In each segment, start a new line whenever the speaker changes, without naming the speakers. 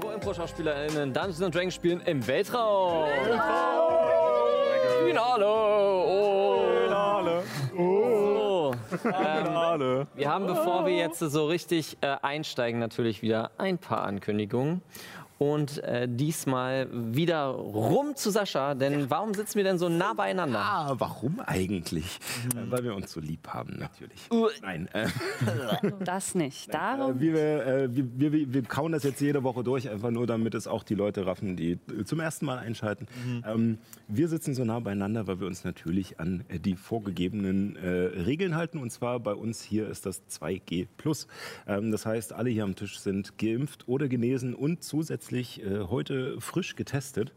Wo Impro-SchauspielerInnen Dungeons Dragons spielen im Weltraum. Finale! Oh.
Finale.
So. Ähm,
Finale.
wir haben, bevor wir jetzt so richtig äh, einsteigen, natürlich wieder ein paar Ankündigungen. Und äh, diesmal wieder rum zu Sascha, denn warum sitzen wir denn so nah beieinander?
Ah, warum eigentlich? Äh, Weil wir uns so lieb haben, natürlich. Nein, äh,
Das nicht. Darum.
wir, äh, wir, wir, wir kauen das jetzt jede Woche durch, einfach nur damit es auch die Leute raffen, die äh, zum ersten Mal einschalten. Ähm, wir sitzen so nah beieinander, weil wir uns natürlich an äh, die vorgegebenen äh, Regeln halten. Und zwar bei uns hier ist das 2G. Ähm, das heißt, alle hier am Tisch sind geimpft oder genesen und zusätzlich äh, heute frisch getestet.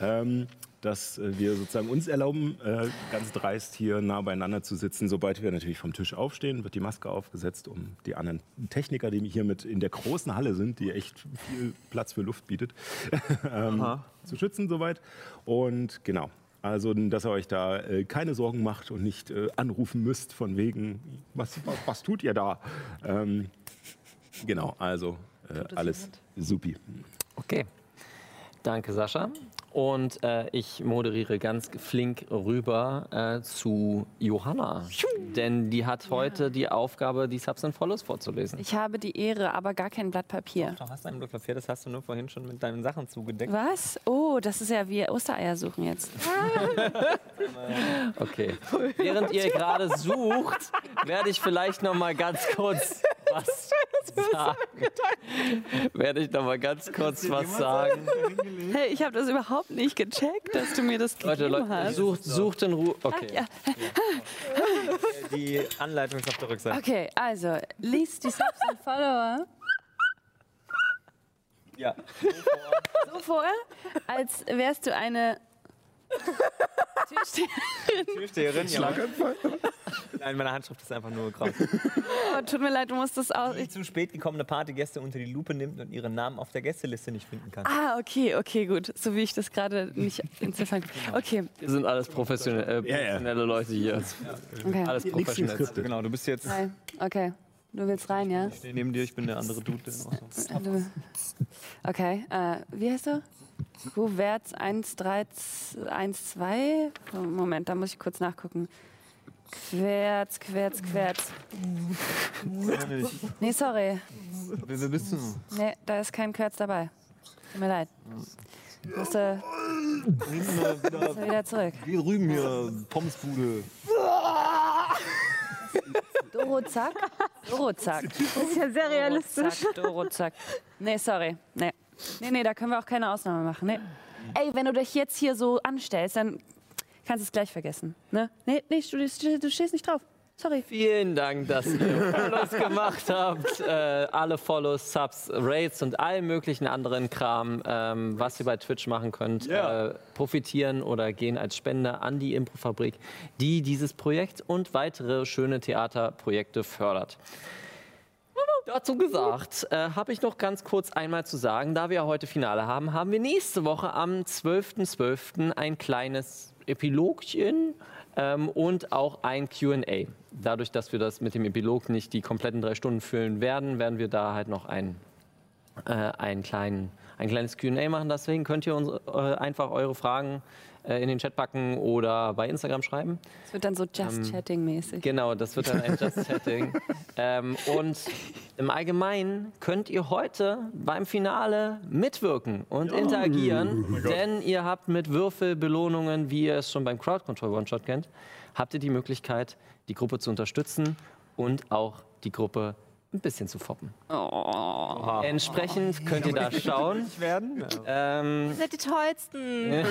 Ähm, dass äh, wir sozusagen uns erlauben, äh, ganz dreist hier nah beieinander zu sitzen. Sobald wir natürlich vom Tisch aufstehen, wird die Maske aufgesetzt, um die anderen Techniker, die hier mit in der großen Halle sind, die echt viel Platz für Luft bietet, ähm, zu schützen soweit. Und genau. Also, dass ihr euch da äh, keine Sorgen macht und nicht äh, anrufen müsst von wegen, was, was, was tut ihr da? Ähm, genau, also äh, alles supi.
Okay. Danke, Sascha. Und äh, ich moderiere ganz flink rüber äh, zu Johanna. Denn die hat heute die Aufgabe, die Subs and Follows vorzulesen.
Ich habe die Ehre, aber gar kein Blatt Papier.
Du hast ein Blatt Papier, das hast du nur vorhin schon mit deinen Sachen zugedeckt.
Was? Oh, das ist ja wie Ostereier suchen jetzt.
Okay. Während ihr gerade sucht, werde ich vielleicht noch mal ganz kurz was sagen. Werde ich noch mal ganz kurz was sagen.
Hey, ich habe das überhaupt nicht gecheckt, dass du mir das
Leute,
gegeben
Leute,
hast.
sucht, sucht in Ruhe. Okay.
Ja.
Die Anleitung ist auf der Rückseite.
Okay, also, liest die Subs und Follower
Ja.
so vor, als wärst du eine Türsteherin.
Türsteherin, ja. Nein, meine Handschrift ist einfach nur grau.
Oh, tut mir leid, du musst das aus...
Die
Ich,
zu spät gekommene Partygäste unter die Lupe nimmt und ihren Namen auf der Gästeliste nicht finden kann.
ah, okay, okay, gut. So wie ich das gerade nicht entziffern kann.
Genau.
Okay,
Wir sind alles professionelle, äh,
Ja, ja.
professionelle Leute hier.
okay.
Alles
Nichts im
professionell.
Skript.
Genau, du bist jetzt
Hi. Okay, du willst rein, ja?
Ich stehe neben dir, ich bin der andere Dude. der auch so-
Äh, Du- Okay, äh, wie heißt du? Kuverts 1312? Oh, Moment, da muss ich kurz nachgucken. Querz, Querz, Querz. Nee, sorry.
Wir wir wissen.
Nee, da ist kein Querz dabei. Tut mir leid. Musste wieder zurück.
Geh drüben hier, Pommesbude.
Dorozack? Dorozack.
Ist ja sehr realistisch.
Zack, Dorozack. Nee, sorry. Nee. Nee, nee, da können wir auch keine Ausnahme machen. Nee. Ey, wenn du dich jetzt hier so anstellst, dann kannst du es gleich vergessen. Ne? Nee, nee, du, du, du stehst nicht drauf. Sorry.
Vielen Dank, dass ihr Follows gemacht habt. Äh, alle Follows, Subs, Rates und allen möglichen anderen Kram, ähm, was ihr bei Twitch machen könnt,
Ja.
äh, profitieren oder gehen als Spender an die Improfabrik, die dieses Projekt und weitere schöne Theaterprojekte fördert. Dazu gesagt, äh, habe ich noch ganz kurz einmal zu sagen, da wir ja heute Finale haben, haben wir nächste Woche am 12.12. ein kleines Epilogchen ähm, und auch ein QA. Dadurch, dass wir das mit dem Epilog nicht die kompletten drei Stunden füllen werden, werden wir da halt noch ein, äh, einen kleinen, ein kleines QA machen. Deswegen könnt ihr uns äh, einfach eure Fragen äh, in den Chat packen oder bei Instagram schreiben.
Es wird dann so Just Chatting-mäßig.
Genau, das wird dann ein Just Setting. ähm, und im Allgemeinen könnt ihr heute beim Finale mitwirken und interagieren, denn ihr habt mit Würfelbelohnungen, wie ihr es schon beim Crowd Control One Shot kennt, habt ihr die Möglichkeit, die Gruppe zu unterstützen und auch die Gruppe ein bisschen zu foppen.
Oh.
Entsprechend könnt ihr da schauen.
werden.
Ähm,
Ihr seid die Tollsten.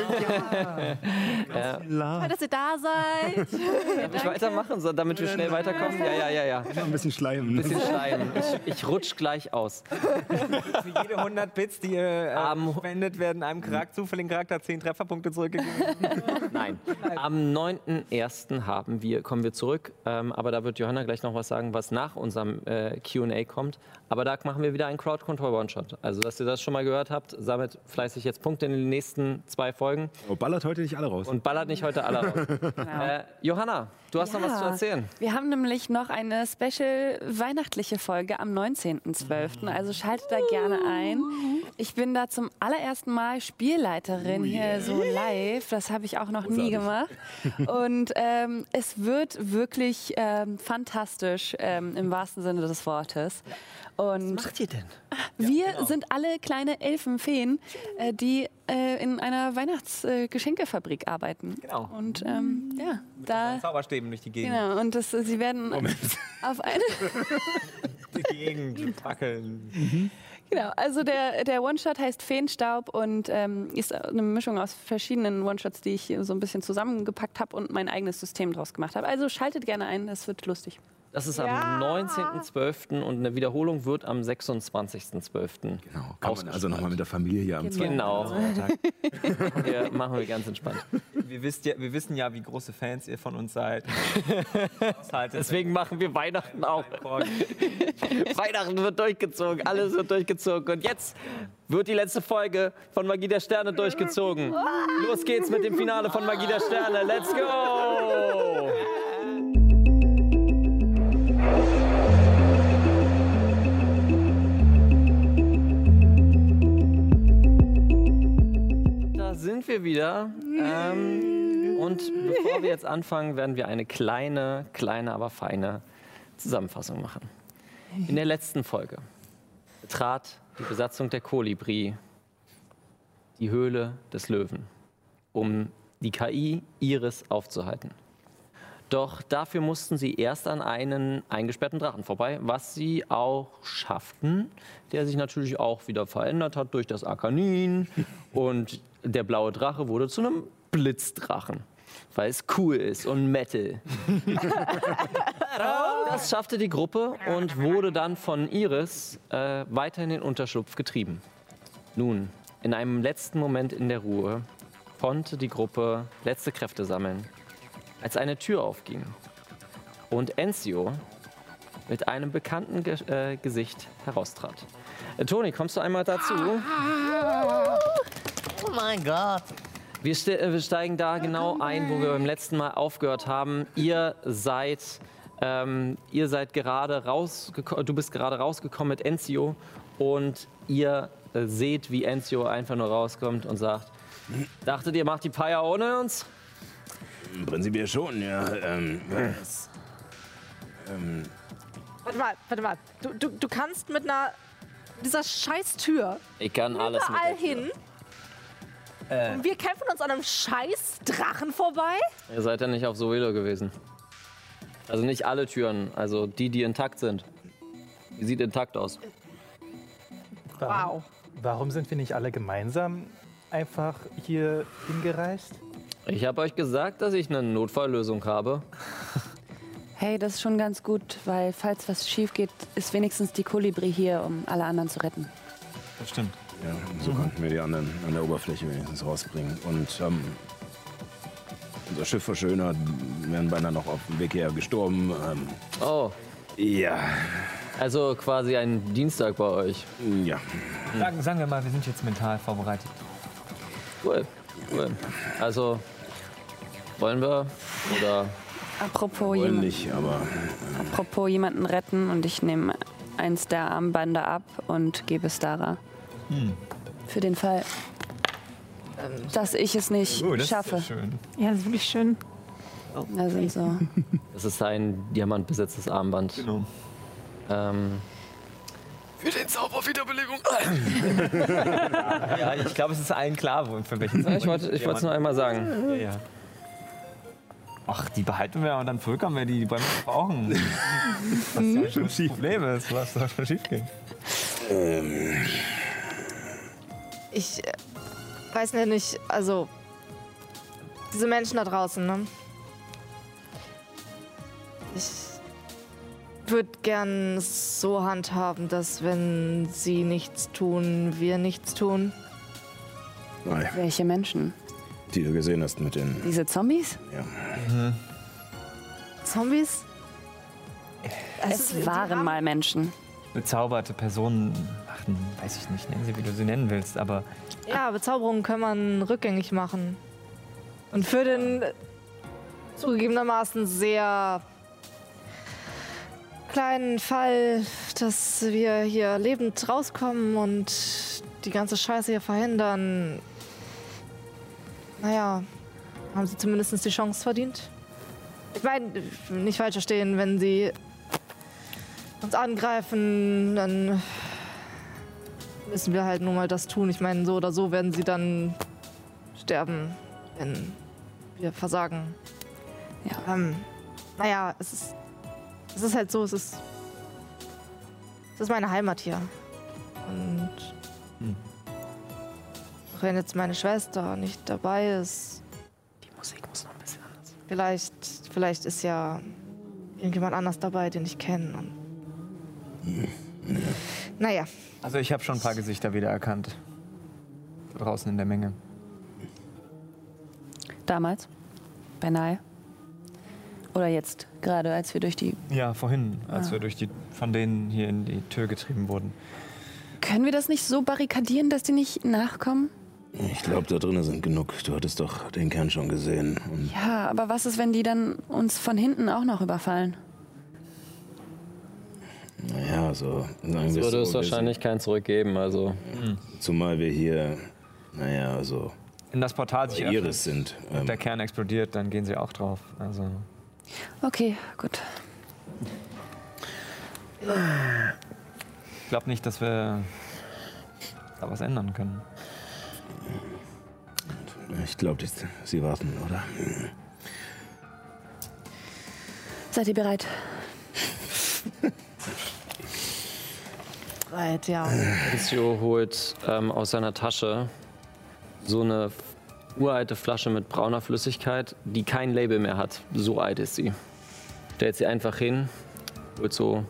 Toll, dass ihr da seid.
Darf ich weitermachen, so, damit wir schnell weiterkommen? Ja, ja, ja, ja.
Ein bisschen schleimen.
Bisschen schleimen. Ich, ich rutsch gleich aus.
Für jede 100 Bits, die äh,
Am-
verwendet werden, einem Charakter, zufälligen Charakter 10 Trefferpunkte zurückgegeben.
Nein. Am 9.1. haben wir, kommen wir zurück, ähm, aber da wird Johanna gleich noch was sagen, was nach unserem äh, Q&A kommt. Aber da machen wir wieder einen Crowd Control One-Shot. Also, dass ihr das schon mal gehört habt, sammelt fleißig jetzt Punkte in den nächsten zwei Folgen
Oh, ballert heute nicht alle raus.
und ballert nicht heute alle raus. Äh, Johanna, du hast noch was zu
Ja.
erzählen.
Wir haben nämlich noch eine special weihnachtliche Folge am 19.12. Also schaltet da gerne ein. Ich bin da zum allerersten Mal Spielleiterin
Oh
hier so live. Das habe ich auch noch nie gemacht. Und ähm, es wird wirklich ähm, fantastisch ähm, im wahrsten Sinne des Wortes. Und Ah,
macht ihr denn? genau.
wir sind alle kleine Elfenfeen, äh, die äh, in einer Weihnachtsgeschenkefabrik äh, Geschenkefabrik arbeiten.
Genau.
Und ähm, ja, da.
Zauberstäben durch die Gegend,
Genau, und das, sie werden auf eine.
die Gegend packeln.
Genau, also der, der One-Shot heißt Feenstaub und ähm, ist eine Mischung aus verschiedenen One-Shots, die ich so ein bisschen zusammengepackt habe und mein eigenes System draus gemacht habe. Also schaltet gerne ein, es wird lustig.
Das ist am 19.12. und eine Wiederholung wird am 26.12.
Genau, kann man also nochmal mit der Familie hier am zweiten
Genau.
Tag.
Wir machen wir ganz entspannt.
Wir, wisst ja, wir wissen ja, wie große Fans ihr von uns seid. Haushalte
Deswegen machen wir Weihnachten auch.
Kork.
Weihnachten wird durchgezogen, alles wird durchgezogen. Und jetzt wird die letzte Folge von Magie der Sterne durchgezogen. Los geht's mit dem Finale von Magie der Sterne. Let's go! Da sind wir wieder. Ähm, und bevor wir jetzt anfangen, werden wir eine kleine, kleine, aber feine Zusammenfassung machen. In der letzten Folge betrat die Besatzung der Kolibri die Höhle des Löwen, um die KI Iris aufzuhalten. Doch dafür mussten sie erst an einen eingesperrten Drachen vorbei, was sie auch schafften, der sich natürlich auch wieder verändert hat durch das Arkanin. Und der blaue Drache wurde zu einem Blitzdrachen, weil es cool ist und Metal. Das schaffte die Gruppe und wurde dann von Iris äh, weiter in den Unterschlupf getrieben. Nun, in einem letzten Moment in der Ruhe konnte die Gruppe letzte Kräfte sammeln, als eine Tür aufging und Enzio mit einem bekannten Ge äh, Gesicht heraustrat. Äh, Toni, kommst du einmal dazu?
Oh mein Gott.
Wir, ste äh, wir steigen da genau ein, wo wir beim letzten Mal aufgehört haben. Ihr seid, ähm, ihr seid gerade rausgekommen, du bist gerade rausgekommen mit Enzio und ihr äh, seht, wie Enzio einfach nur rauskommt und sagt, dachtet ihr macht die Paya ohne uns?
Prinzipiell schon, ja. Ähm, das-
Warte mal, warte mal. Du, du, du kannst mit einer dieser scheiß Tür
Ich kann alles
überall hin. Und wir kämpfen uns an einem scheiß Drachen vorbei.
Ihr seid ja nicht auf Soelo gewesen. Also nicht alle Türen, also die, die intakt sind. Die sieht intakt aus.
Wow.
Warum sind wir nicht alle gemeinsam einfach hier hingereist?
Ich habe euch gesagt, dass ich eine Notfalllösung habe.
Hey, das ist schon ganz gut, weil falls was schief geht, ist wenigstens die Kolibri hier, um alle anderen zu retten.
Das stimmt.
ja, so konnten wir die anderen an der Oberfläche wenigstens rausbringen. Und ähm, unser Schiff verschönert, wären beinahe noch auf dem Weg her gestorben. Ähm,
Oh,
ja,
also quasi ein Dienstag bei euch.
ja.
Sagen, sagen wir mal, wir sind jetzt mental vorbereitet.
Cool, cool. Also, wollen wir? Oder
Apropos,
Wollen
jemand,
nicht, aber
apropos jemanden retten und ich nehme eins der Armbande ab und gebe es Dara. Für den Fall, dass ich es nicht schaffe.
schön.
Ja, das ist wirklich schön.
Da sind so
es ist ein diamantbesetztes Armband.
Genau.
Ähm,
Ja, ich glaube, es ist allen klar, wo- für welchen
ich wollte es nur einmal sagen.
Ja, ja. Ach, die behalten wir und dann völkern wir die, die wollen wir brauchen. was ja schon Problem ist, was da schon schief ging.
Ich äh, weiß ja nicht, also diese Menschen da draußen, ne? Ich würde gern es so handhaben, dass wenn sie nichts tun, wir nichts tun.
Nein,
Welche Menschen?
die du gesehen hast mit den.
Diese Zombies?
Ja.
Zombies?
Es,
ist-
waren mal Menschen.
Bezauberte Personen machen, weiß ich nicht, nennen sie, wie du sie nennen willst, aber
Ja, Bezauberungen kann man rückgängig machen. Und für den äh, zugegebenermaßen sehr kleinen Fall, dass wir hier lebend rauskommen und die ganze Scheiße hier verhindern, naja, haben sie zumindest die Chance verdient. Ich meine, nicht falsch verstehen, wenn sie uns angreifen, dann müssen wir halt nun mal das tun. Ich meine, so oder so werden sie dann sterben, wenn wir versagen.
Ja.
Ähm, naja, es ist, es ist halt so, es ist, es ist meine Heimat hier. Und auch wenn jetzt meine Schwester nicht dabei ist, die Musik muss noch ein bisschen anders. Vielleicht, vielleicht ist ja irgendjemand anders dabei, den ich kenne. Und naja.
also ich habe schon ein paar Gesichter wieder erkannt. Draußen in der Menge.
Damals. Beinahe. Oder jetzt, gerade als wir durch die.
Ja, vorhin, als wir durch die von denen hier in die Tür getrieben wurden.
Können wir das nicht so barrikadieren, dass die nicht nachkommen?
Ich glaube, da drinnen sind genug. Du hattest doch den Kern schon gesehen. Und
Ja, aber was ist, wenn die dann uns von hinten auch noch überfallen?
naja, so. also, Sagen
Es
wir
würde
so,
es
wir
wahrscheinlich kein Zurück geben. Also
sind- Zumal wir hier, naja, so.
Wenn das Portal sich
Bei Iris sind.
öffnet,
Ähm,
der Kern explodiert, dann gehen sie auch drauf. Also
Okay, gut.
ich glaube nicht, dass wir da was ändern können.
ich glaube, sie warten, oder?
Seid ihr bereit?
Right, ja.
Ezio holt ähm, aus seiner Tasche so eine uralte Flasche mit brauner Flüssigkeit, die kein Label mehr hat. So alt ist sie. Stellt sie einfach hin, holt so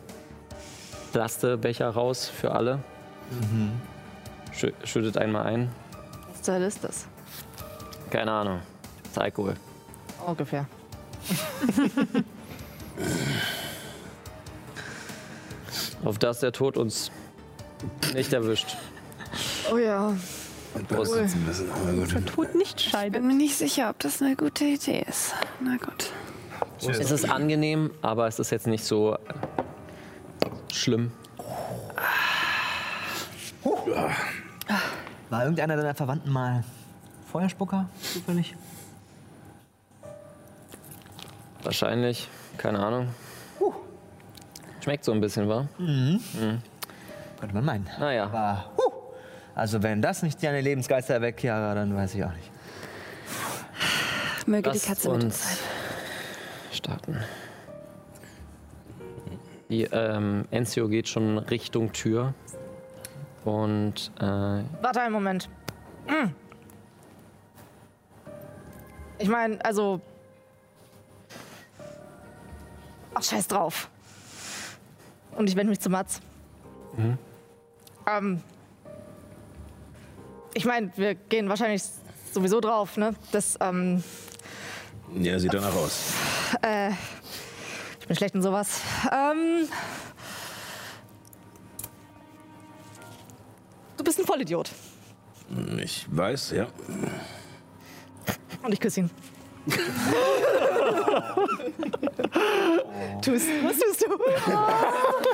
Plastebecher raus für alle. Schü schüttet einmal ein.
Was zur Hölle ist das?
Keine Ahnung. Das ist Alkohol.
Ungefähr.
Auf das der Tod uns nicht erwischt.
Oh ja.
Prost.
Ein bisschen, aber gut.
Tut nicht scheidet.
Bin mir nicht sicher, ob das eine gute Idee ist. Na gut.
Es ist angenehm, aber es ist jetzt nicht so schlimm.
War irgendeiner deiner Verwandten mal Feuerspucker? Zufällig?
Wahrscheinlich, keine Ahnung. Schmeckt so ein bisschen, wa?
Mhm.
Ah
Könnte man meinen.
Naja.
Aber, huh, also wenn das nicht deine Lebensgeister weckt, Chiara, dann weiß ich auch nicht.
Möge die
Lass
Katze mit uns sein.
uns starten. Die, ähm, Enzio geht schon Richtung Tür und äh,
Warte einen Moment. Mm. Ich meine, also. Ach, scheiß drauf. Und ich wende mich zu Mats. Ähm. Ich meine, wir gehen wahrscheinlich sowieso drauf, ne? Das, ähm.
Ja, sieht danach aus.
Äh, ich bin schlecht in sowas. Ähm, du bist ein Vollidiot.
Ich weiß, ja.
Und ich küsse ihn. tust, was tust du?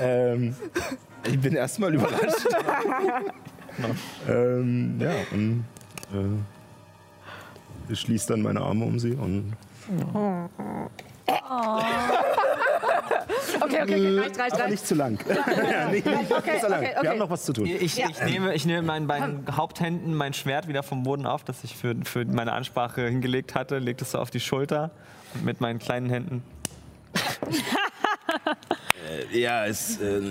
Ähm, ich bin erstmal überrascht. ähm, ja, und äh, ich schließe dann meine Arme um sie und.
Okay, okay, okay, reicht, reicht,
Aber
reicht.
nicht zu lang. Ja, nicht- nicht zu lang.
okay,
Wir
okay.
haben noch was zu tun.
Ich, ich, nehme, ich nehme mit meinen beiden Haupthänden mein Schwert wieder vom Boden auf, das ich für, für meine Ansprache hingelegt hatte, legte es so auf die Schulter und mit meinen kleinen Händen.
Ja, es, äh,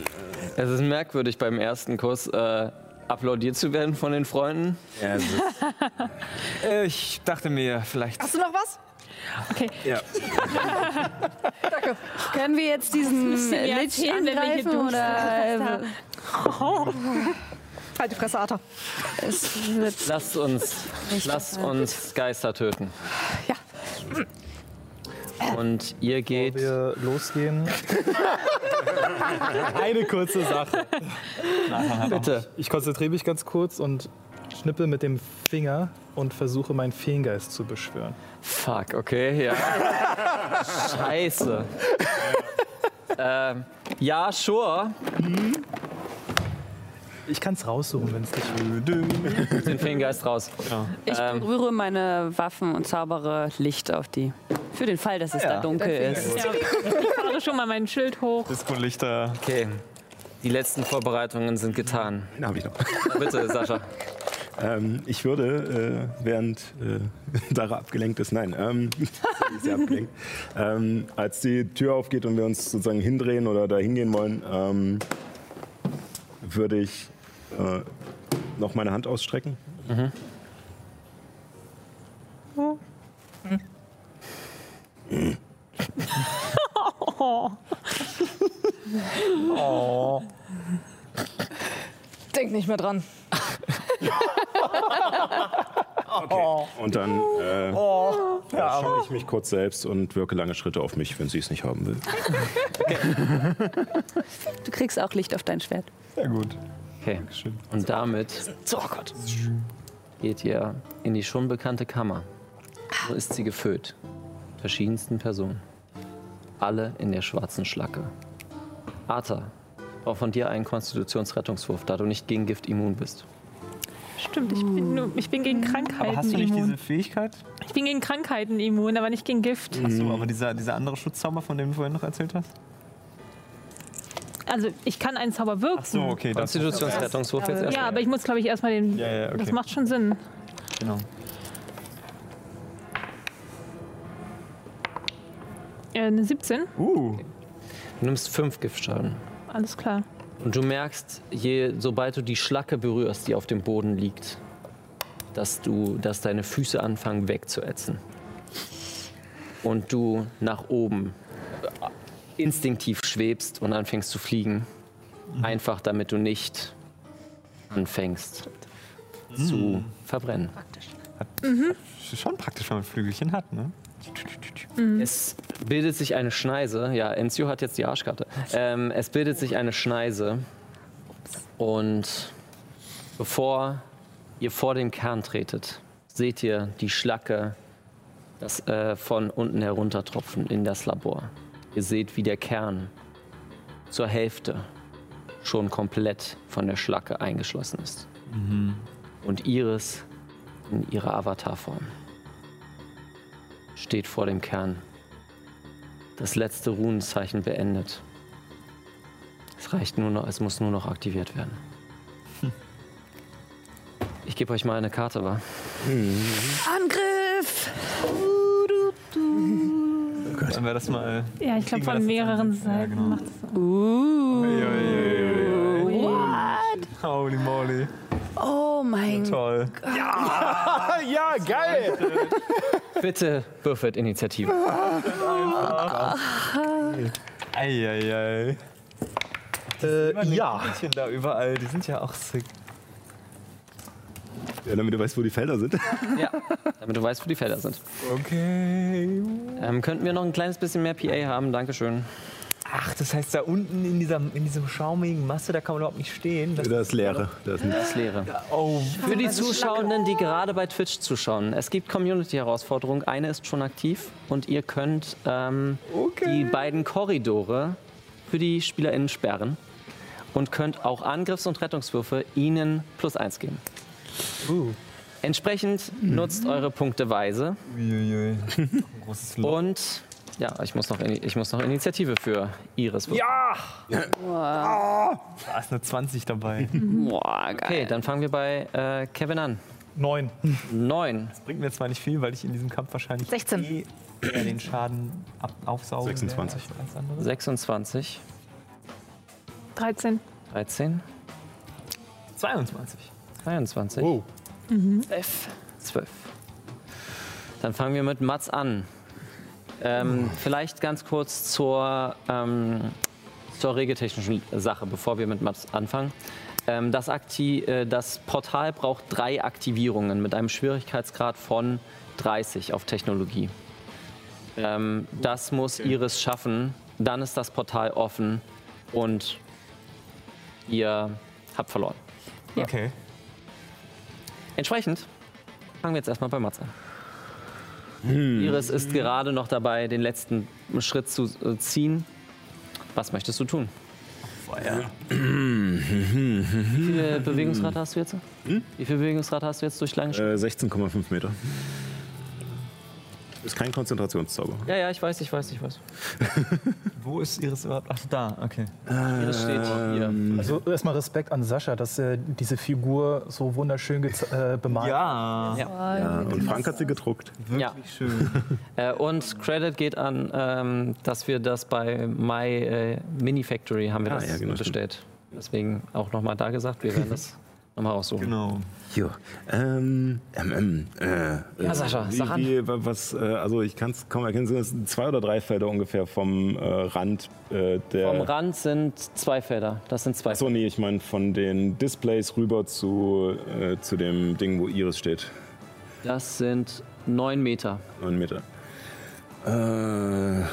Es ist merkwürdig, beim ersten Kuss äh, applaudiert zu werden von den Freunden.
ja, es ist,
Äh, Ich dachte mir, vielleicht.
Hast du noch was?
ja.
Können wir jetzt diesen
mir
Lich
erzählen, wenn wir
angreifen
hier Duschen
oder äh,
Halt die Fresse, Arthur.
es wird
Lasst uns, lasst uns Geister töten. Ja. Und ihr geht.
Bevor wir losgehen. Eine kurze Sache.
Bitte.
Ich konzentriere mich ganz kurz und schnippe mit dem Finger und versuche meinen Feengeist zu beschwören.
Fuck, okay, ja. Scheiße. ähm, ja, sure.
Ich kann es raussuchen, wenn es dich
Den Feengeist raus.
Ich berühre meine Waffen und zaubere Licht auf die. Für den Fall, dass es da dunkel ist.
Ja, ich fahre schon mal mein Schild hoch.
Disco-Lichter.
Okay. Die letzten Vorbereitungen sind getan.
Den habe ich noch.
Na, Bitte, Sascha.
Ähm, ich würde, äh, während äh, Dara abgelenkt ist, nein, ähm, sie ist sehr abgelenkt, ähm, als die Tür aufgeht und wir uns sozusagen hindrehen oder da hingehen wollen, ähm, würde ich äh, noch meine Hand ausstrecken.
Denk nicht mehr dran.
Und dann äh, äh, schaue ich mich kurz selbst und wirke lange Schritte auf mich, wenn sie es nicht haben will.
Du kriegst auch Licht auf dein Schwert.
Sehr gut.
Okay. Und damit
oh
geht ihr in die schon bekannte Kammer. So ist sie gefüllt. Mit verschiedensten Personen. Alle in der schwarzen Schlacke. Arthur, auch von dir einen Konstitutionsrettungswurf, da du nicht gegen Gift immun bist.
Stimmt, ich bin, nur, ich bin gegen
Mhm. Aber
Krankheiten
hast du nicht
immun.
diese Fähigkeit?
Ich bin gegen Krankheiten immun, aber nicht gegen Gift.
Achso, aber dieser, dieser andere Schutzzauber, von dem du vorhin noch erzählt hast?
Also ich kann einen Zauber wirken.
Achso, okay, das.
Konstitutionsrettungswurf jetzt erst.
Ja, aber ich muss, glaube ich, erstmal den.
Ja, ja, okay.
Das macht schon Sinn.
Genau.
Äh, eine 17.
Uh,
Du nimmst fünf Giftschaden.
Alles klar.
Und du merkst, je, sobald du die Schlacke berührst, die auf dem Boden liegt, dass, du, dass deine Füße anfangen wegzuätzen. Und du nach oben äh, instinktiv schwebst und anfängst zu fliegen. Einfach damit du nicht anfängst zu verbrennen.
ist schon praktisch, wenn man Flügelchen hat, ne?
Es bildet sich eine Schneise. Ja, Enzio hat jetzt die Arschkarte. Ähm, es bildet sich eine Schneise. Und bevor ihr vor den Kern tretet, seht ihr die Schlacke das, äh, von unten heruntertropfen in das Labor. Ihr seht, wie der Kern zur Hälfte schon komplett von der Schlacke eingeschlossen ist. Und Iris in ihrer Avatarform steht vor dem Kern. Das letzte Runenzeichen beendet. Es reicht nur noch, es muss nur noch aktiviert werden. Hm. Ich gebe euch mal eine Karte, wa?
Angriff!
Dann wäre das mal.
Ja, ich glaube,
Kriegen wir
von mehreren
das jetzt an? Ja,
Seiten
genau.
macht es so.
Holy moly.
Oh mein Gott.
Toll.
Ja, geil!
Bitte würfelt Initiative.
Eieiei.
Äh, ja.
Mädchen da überall, die sind ja auch sick.
Ja, damit du weißt, wo die Felder sind.
Ja, damit du weißt, wo die Felder sind.
Okay.
Ähm, könnten wir noch ein kleines bisschen mehr PA haben? Dankeschön.
Ach, das heißt, da unten in dieser in diesem schaumigen Masse, da kann man überhaupt nicht stehen. Das,
Da ist Leere. Da ist nichts.
Das Leere.
oh,
Für die Zuschauenden, die gerade bei Twitch zuschauen, es gibt Community-Herausforderungen. Eine ist schon aktiv und ihr könnt ähm, die beiden Korridore für die SpielerInnen sperren und könnt auch Angriffs- und Rettungswürfe ihnen plus eins geben. Entsprechend nutzt eure Punkte weise
uiuiui. Ein großes Loch.
und Ja, ich muss noch, Ini- ich muss noch Initiative für Iris. Ja.
Da ist eine 20 dabei.
Boah, geil.
Okay, dann fangen wir bei äh, Kevin an.
Neun.
Neun.
Bringt mir zwar nicht viel, weil ich in diesem Kampf wahrscheinlich
16.
eh eher den Schaden ab, aufsaugen werde
26.
als alles andere.
26.
13.
13.
22.
23.
Wow.
12. Dann fangen wir mit Mats an. Ähm, vielleicht ganz kurz zur, ähm, zur regeltechnischen Sache, bevor wir mit Mats anfangen. Ähm, das, Akti äh, das Portal braucht drei Aktivierungen mit einem Schwierigkeitsgrad von 30 auf Technologie. Ähm, das muss Iris schaffen. Dann ist das Portal offen und ihr habt verloren.
Okay.
Entsprechend fangen wir jetzt erstmal bei Mats an.
Hm.
Iris ist gerade noch dabei, den letzten Schritt zu äh, ziehen. Was möchtest du tun? Wie viel äh, Bewegungsrate hast du jetzt? Wie viel Bewegungsrate hast du jetzt durch lange Schritte?
Hm? Äh, 16,5 Meter. Ist kein Konzentrationszauber.
Ja, ja, ich weiß, ich weiß, ich weiß.
Wo ist Iris überhaupt? Ach, da, okay.
Iris steht hier.
Also erstmal Respekt an Sascha, dass er diese Figur so wunderschön gez- äh, bemalt
Ja,
hat.
Ja, und Frank hat sie gedruckt.
wirklich
Ja.
Ah. schön.
Äh, und Credit geht an, ähm, dass wir das bei My äh, Mini Factory haben wir
Ah,
das
ja, genau,
bestellt. Deswegen auch nochmal da gesagt, wir werden das nochmal raussuchen.
Genau.
Jo. Ähm, ähm, ähm, äh,
Ja, Sascha,
wie,
sag an.
Wie, wa- was, äh, also ich kann es kaum erkennen, sind es zwei oder drei Felder ungefähr vom äh, Rand äh, der...
Vom Rand sind zwei Felder. Das sind zwei
Achso, nee, ich meine von den Displays rüber zu, äh, zu dem Ding, wo Iris steht.
Das sind neun Meter.
Neun Meter. Äh,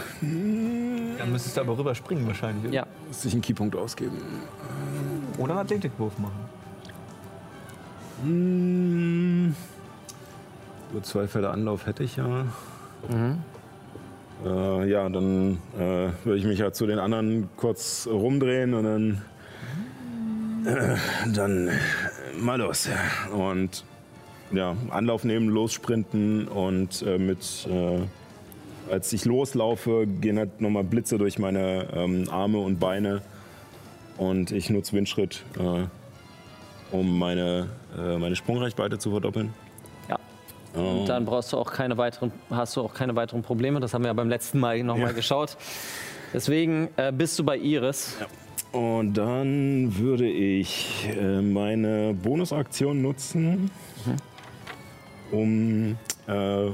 Dann müsstest du aber rüberspringen wahrscheinlich.
Ja.
muss ich einen Keypunkt ausgeben?
Oder einen Athletikwurf machen.
Hm. Nur zwei Felder Anlauf hätte ich ja. Äh, ja, dann äh, würde ich mich ja zu den anderen kurz rumdrehen und dann. Äh, dann mal los. Und ja, Anlauf nehmen, lossprinten und äh, mit. Äh, als ich loslaufe, gehen halt nochmal Blitze durch meine ähm, Arme und Beine. Und ich nutze Windschritt. Äh, um meine, äh, meine Sprungreichweite zu verdoppeln.
ja.
Oh.
Dann brauchst du auch keine weiteren, hast du auch keine weiteren Probleme. Das haben wir ja beim letzten Mal nochmal
Ja.
geschaut. Deswegen äh, bist du bei Iris.
Und dann würde ich äh, meine Bonusaktion nutzen, um. Äh,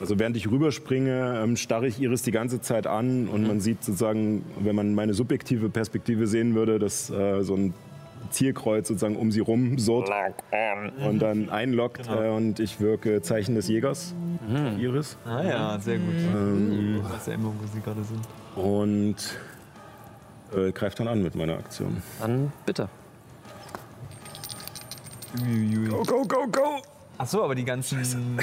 also während ich rüberspringe, ähm, starre ich Iris die ganze Zeit an und man sieht sozusagen, wenn man meine subjektive Perspektive sehen würde, dass äh, so ein Zielkreuz sozusagen um sie rum surrt und dann einlockt äh, und ich wirke Zeichen des Jägers, auf Iris.
Ah ja, sehr gut. Was ja immer, wo sie gerade sind.
und äh, greift dann an mit meiner Aktion.
Dann bitte.
Uiuiui.
go, go, go!
Achso, aber die ganzen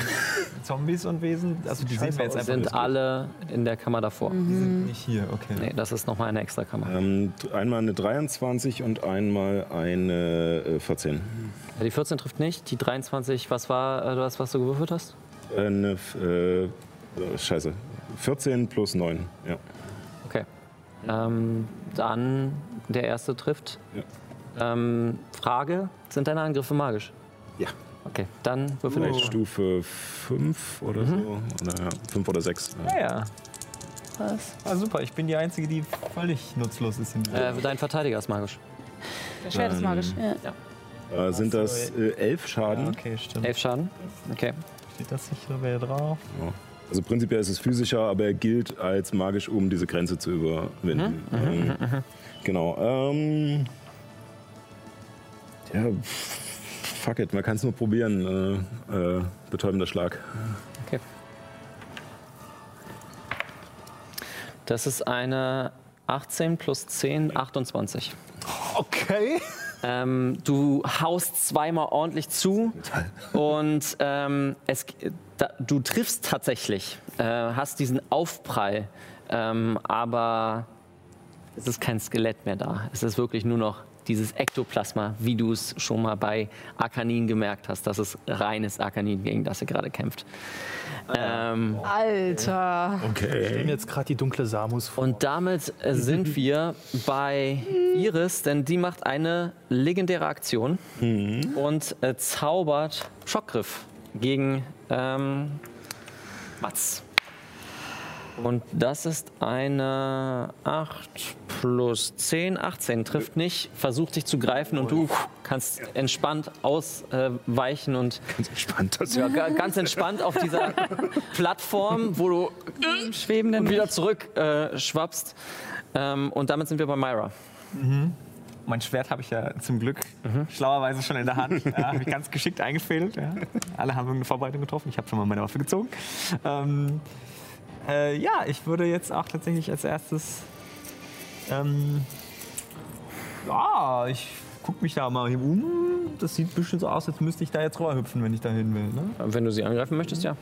Zombies und Wesen, also die sehen wir jetzt einfach
Sind alle in der Kammer davor.
nicht hier, okay.
Nee, das ist nochmal eine extra Kammer.
Ähm, einmal eine 23 und einmal eine äh, 14.
Die 14 trifft nicht. Die 23, was war äh, das, was du gewürfelt hast?
Äh, eine, F- äh, äh, scheiße. 14 plus 9, ja.
Okay. Ähm, dann der erste trifft. Ähm, Frage: Sind deine Angriffe magisch?
Ja.
Okay, dann würfel
Vielleicht
ich.
Stufe 5 oder so. Oder, ja, 5 oder 6. Ja.
Ja, ja. Ah, super, ich bin die Einzige, die völlig nutzlos ist in dieser
Äh, dein Verteidiger ist magisch.
Der Schwert
Ähm,
ist magisch.
Äh, sind das äh, 11 Schaden?
Okay, stimmt.
Elf Schaden. Okay.
Steht das nicht dabei drauf?
Also prinzipiell ist es physischer, aber er gilt als magisch, um diese Grenze zu überwinden.
Mhm,
Ähm, genau. Ähm, ja, pff, fuck it, man kann es nur probieren. Äh, äh, betäubender Schlag.
Okay. Das ist eine 18 plus 10, 28.
Okay.
Ähm, du haust zweimal ordentlich zu und ähm, es, da, du triffst tatsächlich, äh, hast diesen Aufprall, ähm, aber es ist kein Skelett mehr da. Es ist wirklich nur noch dieses Ektoplasma, wie du es schon mal bei Arkanin gemerkt hast. Das ist reines Arkanin, gegen das ihr gerade kämpft. Ähm,
Alter.
Ich nehme jetzt gerade die dunkle Samus vor.
und damit äh, sind wir bei Iris, denn die macht eine legendäre Aktion und äh, zaubert Schockgriff gegen ähm, Mats. Und das ist eine 8 plus 10, 18. Trifft nicht, versucht dich zu greifen und du kannst entspannt ausweichen und
Ganz entspannt. Das
ja, ga- ganz entspannt auf dieser Plattform, wo du
Schwebenden.
wieder zurück äh, schwappst. Ähm, und damit sind wir bei Myra.
Mein Schwert habe ich ja zum Glück schlauerweise schon in der Hand. Ja, habe ich ganz geschickt eingefädelt. Ja. Alle haben irgendeine Vorbereitung getroffen. Ich habe schon mal meine Waffe gezogen. Ähm, äh, ja, ich würde jetzt auch tatsächlich als erstes. Ähm, ja, ich gucke mich da mal hier um. Das sieht ein bisschen so aus, als müsste ich da jetzt rüberhüpfen, wenn ich da hin will. Ne?
Wenn du sie angreifen möchtest, ja.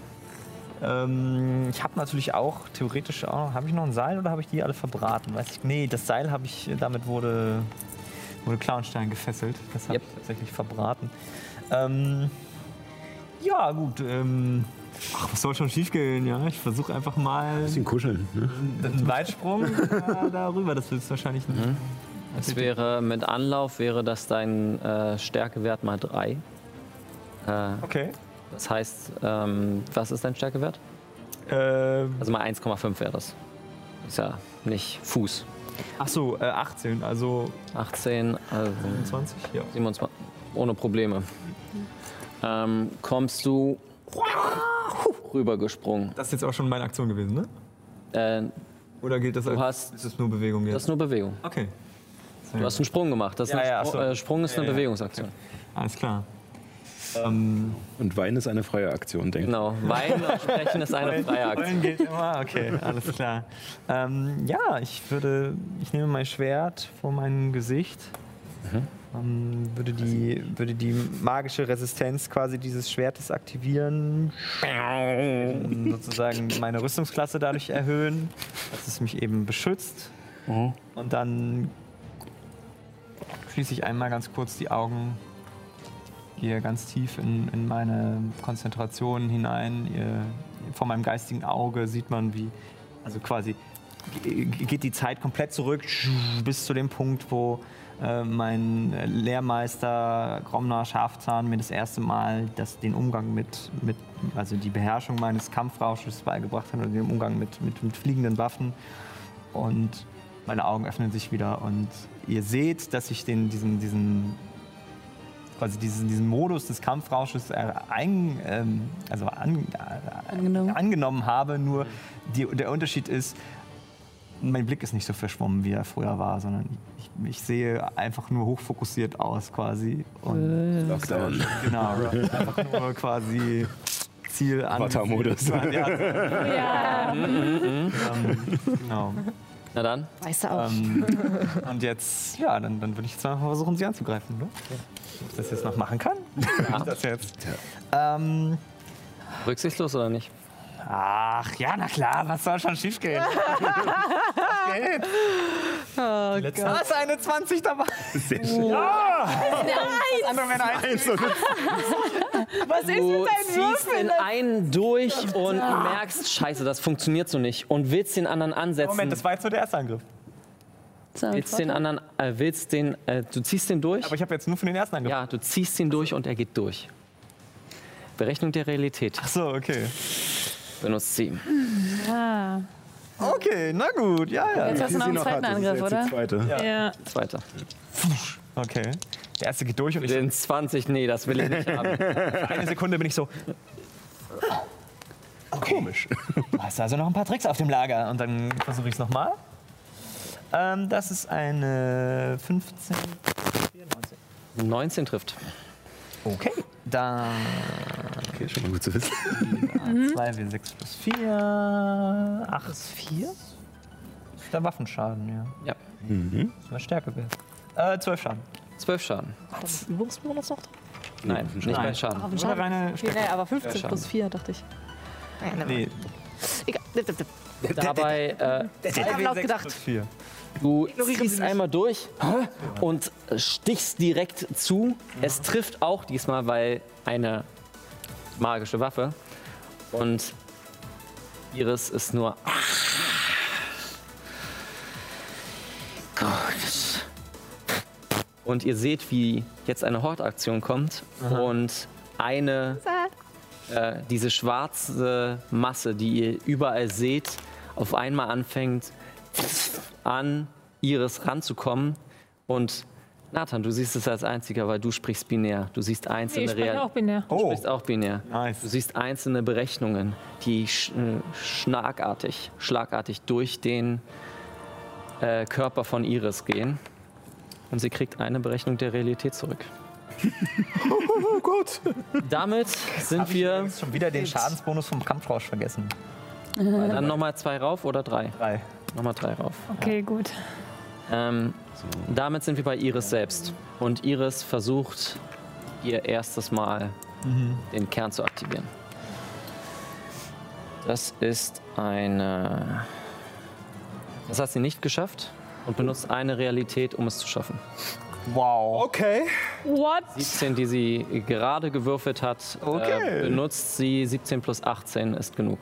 Ähm, ich habe natürlich auch theoretisch auch. Habe ich noch ein Seil oder habe ich die alle verbraten? Weiß ich, nee, das Seil habe ich. Damit wurde, wurde Clownstein gefesselt. Das habe
Yep.
ich tatsächlich verbraten. Ähm, ja, gut. Ähm, ach, was soll schon schiefgehen? Ja, ich versuche einfach mal
bisschen kuscheln. Ne?
einen Weitsprung äh, darüber. Das wird wahrscheinlich nicht.
Mhm. Es wäre mit Anlauf wäre das dein äh, Stärkewert mal 3. Äh,
Okay.
das heißt, ähm, was ist dein Stärkewert?
Ähm,
Also mal 1,5 wäre das. Ist ja nicht Fuß.
ach so, äh, 18, also
18, also
20. Ja.
27, ohne Probleme. Ähm, kommst du rübergesprungen.
Das ist jetzt auch schon meine Aktion gewesen, ne?
Äh,
Oder gilt das als
hast-
ist das nur Bewegung jetzt?
das ist nur Bewegung.
okay.
Du hast einen Sprung gemacht. Das ist
Ja,
ein
ja,
Spr
ach so.
äh, Sprung ist eine Bewegungsaktion.
Alles klar. Ähm,
Und Wein ist eine freie Aktion, denke ich.
Genau. Weinen und sprechen ist eine freie Aktion.
Rollen gilt immer, okay, alles klar. Ähm, ja, ich würde, ich nehme mein Schwert vor mein Gesicht. Ähm, würde, die, würde die magische Resistenz quasi dieses Schwertes aktivieren. Ähm, sozusagen meine Rüstungsklasse dadurch erhöhen, dass es mich eben beschützt. Und dann schließe ich einmal ganz kurz die Augen, gehe ganz tief in, in meine Konzentration hinein. Ihr, vor meinem geistigen Auge sieht man, wie, also quasi ge- geht die Zeit komplett zurück bis zu dem Punkt, wo äh, mein Lehrmeister Gromner Schafzahn mir das erste Mal das, den Umgang mit, mit, also die Beherrschung meines Kampfrausches beigebracht hat und den Umgang mit, mit, mit fliegenden Waffen. Und meine Augen öffnen sich wieder und ihr seht, dass ich den, diesen, diesen, quasi diesen, diesen Modus des Kampfrausches äh, ein, ähm, also an, äh,
Angenommen.
angenommen habe. Nur die, der Unterschied ist, mein Blick ist nicht so verschwommen, wie er früher war, sondern ich, ich sehe einfach nur hochfokussiert aus quasi. Und
Äh. Lockdown.
genau, einfach nur quasi Ziel an.
Avatar-Modus.
Ja, genau.
Na dann.
Weißt du auch.
Ähm, und jetzt, ja, dann, dann würde ich jetzt mal versuchen, sie anzugreifen. Ne? Ob ich das jetzt noch machen kann? Ja. Das jetzt. Ähm,
Rücksichtslos oder nicht?
ach, ja, na klar, was soll schon schief gehen?
Die letzten-
Da ist eine 20 dabei.
Sehr schön.
Das andere wäre eine 1. Oh,
Du ziehst in einen durch und merkst, scheiße, das funktioniert so nicht. Und willst den anderen ansetzen.
Moment, das war jetzt nur der erste Angriff.
willst den anderen, äh, willst den, äh, du ziehst den durch?
Aber ich habe jetzt nur von den ersten Angriff.
Ja, du ziehst ihn durch und er geht durch. Berechnung der Realität.
Ach so, okay.
Benutzt sie.
Ah.
Okay, na gut, ja, ja.
Jetzt hast du noch einen zweiten Angriff, oder?
oder?
Ja.
Zweiter.
Okay. Der erste geht durch und ich,
Den 20, nee, das will ich nicht haben.
eine Sekunde bin ich so. Komisch. Du hast also noch ein paar Tricks auf dem Lager. Und dann versuche ich es nochmal. Ähm, das ist eine 15. 94.
19 trifft.
Okay. Dann
Okay, schon mal Um gut zu wissen.
2 W 6 plus 4. 8 plus 4? Das ist der Waffenschaden, ja.
Ja.
Das ist mein Stärkewert. Äh, 12 Schaden.
12 Schaden.
Übungsbonus noch?
Nein, nicht
Nein.
mehr Schaden.
Auf
Nur der reine Stärke.
aber 15
Schaden.
plus 4, dachte ich. Nein, nein,
Nee,
Egal.
Dabei, äh,
Ich hab laut
2W6
gedacht.
plus 4.
Du
Ignorieren Sie
ziehst
mich.
einmal durch hä? und stichst direkt zu. Es trifft auch diesmal, weil eine magische Waffe. Und Iris ist nur. Gut. Und ihr seht, wie jetzt eine Hortaktion kommt und eine äh, diese schwarze Masse, die ihr überall seht, auf einmal anfängt an Iris ranzukommen. Und Nathan, du siehst es als einziger, weil du sprichst binär. Du siehst
Nee, ich
einzelne
spreche auch binär.
Oh.
Du sprichst auch binär.
Nice.
Du siehst einzelne Berechnungen, die sch äh, schlagartig, schlagartig durch den äh, Körper von Iris gehen. Und sie kriegt eine Berechnung der Realität zurück.
Oh Gott.
Damit sind
Hab ich
wir
übrigens schon wieder den Schadensbonus vom Kampfrausch vergessen.
dann nochmal zwei rauf oder drei?
Drei.
Nochmal drei rauf.
Okay, gut.
Ähm, damit sind wir bei Iris selbst. Und Iris versucht ihr erstes Mal
Mhm.
den Kern zu aktivieren. Das ist eine. Das hat sie nicht geschafft und benutzt eine Realität, um es zu schaffen.
Wow.
Okay.
What?
17, die sie gerade gewürfelt hat, äh,
Okay.
benutzt sie. 17 plus 18 ist genug.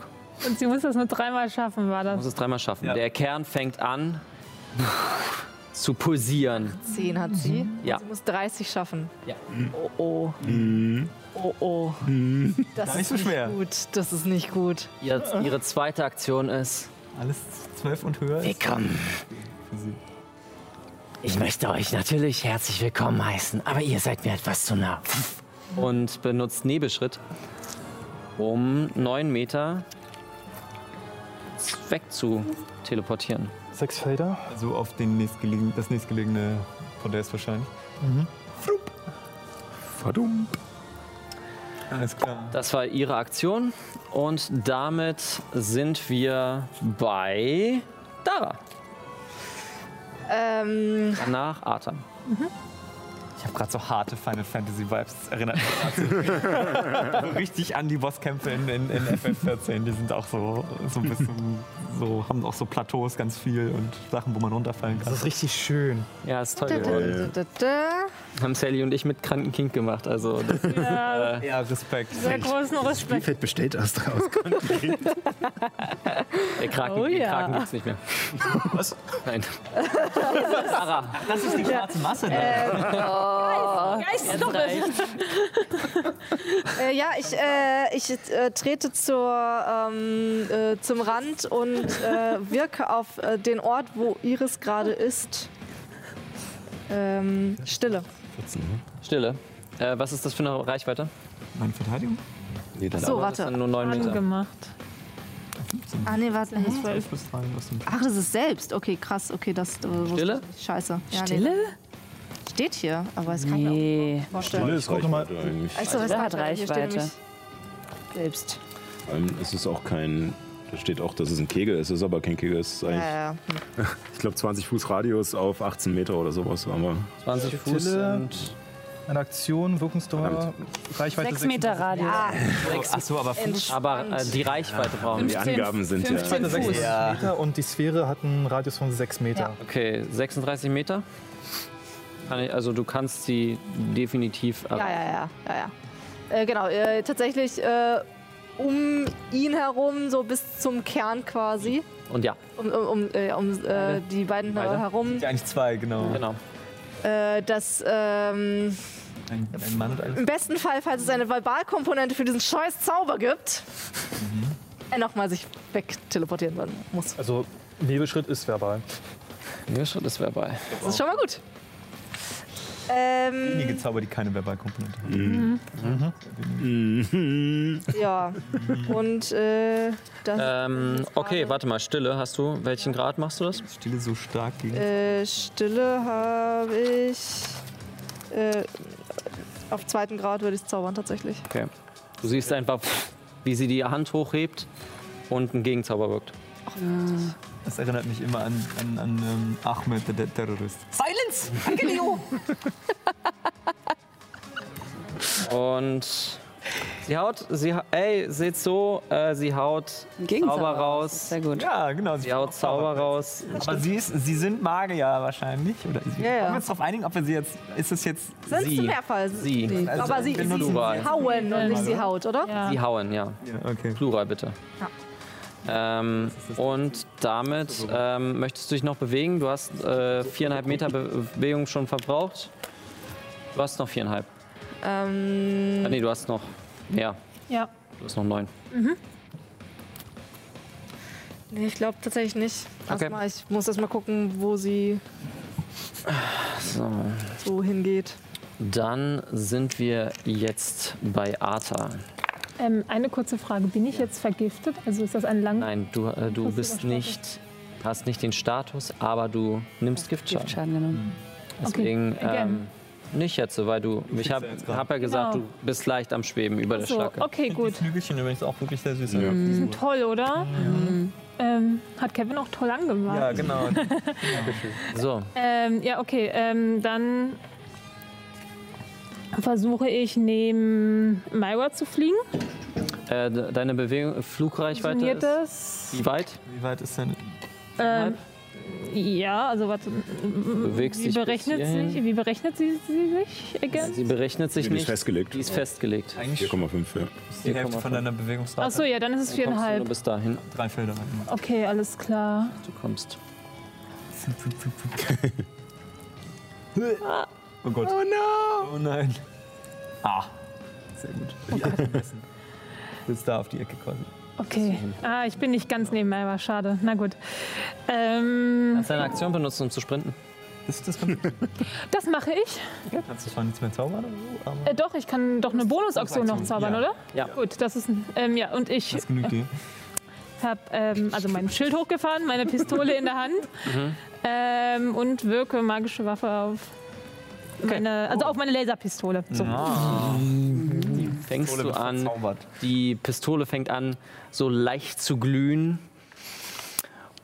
Und sie muss das nur dreimal schaffen, war
Muss
das?
es dreimal schaffen.
Ja.
Der Kern fängt an zu pulsieren.
10 hat sie.
Ja.
Sie muss 30 schaffen.
Ja.
Oh oh. Oh oh. Das
Gar nicht
ist
so schwer.
Nicht gut. Das ist nicht gut.
Ihr, ihre zweite Aktion ist.
Alles zwölf und höher ist.
Willkommen. Ich möchte euch natürlich herzlich willkommen heißen, aber ihr seid mir etwas zu nah. Und benutzt Nebelschritt, um 9 Meter weg zu teleportieren.
Sechs Felder.
Also auf den nächstgelegen, das nächstgelegene Podest wahrscheinlich. Mhm.
Verdammt.
Alles klar.
Das war ihre Aktion und damit sind wir bei Dara.
Ähm,
Danach Arthur.
Ich habe gerade so harte Final Fantasy Vibes. Das erinnert mich dazu. so richtig an die Bosskämpfe in, in, in FF14. Die sind auch so, so ein bisschen so, haben auch so Plateaus ganz viel und Sachen, wo man runterfallen kann.
Das ist richtig schön.
Ja, ist toll
da, da,
geworden.
da, da, da.
Haben Sally und ich mit kranken Kind gemacht, also das
Ja,
Ja, Respekt.
sehr großen Respekt.
Spielfeld besteht erst draus.
Der Kraken,
Oh
den
ja.
Kraken gibt's nicht mehr. Was? Nein. Sarah,
Das ist die schwarze Masse.
Äh, ja, ich, äh, ich äh, trete zur, ähm, äh, zum Rand und äh, wirke auf äh, den Ort, wo Iris gerade ist. Ähm, Stille.
Stille. Äh, was ist das für eine Reichweite?
Meine Verteidigung?
So,
Das
warte.
sind nur 9 Meter.
Angemacht.
Ah, nee, warte. nee, das war-
12 plus 3 aus dem
Ach, das ist selbst. Okay, krass. Okay, das. Äh, wusste
Stille?
ich. Scheiße. Ja, nee,
Stille?
steht hier, aber es kann mir
Nee.
auch vorstellen.
ist Reichweite eigentlich.
Also,
Stille hat Reichweite.
Selbst.
Ähm, es ist auch kein. Da steht auch, dass es ein Kegel ist, es ist aber kein Kegel. Es ist
Ja,
eigentlich,
Äh,
ja. ja.
ich glaube, 20 Fuß Radius auf 18 Meter oder sowas. Aber
20 Fuß
Stille.
sind
Eine Aktion, Wirkungsdauer, Reichweite
Sechs Meter Radius.
Achso, aber Fuß.
aber äh, die Reichweite brauchen wir.
die Angaben sind ja.
15
Sechs
Fuß.
Meter und die Sphäre hat einen Radius von sechs Meter.
Okay, 36 Meter. Kann ich, also du kannst sie definitiv.
Ja, ja, ja, ja, ja. Äh, genau, äh, tatsächlich äh, um ihn herum, so bis zum Kern quasi,
Und ja,
um, um, um, äh, um äh, die beiden
Beide.
herum,
Ja, eigentlich zwei, genau.
genau.
äh, dass ähm,
Ein, ein Mann und eine
im besten Fall, falls es eine Verbalkomponente für diesen scheiß Zauber gibt,
Mhm.
er nochmal sich wegteleportieren werden muss.
Also Nebelschritt ist verbal.
Ihr Schritt ist verbal.
Das ist schon mal gut.
wenige
Ähm,
Zauber, die keine Verbalkomponente haben.
ja, und äh, das
Ähm, okay, warte mal, Stille hast du. Welchen Grad machst du das?
Stille so stark gegen.
äh, Stille habe ich äh, auf zweiten Grad würde ich es zaubern tatsächlich.
Okay. Du siehst einfach, pff, wie sie die Hand hochhebt und ein Gegenzauber wirkt.
Das erinnert mich immer an, an, an ähm, Ahmed, der, der Terrorist. Silence! Angelio!
Und Sie haut, sie, ha- ey, seht so, äh, sie haut
Gegenzauber
Zauber raus.
Sehr gut.
Ja, genau.
Sie haut Zauber raus.
Aber sie, ist, sie sind Magier wahrscheinlich. Oder sie,
Ja, ja.
Können wir uns darauf einigen, ob wir sie jetzt. Ist es jetzt.
Sonst
Sie.
im Mehrfall.
Sie.
Nee.
Also,
Aber sie,
wir
sie,
nutzen
sie
Plural.
hauen und nicht sie haut, oder?
Ja.
Sie hauen, ja.
Ja, okay.
Plural bitte. Ähm, und damit ähm, möchtest du dich noch bewegen? Du hast äh, viereinhalb Meter Be Bewegung schon verbraucht. Du hast noch viereinhalb. Ah,
Ähm,
nee, du hast noch mehr.
Ja.
Du hast noch neun.
nee, ich glaube tatsächlich nicht.
Okay.
Erstmal, ich muss erst mal gucken, wo sie
So.
so hingeht.
Dann sind wir jetzt bei Arta.
Ähm, eine kurze Frage. Bin ich jetzt vergiftet? Also ist das ein lang...
Nein, du, äh, du
Hast du
bist
überschlafen?
nicht, hast nicht den Status, aber du nimmst Giftschaden.
Giftschaden genommen.
Hm,
Deswegen ähm,
again.
nicht jetzt, weil du. ich habe hab ja gesagt,
Genau.
du bist leicht am Schweben über der
So,
Schlacke.
okay, gut.
Die Flügelchen übrigens auch wirklich sehr süß.
Die sind toll, oder? Ähm, hat Kevin auch toll angemacht.
Ja, genau.
So,
Ähm, ja, okay. Ähm, dann versuche ich neben Maiwa zu fliegen.
äh, de- deine Bewegung, Flugreichweite ist
Funktioniert das?
wie weit?
Wie weit ist denn.
Ähm, ja, also warte.
bewegst
Wie
dich bis
berechnet,
hierhin.
sich, wie berechnet sie, sie sich again?
Sie berechnet sich
Die ist
nicht.
festgelegt.
Die ist festgelegt.
Eigentlich
4,5, ja.
ist die Hälfte von deiner Bewegungsrate.
Achso, ja, Ah. dann ist es
Kommst du nur
viereinhalb.
bis dahin.
Drei Felder.
Okay, alles klar.
Du kommst.
Oh Gott. Oh no! Oh nein. Ah. Sehr gut. Sitzt da auf die Ecke quasi.
Okay. Ah, ich bin nicht ganz neben Maiwa, schade. Na gut. Ähm,
Kannst deine Aktion benutzen, um zu sprinten?
Das, das kann,
das mache ich.
kannst du zwar nichts mehr zaubern oder so, aber
Äh, doch, ich kann doch eine Bonusaktion noch zaubern,
Ja.
oder?
Ja.
Gut, das ist ein, ähm, ja und ich
das genügt dir.
habe ähm, also mein Schild hochgefahren, meine Pistole in der Hand ähm, und wirke magische Waffe auf meine, also auf meine Laserpistole. So.
Fängst du an,
Zaubert.
Die Pistole fängt an, so leicht zu glühen.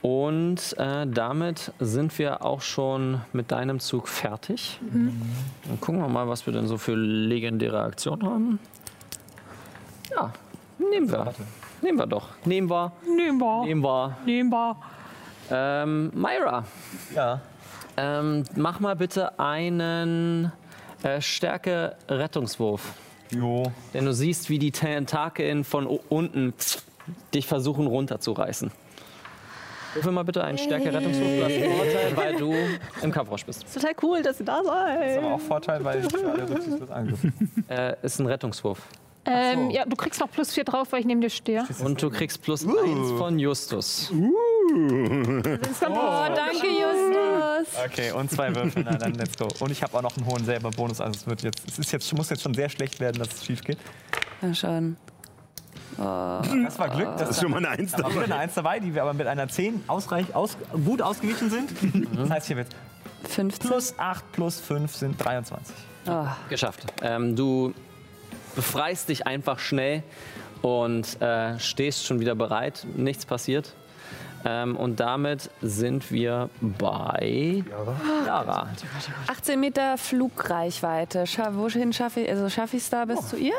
Und äh, damit sind wir auch schon mit deinem Zug fertig. Dann gucken wir mal, was wir denn so für legendäre Aktionen haben. Ja, nehmen wir. Nehmen wir doch. Nehmen wir.
Nehmbar,
Nehmen wir.
nehmbar.
Ähm, Myra,
Ja.
ähm, mach mal bitte einen äh, Stärke-Rettungswurf.
Jo.
Denn du siehst, wie die Tentakeln von o- unten dich versuchen runterzureißen. Würfel mal bitte einen Stärke-Rettungswurf, du hast einen Vorteil, weil du im Kampfrausch bist.
Ist total cool, dass ihr da
Ist
seid.
aber auch Vorteil, weil ich gerade rücksichtslos angegriffen
Äh, ist ein Rettungswurf.
Ähm, ja, du kriegst noch plus vier drauf, weil ich neben dir stehe.
Und du kriegst plus eins von Justus.
Oh, danke, Justus.
Okay, und zwei Würfel. Na dann, let's go. Und ich habe auch noch einen hohen selber Bonus. Also es, wird jetzt, es ist jetzt, muss jetzt schon sehr schlecht werden, dass es schief geht.
Ja, schon.
Das war Glück. Das
Das ist schon mal eine Eins
Ah.
Da war wieder
dabei.
eine 1 dabei, die wir aber mit einer 10 ausreichend aus, gut ausgewichen sind. Das heißt, hier wird
15.
plus 8 plus 5 sind 23.
Geschafft. Ähm, du befreist dich einfach schnell und äh, stehst schon wieder bereit. Nichts passiert. Ähm, und damit sind wir bei Lara.
18 Meter Flugreichweite. Scha wohin schaffe ich Also schaffe ich es da bis zu ihr?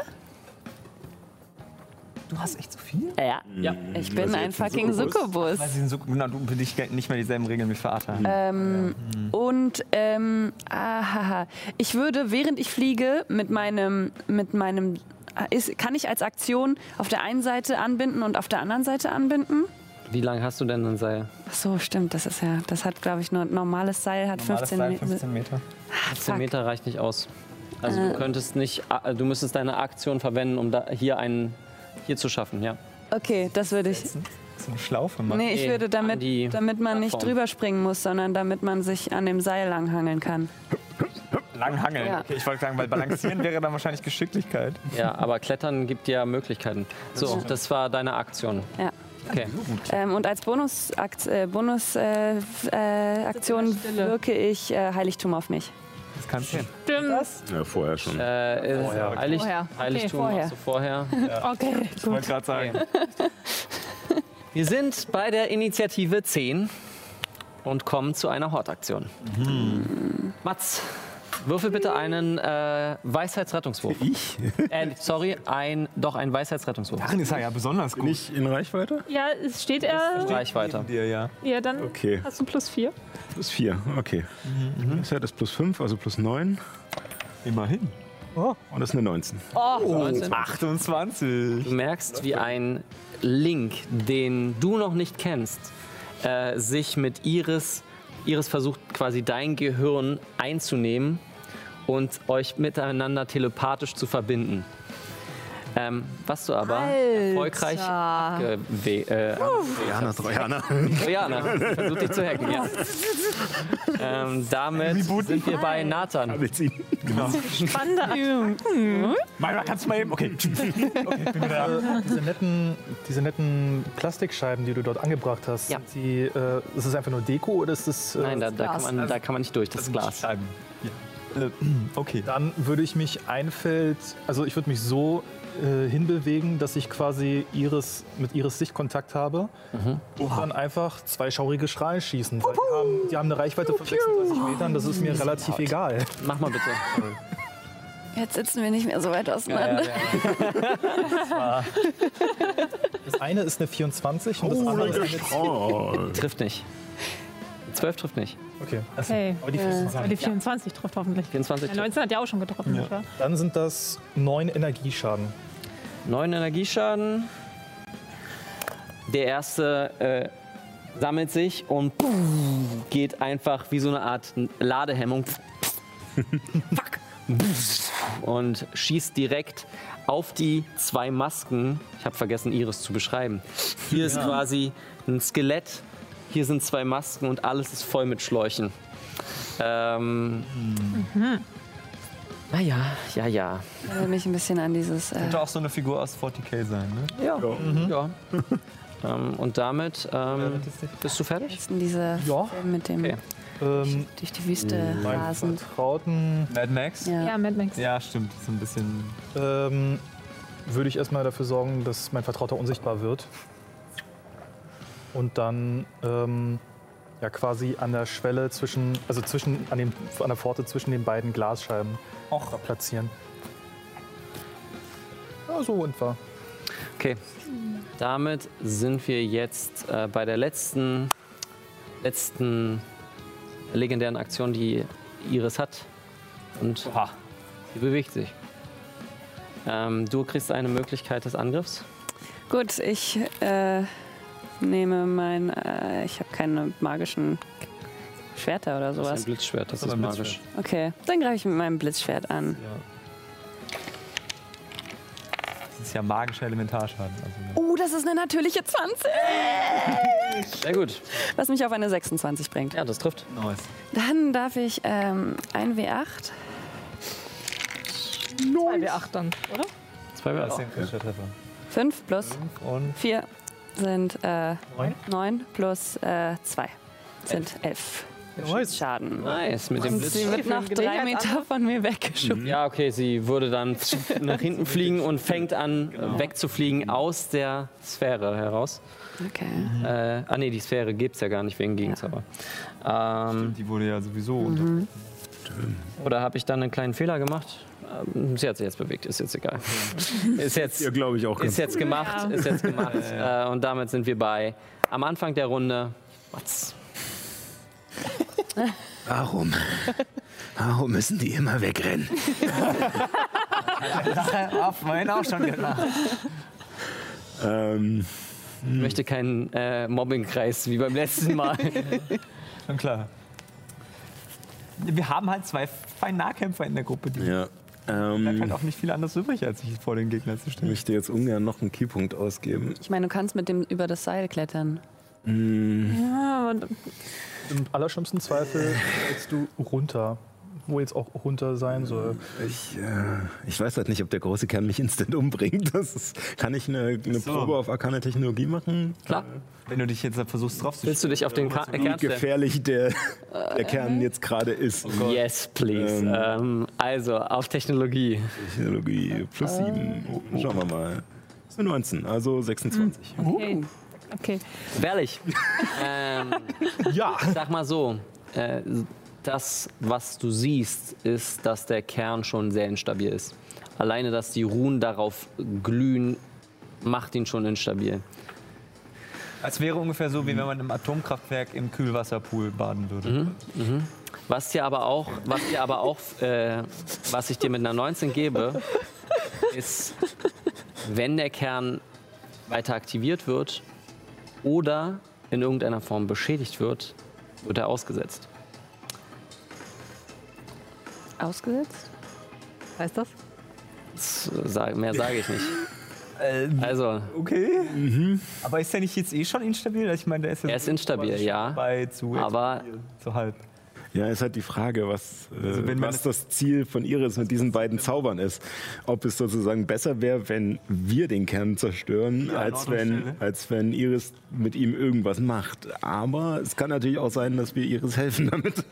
Du hast echt so viel?
Ja.
Ja.
Ich bin
Also
ein
jetzt ein
fucking Succubus.
Weil sie sind so, genau, du für dich gelten nicht mehr dieselben Regeln wie für Arthur.
Ähm, Und ähm, ahaha. ich würde, während ich fliege, mit meinem, mit meinem ah, ist, kann ich als Aktion auf der einen Seite anbinden und auf der anderen Seite anbinden?
Wie lange hast du denn ein Seil?
Ach so, stimmt, das ist ja, das hat, glaube ich, nur normales Seil, hat
Normales
15
Seil,
Meter.
15 Meter.
15 Meter reicht nicht aus. Also du könntest nicht, äh, du müsstest deine Aktion verwenden, um da hier einen hier zu schaffen, ja.
Okay, das würde ich.
So eine Schlaufe, Mann.
Nee, ich
Nee,
würde
an
damit,
die
damit man nicht
Plattform.
drüber springen muss, sondern damit man sich an dem Seil langhangeln kann.
Lang hangeln.
Ja.
Okay, ich wollte sagen, weil balancieren wäre dann wahrscheinlich Geschicklichkeit.
Ja, aber Klettern gibt dir ja Möglichkeiten. So, das war deine Aktion.
Ja.
Okay.
Ähm, und als Bonusaktion äh, Bonus, äh, f- äh, Aktion wirke ich äh, Heiligtum auf mich.
Das kannst du.
Stimmt.
Ja, vorher schon.
Äh, äh, Heilig,
Vorher.
Heiligtum
Okay, vorher.
machst du vorher.
Okay,
Ich wollte gerade sagen.
Wir sind bei der Initiative 10 und kommen zu einer Hortaktion. Mats, Würfel bitte einen äh, Weisheitsrettungswurf.
Ich?
Äh, sorry, ein, doch, ein Weisheitsrettungswurf.
Darin ist er ja besonders gut.
Nicht in Reichweite?
Ja, es steht er.
Reichweite.
Dir, ja.
Ja, dann
Okay.
hast du plus vier.
Plus 4, okay. Das hat das plus 5, also plus 9.
Immerhin.
Und das ist eine 19.
Oh, 19.
28.
Du merkst, wie ein Link, den du noch nicht kennst, äh, sich mit Iris, Iris versucht quasi dein Gehirn einzunehmen und euch miteinander telepathisch zu verbinden. Ähm, was du aber erfolgreich abgewe- äh,
Jana, Trojana.
Triana, sie versucht dich zu hacken, ja. Ähm, damit sind wir bei Nathan.
Will ziehen.
Mayra, kannst du mal eben. Okay.
Äh, Diese netten, diese netten Plastikscheiben, die du dort angebracht hast,
Ja.
sind die, äh, ist es einfach nur Deko oder ist es. Äh,
Nein, da, da, kann man, da kann man nicht durch, das ist Glas.
Scheiben. Ja. Äh, Okay.
Dann würde ich mich einfällt, also ich würde mich so äh, hinbewegen, dass ich quasi ihres, mit ihres Sichtkontakt habe
Mhm.
und dann einfach zwei schaurige Strahlen schießen. Weil die, haben, die haben eine Reichweite von 36 Metern, das ist mir relativ egal.
Mach mal bitte.
Jetzt sitzen wir nicht mehr so weit auseinander.
Das eine ist eine 24 und das andere ist eine...
Oh.
Trifft nicht. 12 trifft nicht.
Okay, Also,
Okay. Äh,
aber die fließen zusammen.
Aber die 24 trifft hoffentlich.
24
Der 19 hat ja auch schon getroffen, nicht wahr?
Dann sind das neun Energieschaden.
9 Energieschaden. Der erste äh, sammelt sich und geht einfach wie so eine Art Ladehemmung. Fuck. Und schießt direkt auf die zwei Masken. Ich habe vergessen, Iris zu beschreiben. Hier ist quasi ein Skelett, hier sind zwei Masken und alles ist voll mit Schläuchen. Ähm, Naja, ja, ja.
Ich erinnere mich ein bisschen an dieses. Äh,
Könnte auch so eine Figur aus 40k sein, ne?
Ja. ja. ähm, und damit ähm, bist du fertig?
letzten diese
Ja.
Film mit dem
Okay.
Ähm,
durch die Wüste rasen.
Vertrauten
Mad Max?
Ja.
Ja, Mad Max.
Ja, stimmt. So ein bisschen.
ähm, würde ich erstmal dafür sorgen, dass mein Vertrauter unsichtbar wird. Und dann ähm, ja quasi an der Schwelle zwischen, also zwischen, an, dem, an der Pforte zwischen den beiden Glasscheiben auch platzieren. Ja, so und war.
Okay. Damit sind wir jetzt äh, bei der letzten, letzten legendären Aktion, die Iris hat. Und sie bewegt sich. Ähm, du kriegst eine Möglichkeit des Angriffs.
Gut, ich äh, nehme mein. Äh, ich habe keine magischen Schwerter oder
Das ist ein
sowas.
Blitzschwert, das, ist
Das ist ein
magisch.
Okay, dann greife ich mit meinem Blitzschwert an.
Das ist ja magischer Elementarschaden. Also,
Oh, das ist eine natürliche 20,
Sehr gut.
was mich auf eine 26 bringt.
Ja, das trifft.
ja. Nice.
Dann darf ich ähm, ein W8.
2W8 dann, oder?
Zwei
Das ist
Wörter.
ein kritischer Treffer.
5 plus
Und
4 sind äh, 9 plus äh, 2 sind 11 Schaden.
Nice, mit dem
Und sie
Blitzschwert.
wird nach drei Meter von mir weggeschoben.
Ja, okay, sie würde dann nach hinten fliegen und fängt an äh, wegzufliegen aus der Sphäre heraus.
Okay.
Äh, ah nee, die Sphäre gibt's ja gar nicht wegen Gegenzauber. Ähm,
die wurde ja sowieso. unter-
oder habe ich dann einen kleinen Fehler gemacht? Ähm, sie hat sich jetzt bewegt, ist jetzt egal. Ist
Ja,
jetzt,
glaube ich auch.
ist
Ganz
jetzt gemacht, ist jetzt gemacht. Äh, und damit sind wir bei am Anfang der Runde. Mats.
Warum? Warum müssen die immer wegrennen?
Ah, vorhin auch schon gedacht.
Ähm,
Ich möchte keinen äh, Mobbingkreis wie beim letzten Mal.
Schon klar. Wir haben halt zwei feine Nahkämpfer in der Gruppe. Die
ja.
bleibt halt
Ähm,
auch nicht viel anderes übrig, als sich vor den Gegner zu
ich
stellen.
möchte jetzt ungern noch einen Keypunkt ausgeben.
Ich meine, du kannst mit dem über das Seil klettern.
Ja, und
Im allerschlimmsten Zweifel fällst du runter, wo jetzt auch runter sein soll.
Ich, äh, ich weiß halt nicht, ob der große Kern mich instant umbringt. Das ist, kann ich eine, eine
So.
Probe auf arkane Technologie machen?
Klar.
Wenn du dich jetzt versuchst draufzustellen.
Willst du dich auf den Ka-
Wie
Kern stellen?
gefährlich der, der Kern
Äh.
jetzt gerade
Oh
ist.
Yes, please.
Ähm.
Ähm, also, auf Technologie.
Technologie plus 7.
Äh.
Schauen wir mal. Das ist eine 19, also 26.
Hm.
okay. okay.
Ehrlich. ähm, ja. Sag mal so. Äh, Das, was du siehst, ist, dass der Kern schon sehr instabil ist. Alleine, dass die Runen darauf glühen, macht ihn schon instabil.
Als wäre ungefähr so, wie wenn man im Atomkraftwerk im Kühlwasserpool baden würde.
Mhm. Was dir aber auch, was dir aber auch, äh, was ich dir mit einer 19 gebe, ist, wenn der Kern weiter aktiviert wird oder in irgendeiner Form beschädigt wird, wird er ausgesetzt.
Ausgesetzt?
Heißt das?
Das sag, mehr sage ich nicht. Also,
Okay. Aber ist der nicht jetzt eh schon instabil? Ich meine, der ist jetzt
Er ist instabil, ja.
Bei zu
aber
zu halb.
Ja, ist halt die Frage, was, äh,
Also wenn man
was das Ziel von Iris mit diesen beiden Zaubern ist. Ob es sozusagen besser wäre, wenn wir den Kern zerstören, als,
Ort und
wenn,
Stelle.
als wenn Iris mit ihm irgendwas macht. Aber es kann natürlich auch sein, dass wir Iris helfen damit.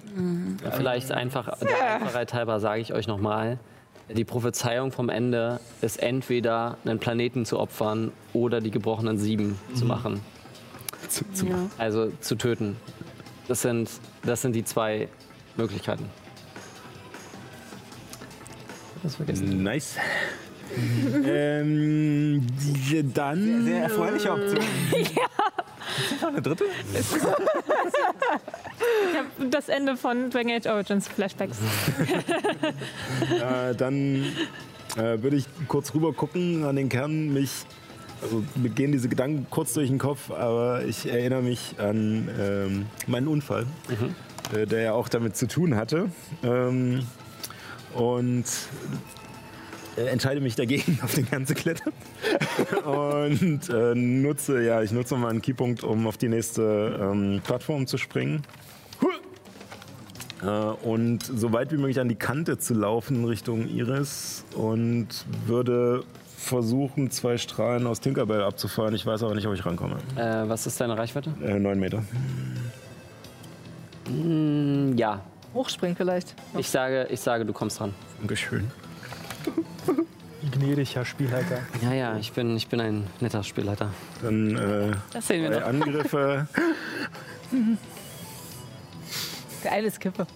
Vielleicht einfach, der Einfachheit halber sage ich euch nochmal, die Prophezeiung vom Ende ist entweder einen Planeten zu opfern oder die gebrochenen Sieben zu machen,
Zu, zu
also Mhm. zu töten. Das sind, das sind die zwei Möglichkeiten. Das vergessen.
Nice. ähm, dann.
Sehr erfreuliche Option. ja. Ist das noch eine dritte?
Das Ende von Dragon Age Origins Flashbacks.
Äh, dann äh, würde ich kurz rüber gucken an den Kern. Mich, also mir gehen diese Gedanken kurz durch den Kopf, aber ich erinnere mich an ähm, meinen Unfall,
Mhm.
äh, der ja auch damit zu tun hatte. Ähm, und äh, entscheide mich dagegen, auf den Kern zu klettern. und äh, nutze, ja, ich nutze mal einen Keypunkt, um auf die nächste ähm, Plattform zu springen. Äh, und so weit wie möglich an die Kante zu laufen Richtung Iris und würde versuchen, zwei Strahlen aus Tinkerbell abzufeuern. Ich weiß aber nicht, ob ich rankomme.
Äh, was ist deine Reichweite?
Äh, neun Meter.
Mm, Ja,
Hochspringen vielleicht.
ich sage, ich sage, du kommst dran.
Dankeschön.
Gnädig, Herr Spielleiter.
Ja, ja, ich bin, ich bin ein netter Spielleiter.
Dann äh,
Das sehen wir
zwei
noch.
Angriffe.
Der eine ist Kippe.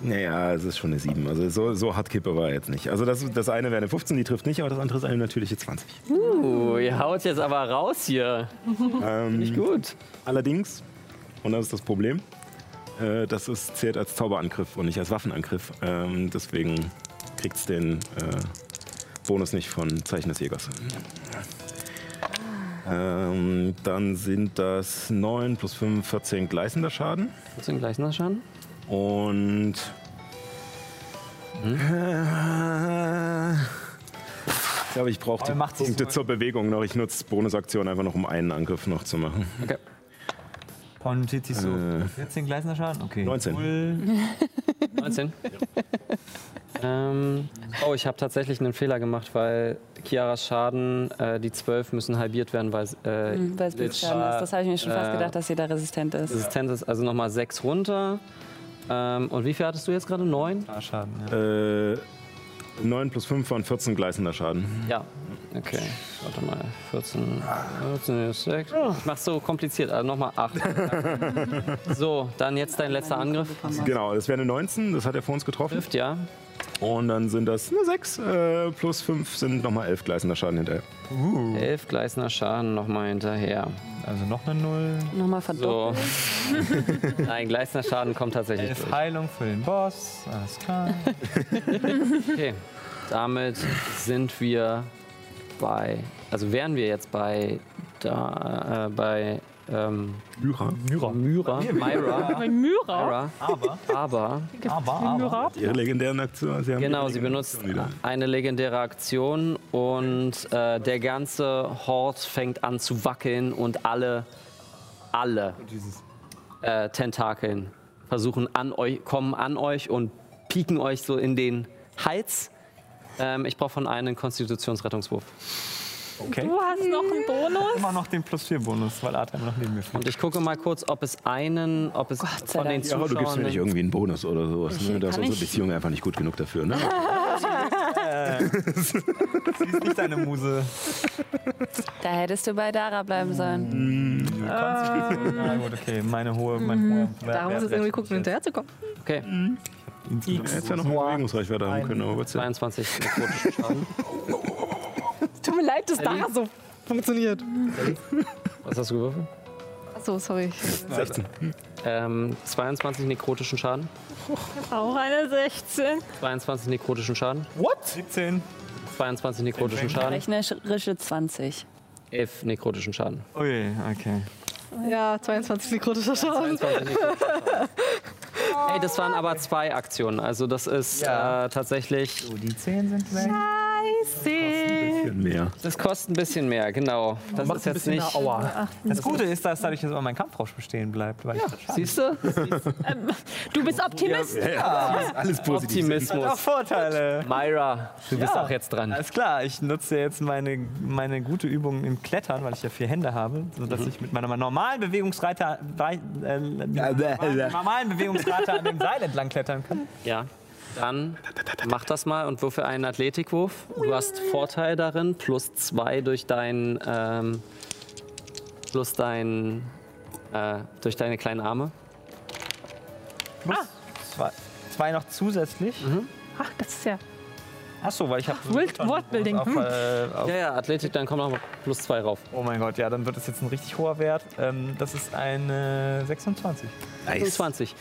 Naja, es ist schon eine 7. Also so, so hart Kippe war er jetzt nicht. Also das, das eine wäre eine 15, die trifft nicht, aber das andere ist eine natürliche 20.
Uh, ihr haut jetzt aber raus hier.
Ähm,
Gut.
Allerdings, und das ist das Problem, äh, das ist, zählt als Zauberangriff und nicht als Waffenangriff. Ähm, deswegen kriegt es den äh, Bonus nicht von Zeichen des Jägers. Ähm, dann sind das 9 plus 5, 14 gleißender Schaden.
Willst du den gleichen anschauen?
Und.
Hm?
Äh, ich glaube, ich brauche die
Aber macht's
Punkte
so.
zur Bewegung noch. Ich nutze Bonusaktion einfach noch, um einen Angriff noch zu machen.
Okay.
Paul notiert sich so.
Äh.
14 gleißender Schaden? Okay.
19.
Null.
19. ähm, oh, ich habe tatsächlich einen Fehler gemacht, weil Kiaras Schaden, äh, die 12 müssen halbiert werden, weil äh,
Weil es Blitzschaden ist. Das habe ich mir schon fast
äh,
gedacht, dass jeder resistent ist.
Resistenz ist also nochmal 6 runter. Ähm, und wie viel hattest du jetzt gerade? 9?
Ah, Schaden, ja.
Äh, 9 plus 5 waren 14 gleißender Schaden.
Ja. Okay, warte mal. 14, 14 ist 6. Ich mach's so kompliziert, also nochmal 8. so, dann jetzt dein letzter Angriff.
Genau, das wäre eine 19, das hat er vor uns getroffen.
Trifft, ja.
Und dann sind das eine 6 äh, plus 5 sind nochmal 11 gleißender Schaden hinterher.
11 gleißender Schaden nochmal hinterher.
Also noch eine Null.
Nochmal verdoppelt.
So. Nein, gleißender Schaden kommt tatsächlich durch.
Elf Heilung für den Boss. Alles klar.
Okay, damit sind wir bei, also wären wir jetzt bei, da, äh, bei ähm,
Lyra.
Myra. Myra. Myra.
Bei Myra.
Myra.
Aber,
Aber,
aber, aber.
Myra.
Ihre legendären Aktion. Sie haben
genau,
ihre
sie
legendäre
benutzt
Aktion wieder.
eine legendäre Aktion und äh, der ganze Hort fängt an zu wackeln und alle, alle äh, Tentakeln versuchen an euch, kommen an euch und pieken euch so in den Hals. Ähm, ich brauche von einem Konstitutionsrettungswurf.
Okay.
Du hast noch einen Bonus.
Immer noch den Plus 4 Bonus, weil Arthur immer noch neben mir fliegt.
Und ich gucke mal kurz, ob es einen, ob es von den
Ja, aber du gibst mir nicht
Zuschauern...
irgendwie einen Bonus oder sowas. Ne? Da ist
kann
unsere
ich-
Beziehung einfach nicht gut genug dafür. Ne?
Sie ist nicht deine Muse.
Da hättest du bei Dara bleiben sollen.
eine Konstitution. Na gut, okay, meine hohe, mein hoher Wert-
Darum muss es
Wert-
irgendwie gucken, hinterherzukommen.
Okay,
Du hättest ja noch mal bewegungsreich werden haben können, aber was denn?
22 nekrotischen Schaden.
Tut mir leid, dass
Ellie?
da so funktioniert.
Was hast du gewürfelt?
Achso, sorry.
16.
Ähm, 22 nekrotischen Schaden.
Auch eine 16.
22 nekrotischen Schaden.
What? 17.
22 nekrotischen Schaden.
Rechnerische 20.
11 nekrotischen Schaden.
Ui, okay.
Ja, 22 nekrotischer Schaden.
22 nekrotischen Schaden. Hey, das waren aber zwei Aktionen. Also das ist
Ja.
äh, tatsächlich.
So, die 10 sind weg.
Bisschen mehr.
Das kostet ein bisschen mehr, genau. Das ist jetzt nicht.
Aua. Das Gute ist, dass dadurch jetzt immer mein Kampfrausch bestehen bleibt. Weil ich
Siehst du?
Du bist Optimist?
Alles positiv.
auch
Optimismus.
Vorteile.
Myra, du bist auch jetzt dran.
Alles klar, ich nutze jetzt meine, meine gute Übung im Klettern, weil ich ja vier Hände habe, sodass ich mit meiner normalen Bewegungsreiter, bei- Mhm. äh, normalen normalen Bewegungsrate an dem Seil entlang klettern kann.
Ja. Dann mach das mal und würfel einen Athletikwurf. Du hast Vorteil darin, plus zwei durch dein, ähm, plus dein, äh, durch deine kleinen Arme.
Plus zwei, zwei noch zusätzlich.
Ach, das ist ja.
Achso, weil ich habe.
Wild- Wortbuilding,
Auf,
hm.
äh, auf,
Ja, ja, Athletik, dann komm noch mal plus zwei rauf.
oh mein Gott, ja, dann wird das jetzt ein richtig hoher Wert. Ähm, das ist eine 26.
25.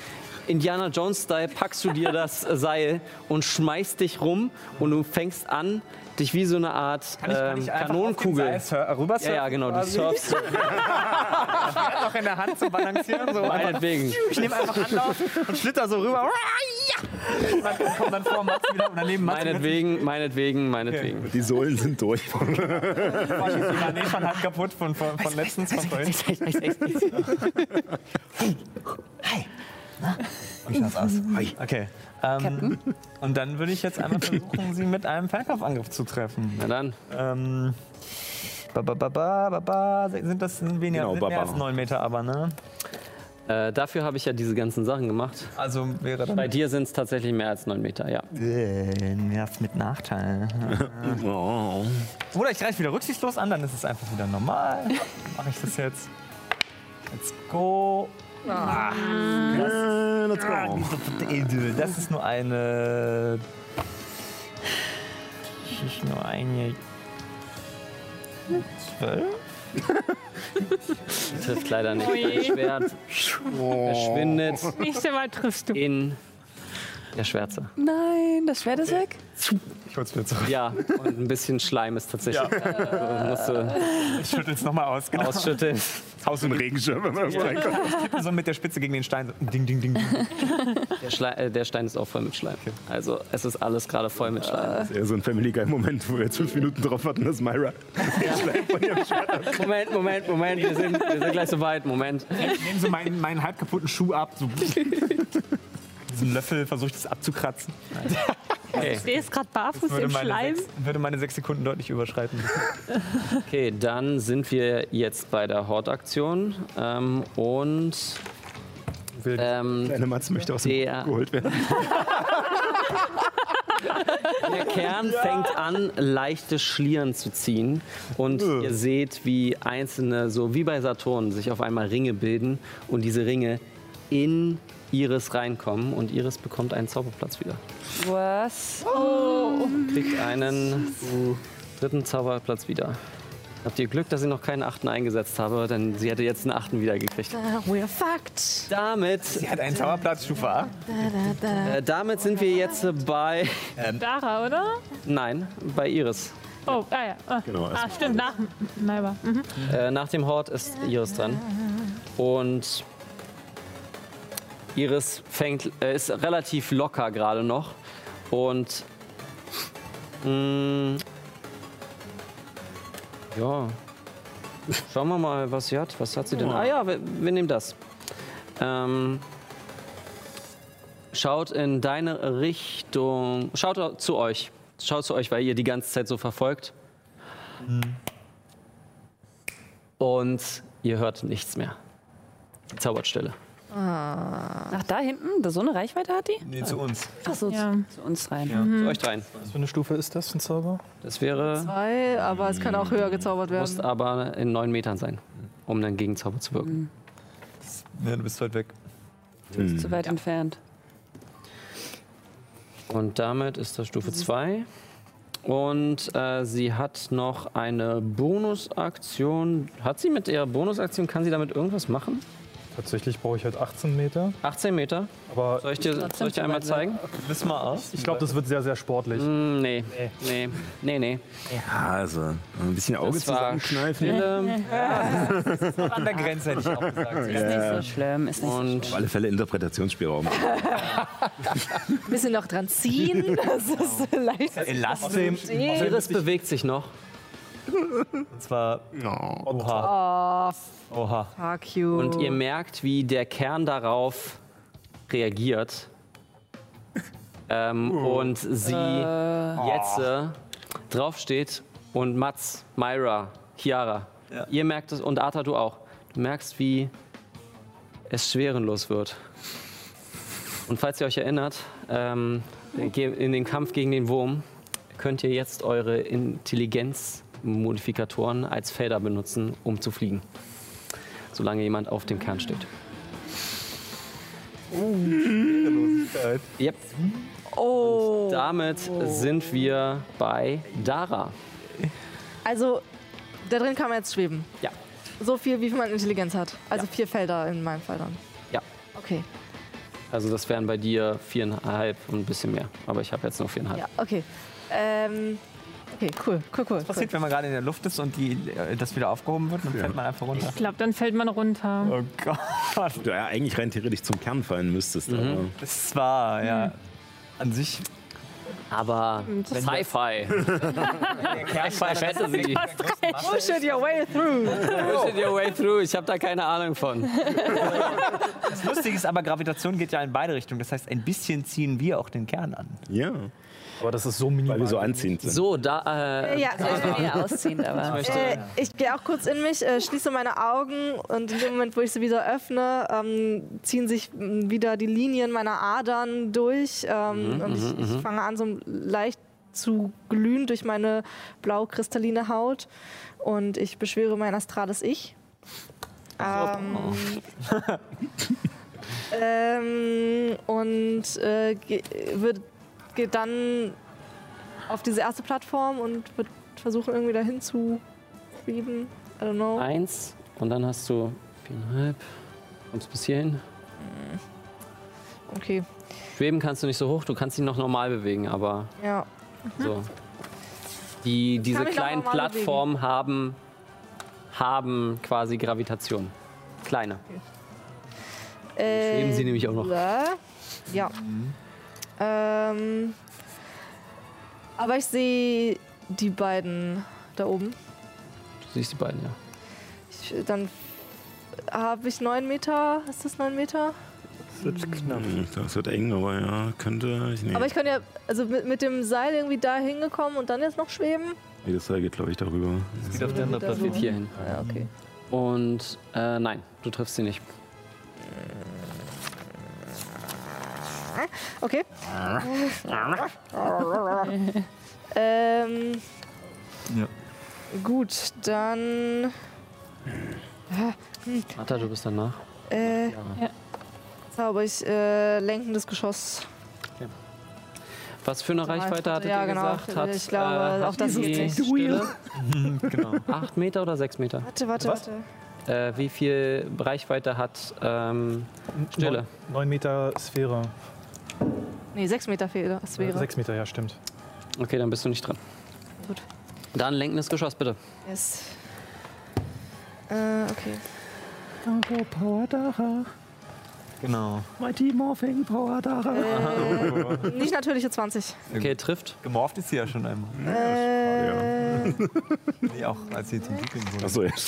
Indiana Jones-Style packst du dir das Seil und schmeißt dich rum und du fängst an, dich wie so eine Art ähm, Kanonenkugel.
rüber
Ja, ja, genau, du surfst so,
noch in der Hand zu balancieren. So einfach,
meinetwegen.
ich nehme einfach Anlauf und schlitter so rüber. Und dann kommt dann vor Mats wieder und daneben Mats
Meinetwegen, meinetwegen, meinetwegen.
Die Sohlen sind durch.
wieder. Die Manet schon halb kaputt von, von, von letztens. Von vorhin. Ich lass aus. Okay. Ähm, und dann würde ich jetzt einmal versuchen, sie mit einem Fernkampfangriff zu treffen.
Na dann.
Ähm, ba, ba, ba, ba, ba, ba, sind das weniger
Genau,
sind
ba,
mehr
ba.
als 9 Meter, aber ne?
Äh, dafür habe ich ja diese ganzen Sachen gemacht.
Also wäre dann.
Bei dir sind es tatsächlich mehr als 9 Meter, ja.
Äh, nervt mit Nachteil.
Oh.
Oder ich greife wieder rücksichtslos an, dann ist es einfach wieder normal. Mache ich das jetzt. Let's go.
Ah.
Ah,
Äh, let's go.
Das ist nur eine. Das ist nur eine. Zwölf?
Trifft leider nicht.
Ui.
Dein Schwert verschwindet
Nächste Mal triffst du.
in der Schwärze.
Nein, das Schwert ist weg.
Ich hol's mir zurück.
Ja, und ein bisschen Schleim ist tatsächlich. Äh, musst du
Ich schüttel's nochmal aus. Genau.
ausschütteln.
Haus und Regenschirm, wenn man reinkommt.
So mit der Spitze gegen den Stein. So. Ding, ding, ding. ding.
Der, Schle äh, der Stein ist auch voll mit Schleim. Also es ist alles gerade voll mit Schleim.
Das ist eher so ein Family Guy-Moment, wo wir jetzt fünf Minuten drauf warten, dass Myra
Moment, Moment, Moment, wir sind, wir sind gleich so weit. Moment.
Nehmen Sie meinen, meinen halb kaputten Schuh ab. So. Diesen Löffel versuche ich das abzukratzen.
Okay,
Der ist gerade barfuß im Schleim.
sechs, würde meine sechs Sekunden deutlich überschreiten.
okay dann sind wir jetzt bei der Hortaktion. Ähm, und
Wild.
ähm,
Deine Matz möchte aus dem
Der-
Boot geholt werden.
Der Kern fängt an, leichte Schlieren zu ziehen. Und ihr seht, wie einzelne, so wie bei Saturn, sich auf einmal Ringe bilden und diese Ringe in Iris reinkommen. Und Iris bekommt einen Zauberplatz wieder.
Was?
Kriegt einen dritten Zauberplatz wieder. Habt ihr Glück, dass ich noch keinen achten eingesetzt habe, denn sie hätte jetzt einen achten wieder gekriegt.
Ah, We're fucked.
Damit,
Er hat einen Zauberplatz Stufe A.
äh, damit sind wir jetzt bei.
Dara, oder?
Nein, bei Iris.
Oh, ah ja. Ah,
Genau,
ah stimmt, nach Malba. Mhm.
Äh, nach dem Hort ist Iris dran. Und Iris fängt, äh, ist relativ locker gerade noch. Und. Mh, ja. Schauen wir mal, was sie hat. Was hat sie denn? Ah ja, wir, wir nehmen das. Ähm, schaut in deine Richtung. Schaut zu euch. Schaut zu euch, weil ihr die ganze Zeit so verfolgt. Und ihr hört nichts mehr. Die Zauberstelle.
Nach da hinten? Da so eine Reichweite hat die?
Nee, zu uns.
Ach so,
Ja.
zu, zu uns rein.
Mhm.
Zu euch rein.
Was für eine Stufe ist das, ein Zauber?
Das wäre,
Zwei, aber es kann auch höher gezaubert
muss
werden.
aber in neun Metern sein. um dann Gegenzauber zu wirken.
Ja, du bist weit weg.
Du bist zu weit entfernt.
Mhm.
Und damit ist das Stufe 2. Und äh, sie hat noch eine Bonusaktion. Hat sie mit ihrer Bonusaktion, kann sie damit irgendwas machen?
Tatsächlich brauche ich halt 18 Meter,
18 Meter.
aber
Soll ich dir, soll ich dir einmal zeigen?
Wiss mal aus.
ich glaube, das wird sehr, sehr sportlich.
Hm, nee, nee, nee, nee.
Ja, also ein bisschen Auge
Das war
zusammenkneifen.
Schnelle
An der Grenze hätte ich auch gesagt.
Ist nicht so schlimm, ist nicht so
und
Auf alle Fälle Interpretationsspielraum.
Ein bisschen noch dran ziehen. Das ist leicht.
Elastisch.
Iris bewegt sich noch.
Und zwar. Oha.
Oh,
Oha.
fuck you.
Und ihr merkt, wie der Kern darauf reagiert. Ähm, Und sie jetzt äh, draufsteht und Mats, Myra, Chiara. Ihr merkt es und Arta, du auch. Du merkst, wie es schwerenlos wird. Und falls ihr euch erinnert, ähm, ge- in den Kampf gegen den Wurm könnt ihr jetzt eure Intelligenzmodifikatoren als Felder benutzen, um zu fliegen. Solange jemand auf dem Kern steht.
äh,
Yep.
Oh.
Und damit sind wir bei Dara.
Also, da drin kann man jetzt schweben.
Ja.
So viel, wie viel man Intelligenz hat. Also
Ja.
vier Felder in meinem Fall dann.
Ja.
Okay.
Also das wären bei dir viereinhalb und ein bisschen mehr. Aber ich habe jetzt nur viereinhalb.
Ja, okay. Ähm, okay, cool, cool, cool.
Was passiert, wenn man gerade in der Luft ist und die, äh, das wieder aufgehoben wird? Dann fällt man einfach runter.
Ich glaube, dann fällt man runter.
Oh Gott.
Du ja eigentlich rein theoretisch zum Kern fallen müsstest. aber-
Das war, ja. An sich.
Aber
Mhm.
Sci-Fi. Sci-Fi Fantasy.
Bullshit your way through.
Push your way through. Ich habe da keine Ahnung von.
Das Lustige ist aber, Gravitation geht ja in beide Richtungen. Das heißt, ein bisschen ziehen wir auch den Kern an.
Ja,
Aber das ist so minimal.
weil wir so anziehend sind.
So, da. Äh,
Ja, äh,
Wieder ausziehen, aber.
äh, ich gehe auch kurz in mich, äh, schließe meine Augen und in dem Moment, wo ich sie wieder öffne, ähm, ziehen sich m, wieder die Linien meiner Adern durch ähm, und ich, ich fange an, so leicht zu glühen durch meine blau-kristalline Haut und ich beschwöre mein astrales Ich. Ähm,
Oh.
ähm, und äh, ge wird geht dann auf diese erste Plattform und wird versuchen, irgendwie dahin zu fliegen. I don't know.
Eins. Und dann hast du viereinhalb. Kommst bis hierhin.
Okay,
Schweben kannst du nicht so hoch. Du kannst ihn noch normal bewegen, aber
ja.
So. Die, diese
kann ich auch
kleinen
normal bewegen.
Plattformen haben, haben quasi Gravitation. Kleine. schweben sie nämlich auch noch.
äh, Ja. Ähm, aber ich sehe die beiden da oben.
Du siehst die beiden, ja.
Ich, dann habe ich neun Meter. Ist das neun Meter?
Mhm, Das wird eng, aber ja, könnte ich nicht.
Aber ich könnte ja also mit, mit dem Seil irgendwie da hingekommen und dann jetzt noch schweben.
Jedes Teil geht, glaube ich, darüber.
Wieder auf der anderen
Das geht hier hin.
Ja, okay.
Und äh, nein, du triffst sie nicht.
Okay. ähm,
Ja.
Gut, dann.
Martha, du bist danach.
Äh, Zauber ich äh, lenkendes Geschoss.
Was für eine Reichweite hatte
Ja,
ihr
genau.
gesagt? Hat,
Ich glaube, auch das ist
die
richtig.
Stille? Acht Meter oder sechs Meter?
Warte, warte,
Was?
warte.
Äh, wie viel Reichweite hat ähm, Stille?
9 Meter Sphäre.
Nee, 6 Meter Fehler. Das wäre.
6 Meter, ja, stimmt.
Okay, dann bist du nicht dran.
Gut.
Dann lenkendes Geschoss, bitte.
Yes. Äh, okay.
Genau.
Äh, nicht natürliche 20.
Okay, trifft.
Gemorpht ist sie ja schon einmal.
Äh,
Nee, auch als sie zum Liebling wurde.
Achso, ja.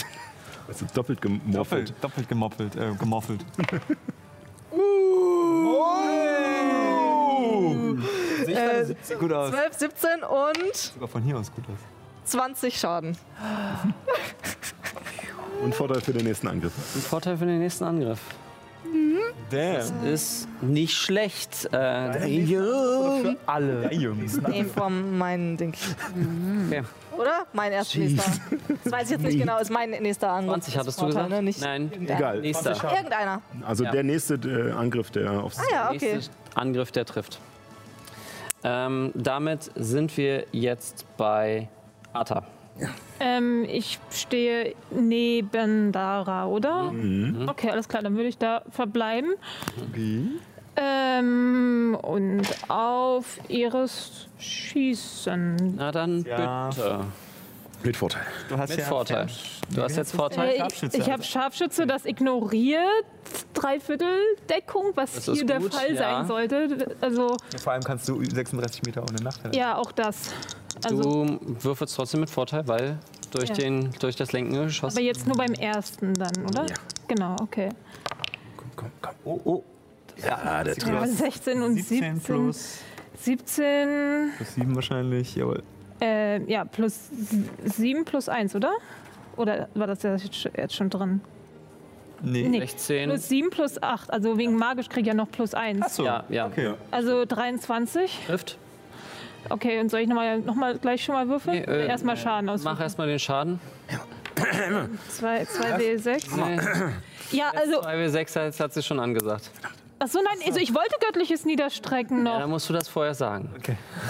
Also doppelt gemoppelt.
Doppelt, doppelt gemoppelt, äh, gemoffelt. Uh. Sehe ich meine 17 gut aus.
12, 17 und
Sogar von hier aus gut aus.
20 Schaden.
Und Vorteil für den nächsten Angriff.
Ein Vorteil für den nächsten Angriff.
Damn.
Ist nicht schlecht. Äh,
Für alle.
Nee, vom meinen Ding.
okay.
Oder? Mein erstnächster. Das weiß ich jetzt nicht genau, ist mein nächster Angriff.
20 hattest du
Vorteil,
gesagt?
Ne? Nicht
Nein.
Egal.
Nächster.
Irgendeiner.
Also
Ja.
der nächste äh, Angriff, der aufs.
Ah ja, okay.
Nächster Angriff, der trifft. Ähm, damit sind wir jetzt bei Atta.
Ähm, ich stehe neben Dara, oder? Okay, alles klar, dann würde ich da verbleiben. Ähm, und auf ihres Schießen.
Na dann
Ja.
bitte.
Mit Vorteil.
Du hast
Mit Vorteil. Du hast jetzt Vorteil.
Äh, ich
Scharfschütze,
ich habe
also.
Scharfschütze, das ignoriert Dreivierteldeckung, was
Das ist
hier der
gut,
Fall
ja.
sein sollte. Also,
Vor allem kannst du 36 Meter ohne Nachteil.
ja, auch das. Also,
Du würfelst trotzdem mit Vorteil, weil durch,
Ja.
den, durch das lenkende Geschoss.
aber jetzt nur beim ersten dann, oder?
Ja.
Genau, okay.
Komm, komm, komm.
Oh, oh.
Ja, der
Ja,
trifft.
16 und 17.
17 plus,
17
plus 7 wahrscheinlich, jawohl.
Äh, ja, plus 7 plus 1, oder? Oder war das ja jetzt sch- jetzt schon drin?
Nee.
Nee.
16.
Plus 7 plus 8. Also wegen magisch krieg ich ja noch plus 1.
Achso.
Ja, ja.
Okay.
Also 23.
Trifft.
Okay, und soll ich nochmal noch mal gleich schon mal würfeln?
Nee, äh,
erstmal Schaden aus.
Mach erstmal den Schaden.
2, 2W6.
Nee,
Ja, also.
2W6 hat- hat sie schon angesagt.
Achso, nein, also ich wollte göttliches Niederstrecken
Ja,
noch.
dann musst du das vorher sagen.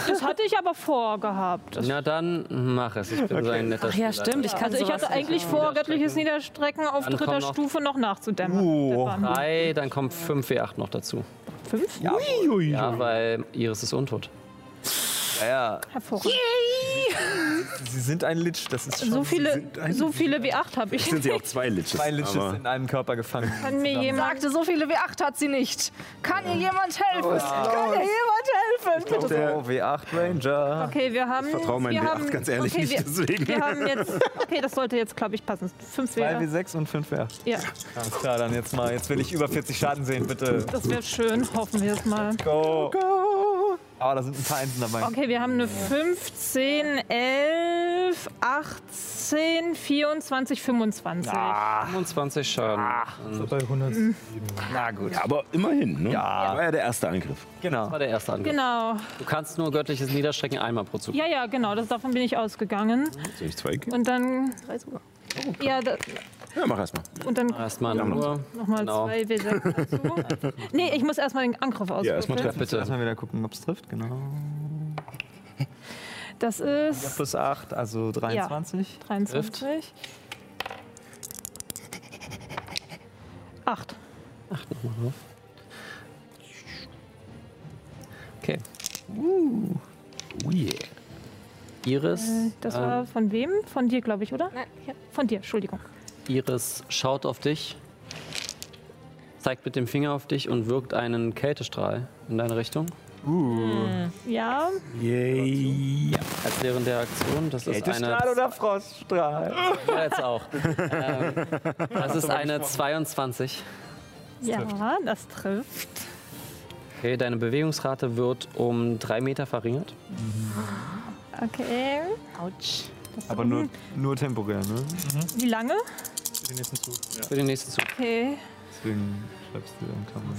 Das hatte ich aber vorgehabt. Das-
Na dann mach es. Ich bin so ein netter Ach,
Ja, stimmt. Ich kann
Also ich
sowas
hatte eigentlich vor, göttliches Niederstrecken auf
Dann
dritter
kommt noch-
Stufe noch nachzudämmen.
Oh.
Deppern.
Drei, dann kommt 5W8 noch dazu.
Fünf?
Uiuiui.
Ja, weil Iris ist untot. Ja,
Uh,
Hervorragend.
Sie sind ein Lich, das ist schon
So viele,
sind ein-
so viele W8 habe ich.
Sind sie auch zwei Liches.
zwei Liches
aber-
in einem Körper gefangen.
Kann mir jemand.
Sagte, so viele W8 hat sie nicht. Kann ihr jemand
Oh
helfen? Kann ihr jemand helfen?
Oh, W8 Ranger.
Okay, wir haben.
vertraue meinen
wir
W8
haben,
ganz ehrlich
okay,
nicht,
wir,
deswegen.
Wir haben jetzt. Okay, das sollte jetzt, glaube ich, passen. Fünf
2
W8.
W6 und 5 W8.
Ja,
Alles klar, dann jetzt mal. Jetzt will ich über 40 Schaden sehen, bitte.
das wäre schön. Hoffen wir es mal.
Go. Aber da sind ein paar Einsen dabei.
Okay, wir haben eine 15, 11, 18, 24, 25.
25 Schaden.
So Also bei 100.
Na gut.
Ja, aber immerhin, ne?
Ja.
War ja der erste Angriff.
Genau.
Das war der erste Angriff.
Genau.
Du kannst nur göttliches Niederstrecken einmal pro Zug.
Ja, ja, genau. Das, davon bin ich ausgegangen.
Soll ich zwei geben?
Und dann. Oh, Ja, da,
Ja, mach erstmal.
und dann
Erstmal
Ja,
nur.
nochmal
Genau.
zwei W6 dazu. Nee, ich muss erstmal den Angriff
Ja,
auswählen.
erstmal treffen.
Bitte.
Bitte.
Erstmal wieder gucken, ob es trifft. Genau.
Das ist.
Plus 8, also 23.
23. 8.
Okay.
Oh
Uh. yeah. Iris,
Das
ähm,
war von wem? Von dir, glaube ich, oder?
Nein, ich hab
Von dir, Entschuldigung.
Iris schaut auf dich, zeigt mit dem Finger auf dich und wirkt einen Kältestrahl in deine Richtung.
Ja,
Yay.
Als während der Aktion. Das ist eine.
Strahl oder Froststrahl?
Ja, jetzt auch. ähm, das ist eine 22.
ja, das trifft.
Okay, deine Bewegungsrate wird um drei Meter verringert.
Okay.
Aber nur, nur temporär, ne?
Wie lange?
Den nächsten Zug.
Für den nächsten Zug.
Okay.
Deswegen schreibst du dann Klammer.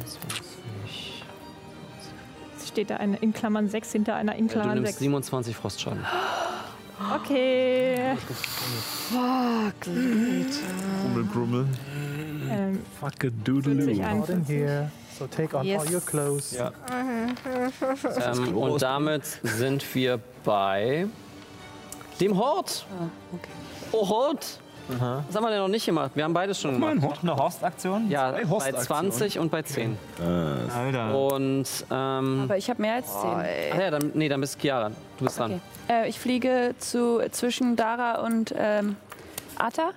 21.
Jetzt steht da eine in Klammern 6 hinter einer in
Ja, du
Klammern
nimmst
6.
27 Frostschaden.
Okay.
Grummel, grummel.
Ähm,
Fuck a doodle.
41.
here. So take on all your clothes.
Ja.
Ähm, und damit sind wir bei dem Hort.
Ah,
Oh, Hort. Was haben wir denn noch nicht gemacht? Wir haben beides schon gemacht.
Noch eine Horstaktion? Oh.
Ja,
Zwei
bei
Horstaktionen.
20 und bei 10.
Alter.
Und, ähm,
Aber ich habe mehr als zehn.
ach ja, dann, nee, dann bist Chiara. Du bist dran.
Okay. Äh, ich fliege zu, zwischen Dara und ähm, Atta.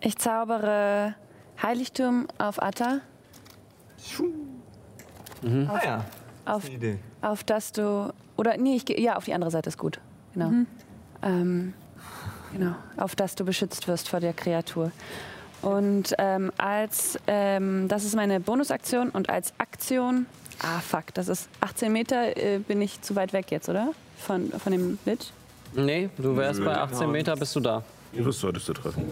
Ich zaubere Heiligtum auf Atta,
Ah, ja.
auf,
Die Idee.
auf das du. Oder nee, ich gehe. Ja, auf die andere Seite ist gut. Genau. Ähm, genau. Auf das du beschützt wirst vor der Kreatur. Und ähm, als. Ähm, das ist meine Bonusaktion und als Aktion. Ah, fuck, das ist 18 Meter. Äh, bin ich zu weit weg jetzt, oder? Von, von dem Lich?
Nee, du wärst bei 18 Meter, bist du da.
Iris solltest du treffen.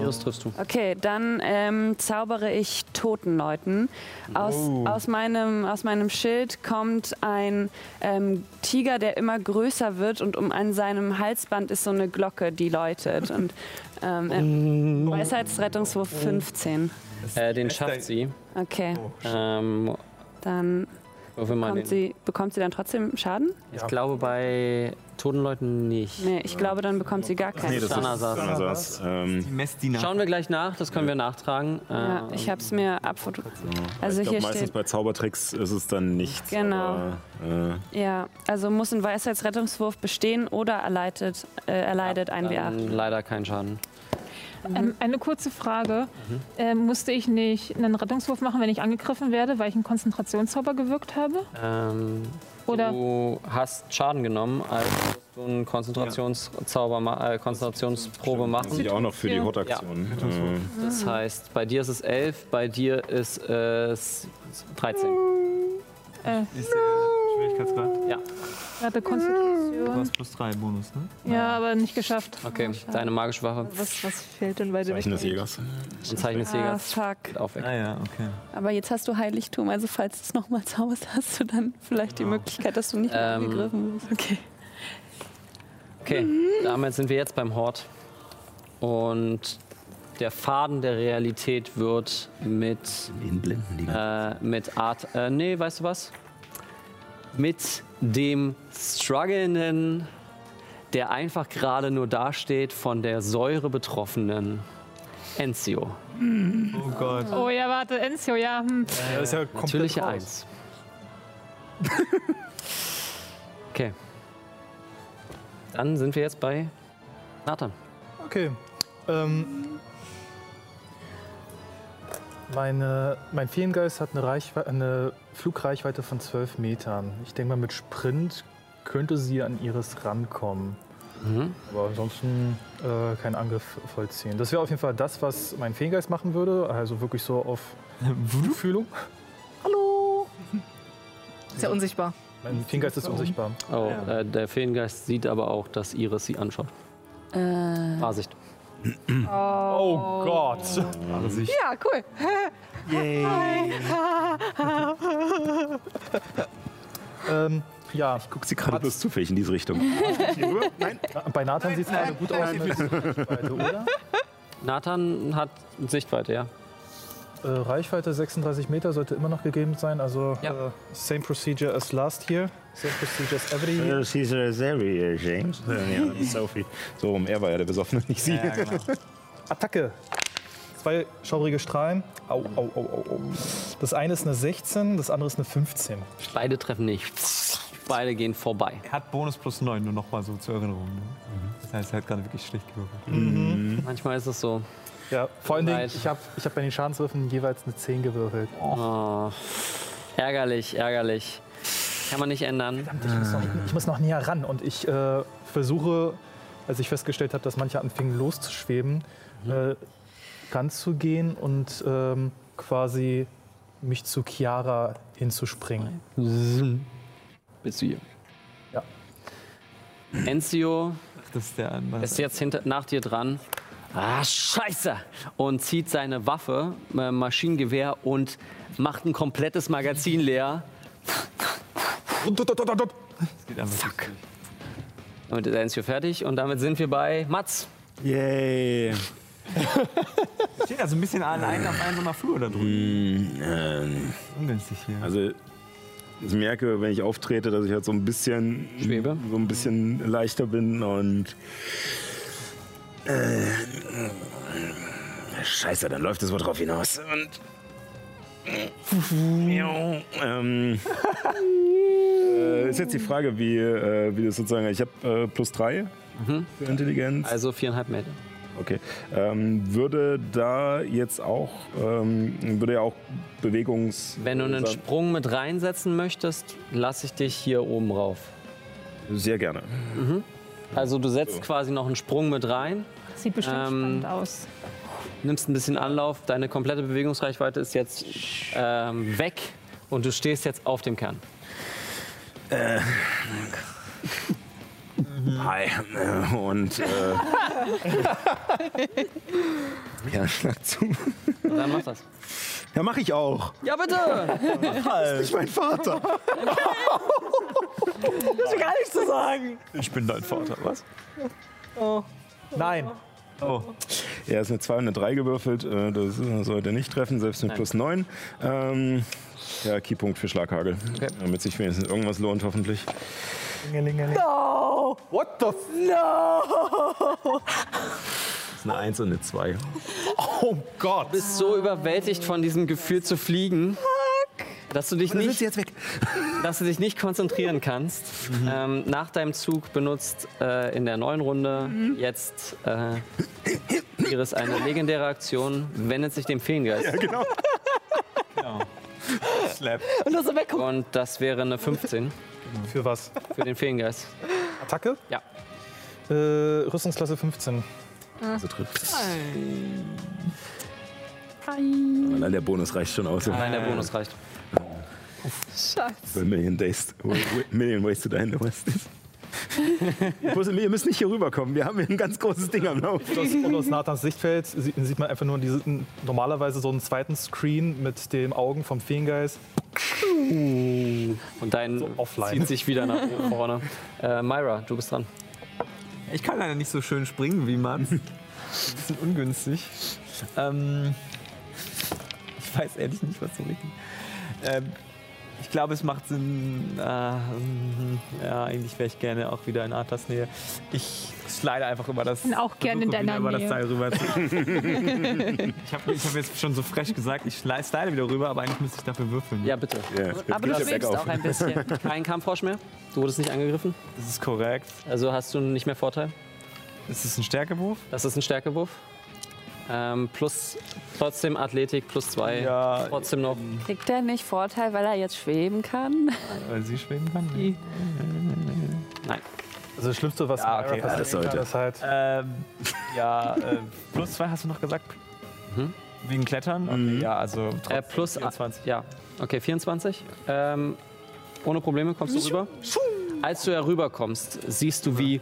Iris triffst du.
Okay, dann ähm, zaubere ich toten Leuten. Aus, aus, meinem, aus meinem Schild kommt ein ähm, Tiger, der immer größer wird und um an seinem Halsband ist so eine Glocke, die läutet. Und ähm, äh, Weisheitsrettungswurf 15.
Äh, den schafft sie.
Okay,
Ähm,
dann
würfel
Ah,
mal
kommt
den.
sie, bekommt sie dann trotzdem Schaden?
Ich glaube bei toten Leuten nicht.
Nee, ich glaube, dann bekommt sie gar keinen.
Nee, das ist
Sanasas.
Sanasas. Ähm,
Also
Die Messdiener.
Schauen wir gleich nach, das können wir nachtragen.
ja,
Ähm,
ich habe es mir abfotografiert. Also
ich
hier
glaube, meistens
steht.
bei Zaubertricks ist es dann nichts.
Genau.
Aber,
Ja, also muss ein Weisheitsrettungswurf bestehen oder erleidet, äh, erleidet ein W8.
dann leider keinen Schaden.
Ähm, eine kurze Frage.
Mhm.
Ähm, musste ich nicht einen Rettungswurf machen, wenn ich angegriffen werde, weil ich einen Konzentrationszauber gewirkt habe?
Ähm,
Oder
Du hast Schaden genommen, als du einen Konzentrationszauber, ma- äh, Konzentrationsprobe
äh,
machst.
ich auch noch für die Hot-Aktion. Äh,
Das heißt, bei dir ist es 11, bei dir ist es 13.
Ist der Schwierigkeitsgrad?
Ja,
Du
gerade Konzentration?
hast plus 3 Bonus, ne?
Ja, aber nicht geschafft.
okay. Deine magische Waffe
Was, was fehlt denn bei dir?
Zeichen des Jägers.
und Zeichen des
Ah,
Jägers
fuck.
geht auch weg.
Ah ja, okay.
Aber jetzt hast du Heiligtum, also falls du es nochmal zauberst, hast du dann vielleicht die Möglichkeit, dass du nicht mehr
Ähm.
angegriffen wirst. Okay.
Okay, damit sind wir jetzt beim Hort. Und der Faden der Realität wird mit
Blenden die
äh, mit Art. Äh, nee, weißt du was? Mit dem Strugglenden, der einfach gerade nur dasteht, von der Säure betroffenen Enzio.
Oh Gott.
Oh ja, warte, Enzio, ja. Hm.
Er ist ja komplett
Natürliche
raus.
Eins. okay. Dann sind wir jetzt bei Nathan.
Okay. Ähm, meine, mein Feengeist hat eine, Reichwe eine Flugreichweite von 12 Metern. Ich denke mal, mit Sprint könnte sie an ihres rankommen.
Mhm.
Aber ansonsten äh, keinen Angriff vollziehen. Das wäre auf jeden Fall das, was mein Feengeist machen würde. Also wirklich so auf Fühlung.
Hallo! Ist ja unsichtbar.
Mein Feengeist ist unsichtbar.
Oh, äh, der Feengeist sieht aber auch, dass Iris sie anschaut. Äh. Vorsicht.
Oh Gott!
Ja, cool.
Ähm, ja,
Guck sie gerade bloß zufällig in diese Richtung. Nein.
bei Nathan sieht es gerade gut aus mit Reichweite, oder?
Nathan hat Sichtweite, ja.
Äh, Reichweite 36 Meter sollte immer noch gegeben sein. Also
Ja.
äh, same procedure as last year, same procedure as every year.
Das ist Sari, James. Ja, Sophie. So rum, er war ja der Besoffene, nicht sie.
Ja, genau.
Attacke. Zwei schaurige Strahlen. Au, au, au, au, au. Das eine ist eine 16, das andere ist eine 15.
Beide treffen nicht. Beide gehen vorbei.
Er hat Bonus plus 9, nur nochmal so zur Erinnerung. Ne? Das heißt, er hat gerade wirklich schlecht gewürfelt.
Manchmal ist es so.
Ja, vor allen Dingen,
Nice.
ich habe ich hab bei den Schadenswürfen jeweils eine 10 gewürfelt.
Oh, ärgerlich, ärgerlich. Kann man nicht ändern.
Ich muss noch, ich muss noch näher ran und ich äh, versuche, als ich festgestellt habe, dass manche anfingen loszuschweben,
Mhm.
äh, ranzugehen und ähm, quasi mich zu Chiara hinzuspringen.
Bist du hier?
Ja.
Enzio
Das ist der andere.
ist jetzt hinter, nach dir dran. Ah, scheiße! Und zieht seine Waffe, äh, Maschinengewehr und macht ein komplettes Magazin leer.
Das geht einfach Fuck.
Und ist Enzio fertig. Und damit sind wir bei Mats.
Yay.
Steht also ein bisschen allein auf einsamer Flur da drüben.
Ähm,
Ungünstig hier.
also, ich merke, wenn ich auftrete, dass ich halt so ein bisschen.
Schwebe.
So ein bisschen leichter bin und. Äh, scheiße, dann läuft es wohl drauf hinaus. Und. Miau. ähm, äh, ist jetzt die Frage, wie, äh, wie das sozusagen. Ich habe äh, plus drei für Intelligenz.
Mhm. Also viereinhalb Meter.
Okay. Ähm, würde da jetzt auch, ähm, würde ja auch Bewegungs... äh,
Wenn du einen Sprung mit reinsetzen möchtest, lasse ich dich hier oben rauf.
Sehr gerne.
Also du setzt quasi noch einen Sprung mit rein,
Sieht bestimmt
Ähm,
spannend aus.
nimmst ein bisschen Anlauf, deine komplette Bewegungsreichweite ist jetzt ähm, weg und du stehst jetzt auf dem Kern.
Äh, Hi. äh, Und äh, ja, schlag zu.
Dann mach das.
Ja, mach ich auch.
Ja, bitte!
Äh.
Ich mein Vater.
gar nichts zu sagen.
Ich bin dein Vater, was?
Nein.
Er ist eine 2 und eine 3 gewürfelt. äh, Das äh, sollte nicht treffen, selbst mit plus 9. Ähm, ja, Keypunkt für Schlaghagel. Damit sich wenigstens irgendwas lohnt, hoffentlich.
Klingelingeling.
What the
Das ist eine 1 und eine 2.
Oh Gott!
Du bist so überwältigt von diesem Gefühl zu fliegen, dass du dich nicht
jetzt weg.
dass du dich nicht konzentrieren kannst. Ähm, nach deinem Zug benutzt äh, in der neuen Runde jetzt äh, Iris eine legendäre Aktion, wendet sich dem Feengeist.
genau.
Slap.
Und das wäre eine 15
Für was?
für den Feengeist.
Attacke?
Ja.
Äh, Rüstungsklasse 15.
Also trifft. Allein der Bonus reicht schon aus.
Nein, der Bonus reicht.
A million days. Million ways to die in the West. Ich muss- Ihr müsst nicht hier rüberkommen. Wir haben hier ein ganz großes Ding am Laufen.
Und aus, und aus Nathans Sichtfeld sieht, sieht man einfach nur diesen, normalerweise so einen zweiten Screen mit den Augen vom Feengeist.
Und dein
offline.
zieht sich wieder nach vorne. Äh, Myra, du bist dran.
Ich kann leider nicht so schön springen wie Mats. Ein bisschen ungünstig. Ähm, ich weiß ehrlich nicht, was so richtig. Ähm, ich glaube, es macht Sinn. Äh, ähm, ja, eigentlich wäre ich gerne auch wieder in Arthas Nähe. Ich slide einfach über das.
Bin auch gerne in
versuche
deiner
wieder über
Nähe.
Das Teil rüber zu, ich habe ich hab jetzt schon so frech gesagt, ich sli- slide wieder rüber, aber eigentlich müsste ich dafür würfeln.
Ja, bitte.
Ja,
Aber du schwebst auch ein bisschen.
Kein Kampfrosch mehr. Du wurdest nicht angegriffen.
Das ist korrekt.
Also hast du nicht mehr Vorteil.
Ist es ein Stärkewurf?
Das ist ein Stärkewurf. Ähm, plus trotzdem Athletik plus zwei.
Ja.
Trotzdem noch.
Kriegt er nicht Vorteil, weil er jetzt schweben kann?
Weil sie schweben kann? ne?
Nein.
Also das Schlimmste, was
Ja, okay, also,
Myra
alles
passieren kann,
sollte.
ist halt
Ähm, ja, äh, plus zwei hast du noch gesagt. Hm? Wegen Klettern? Okay, ja, also
Äh,
trotzdem
plus
24.
Ja, okay, 24. Ähm, ohne Probleme kommst du rüber. Als du herüberkommst, siehst du, wie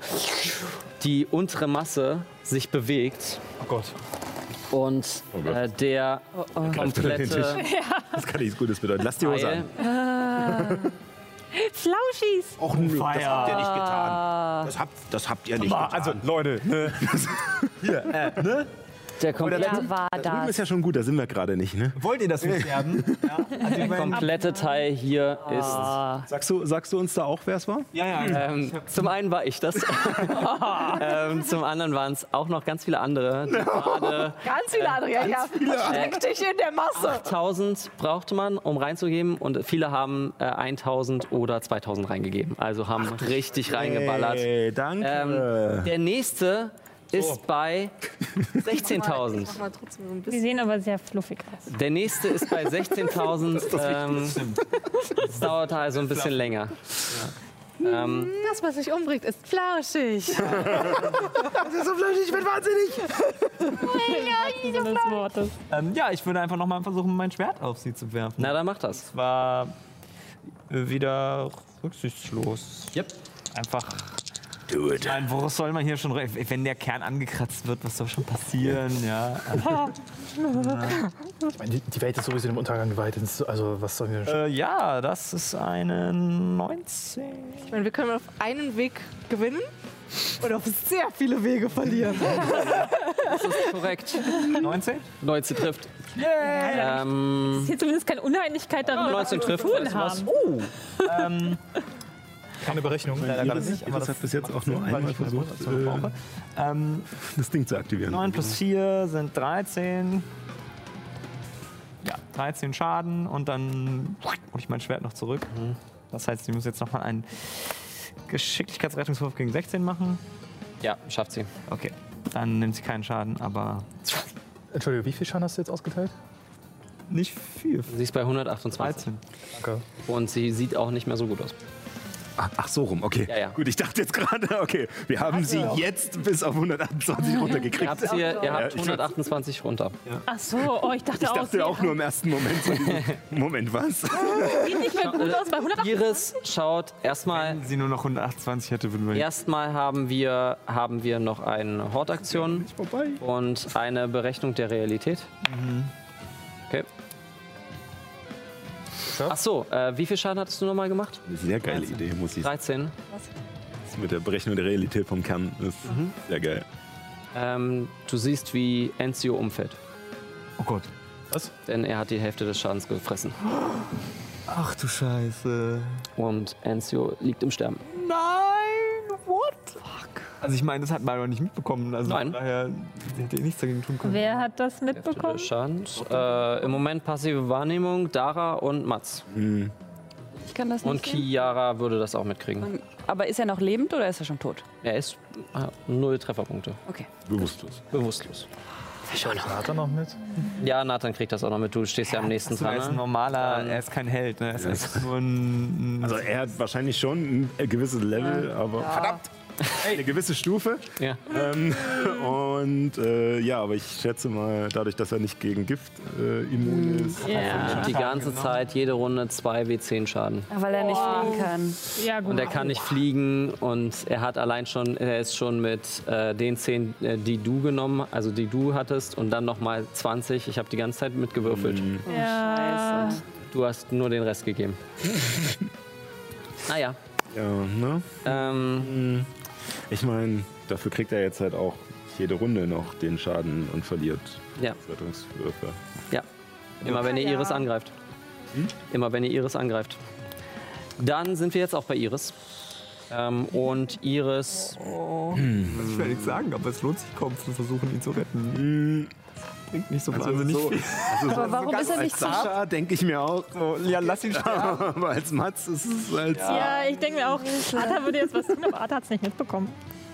die untere Masse sich bewegt
Oh
Hm,
Gott.
und
Gott.
äh, der komplette
Das kann nichts Gutes bedeuten. Lass die Hose
Teil
an.
Flauschis!
Och, nö, das habt ihr nicht getan. Das habt, das habt ihr nicht
Also, Leute, ne?
der komplette,
Ja, war
Da drüben also, ist ja
das.
schon gut, da sind wir gerade nicht. Ne?
wollt ihr das nicht sterben? ja, also ich mein,
komplette Teil hier ist.
Sagst, du, sagst du uns da auch, wer es war?
ja, ja.
Ähm, zum einen war Ah. ich das. ähm, zum anderen waren es auch noch ganz viele andere, die gerade
Ganz viele andere. Ja, ja. Versteck dich in der Masse.
1000 brauchte man, um reinzugeben und viele haben äh, 1000 oder 2000 reingegeben. Also haben richtig reingeballert.
Hey, danke.
Ähm, der nächste ist bei 16.000.
Aber trotzdem so ein
Die
bisschen.
sehen aber sehr fluffig aus.
Der nächste ist bei 16.000. Ähm, das dauert also ein bisschen länger. Ähm,
Das, was mich umbringt, ist flauschig.
Des Wortes.
Ähm, ja, ich würde einfach nochmal versuchen, mein Schwert auf sie zu werfen.
na, dann mach das.
Das war äh, wieder rücksichtslos.
Yep.
Einfach
Do it.
Ich meine, woraus soll man hier schon. re- Wenn der Kern angekratzt wird, was soll schon passieren? Ja.
Ich meine, die, die Welt ist sowieso dem Untergang geweiht. Das ist- Also was sollen wir denn
Äh, ja, das ist eine 19.
Ich meine, wir können auf einen Weg gewinnen und auf sehr viele Wege verlieren.
Das ist korrekt.
19?
19 trifft. Ähm,
Ist hier zumindest keine Uneinigkeit darüber, was
19
wir zu
trifft.
tun
Weißt du
haben.
was?
ähm,
Keine Berechnung.
leider gerade
Iris-
nicht, aber
Iris
das
hat bis jetzt
macht
auch nur
Sinn, weil
einmal
ich meine
versucht, äh,
Bonusaktion brauche. Ähm,
das Ding zu aktivieren.
9 plus 4 sind 13. Ja, 13 Schaden und dann hole ich mein Schwert noch zurück. Das heißt, sie muss jetzt nochmal einen Geschicklichkeitsrettungswurf gegen 16 machen.
ja, schafft sie.
Okay. Dann nimmt sie keinen Schaden, aber
Entschuldige, wie viel Schaden hast du jetzt ausgeteilt?
nicht viel.
Sie ist bei 128.
13.
Danke.
Und sie sieht auch nicht mehr so gut aus.
Ach, ach so rum, okay.
Ja, ja.
Gut, ich dachte jetzt gerade, okay, wir haben sie jetzt bis auf 128
Ihr
runtergekriegt.
habt, hier, ihr habt
ich
128 runter.
Ach so, oh, ich dachte,
Ich
auch,
dachte auch nur im ersten Moment, so diesen, Moment, was?
sieht nicht mehr gut aus bei 108.
Iris schaut erstmal.
Wenn sie nur noch 128 hätte, würden wir
Erstmal haben wir, haben wir noch eine Hortaktion
Vorbei.
und eine Berechnung der Realität. Okay. Ach so, äh, wie viel Schaden hattest du nochmal gemacht?
Eine sehr geile Idee, muss ich sagen.
13.
Das Mit der Berechnung der Realität vom Kern ist
Mhm.
sehr geil.
Ähm, du siehst, wie Enzio umfällt,
Oh Gott.
denn er hat die Hälfte des Schadens gefressen.
Ach du Scheiße.
Und Enzio liegt im Sterben.
Nein, what? Fuck. Also ich meine, das hat Myron nicht mitbekommen. Also
Nein.
von daher sie hätte eh nichts dagegen tun können.
Wer hat das mitbekommen?
Schaden. Äh, Im Moment passive Wahrnehmung, Dara und Mats.
Ich kann das nicht.
Und
sehen.
Kiara würde das auch mitkriegen.
Aber ist er noch lebend oder ist er schon tot?
Er ist äh, null Trefferpunkte.
Bewusstlos.
Bewusstlos.
Hat er noch mit?
Ja, Nathan kriegt das auch noch mit. Du stehst ja, am nächsten
Also, er ist
dran.
ein
Ne?
normaler, er ist kein Held, ne? Er ist einfach nur ein, ein
Also er hat wahrscheinlich schon ein gewisses Level, aber verdammt, eine gewisse Stufe.
Ja.
Ähm,
Mhm.
und äh, ja, aber ich schätze mal, dadurch, dass er nicht gegen Gift äh, immun
Mhm.
ist,
Die ganze Zeit, jede Runde 2 W10 Schaden.
Weil er nicht fliegen kann.
Ja, gut.
Und er kann nicht fliegen und er hat allein schon, er ist schon mit äh, den 10, äh, die du genommen, also die du hattest und dann nochmal 20. Ich habe die ganze Zeit mitgewürfelt.
Ah.
ja.
Du hast nur den Rest gegeben. naja.
ja, ne?
Ähm,
Ich meine, dafür kriegt er jetzt halt auch jede Runde noch den Schaden und verliert
ja,
Rettungswürfe.
ja. Immer wenn ihr Iris angreift. Immer wenn ihr Iris angreift. Dann sind wir jetzt auch bei Iris. Ähm, und Iris
Ich will nichts sagen, aber es lohnt sich kaum zu versuchen, ihn zu retten. Bringt Also nicht so wahnsinnig
Also so-
viel.
Also Aber warum ist er nicht so?
Sascha denke ich mir auch, so,
Ja, lass ihn sterben.
aber als Mats ist es als...
ja, ich denke mir auch, Arta würde jetzt was tun, aber Arta hat es nicht mitbekommen.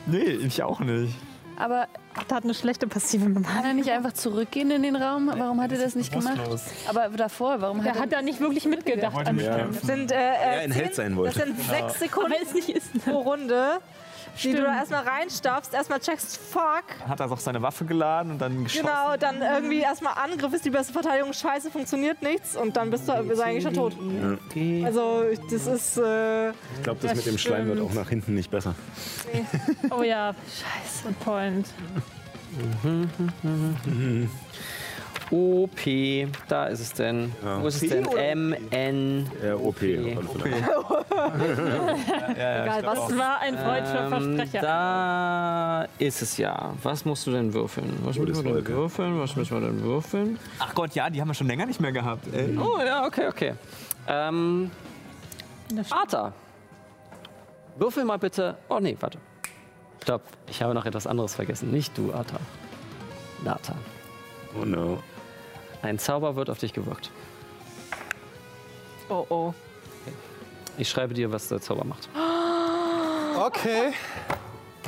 Nee, ich auch nicht.
Aber
Arta hat eine schlechte passive Bemalung.
kann er nicht einfach zurückgehen in den Raum? Warum hat er das nicht gemacht? Aber davor, warum
Er
hat er
hat da nicht wirklich mitgedacht. An
Ja.
Sind, äh,
er
äh,
ein Held sein
das
wollte.
sind sechs Sekunden
Weil es nicht ist.
pro Runde, die du
Stimmt.
da erstmal reinstopfst, erstmal checkst, fuck.
Hat er also auch seine Waffe geladen und dann geschossen.
Genau, dann irgendwie erstmal Angriff ist die beste Verteidigung, scheiße, funktioniert nichts und dann bist du bist du eigentlich schon tot. Also das ist, äh,
Ich glaube, das mit dem Schleim wird auch nach hinten nicht besser.
Oh ja, scheiße. Good point.
OP, da ist es denn. Wo ist es denn? MN.
Äh, OP.
Okay.
Genau.
egal was.
Das war ein freudscher
Ähm,
Versprecher.
ähm, Da ist es ja. Was musst du denn würfeln? Was müssen wir denn
Todeswolke.
würfeln? Was müssen wir denn würfeln?
Ach Gott, ja, die haben wir schon länger nicht mehr gehabt. Ey.
Oh ja, okay, okay. Ähm,
Das
Arta. Würfel mal bitte. Oh nee, warte. Stopp. Ich habe noch etwas anderes vergessen. Nicht du, Arta. Nathan.
Oh no.
Ein Zauber wird auf dich gewirkt.
Oh oh.
Ich schreibe dir, was der Zauber macht.
Okay.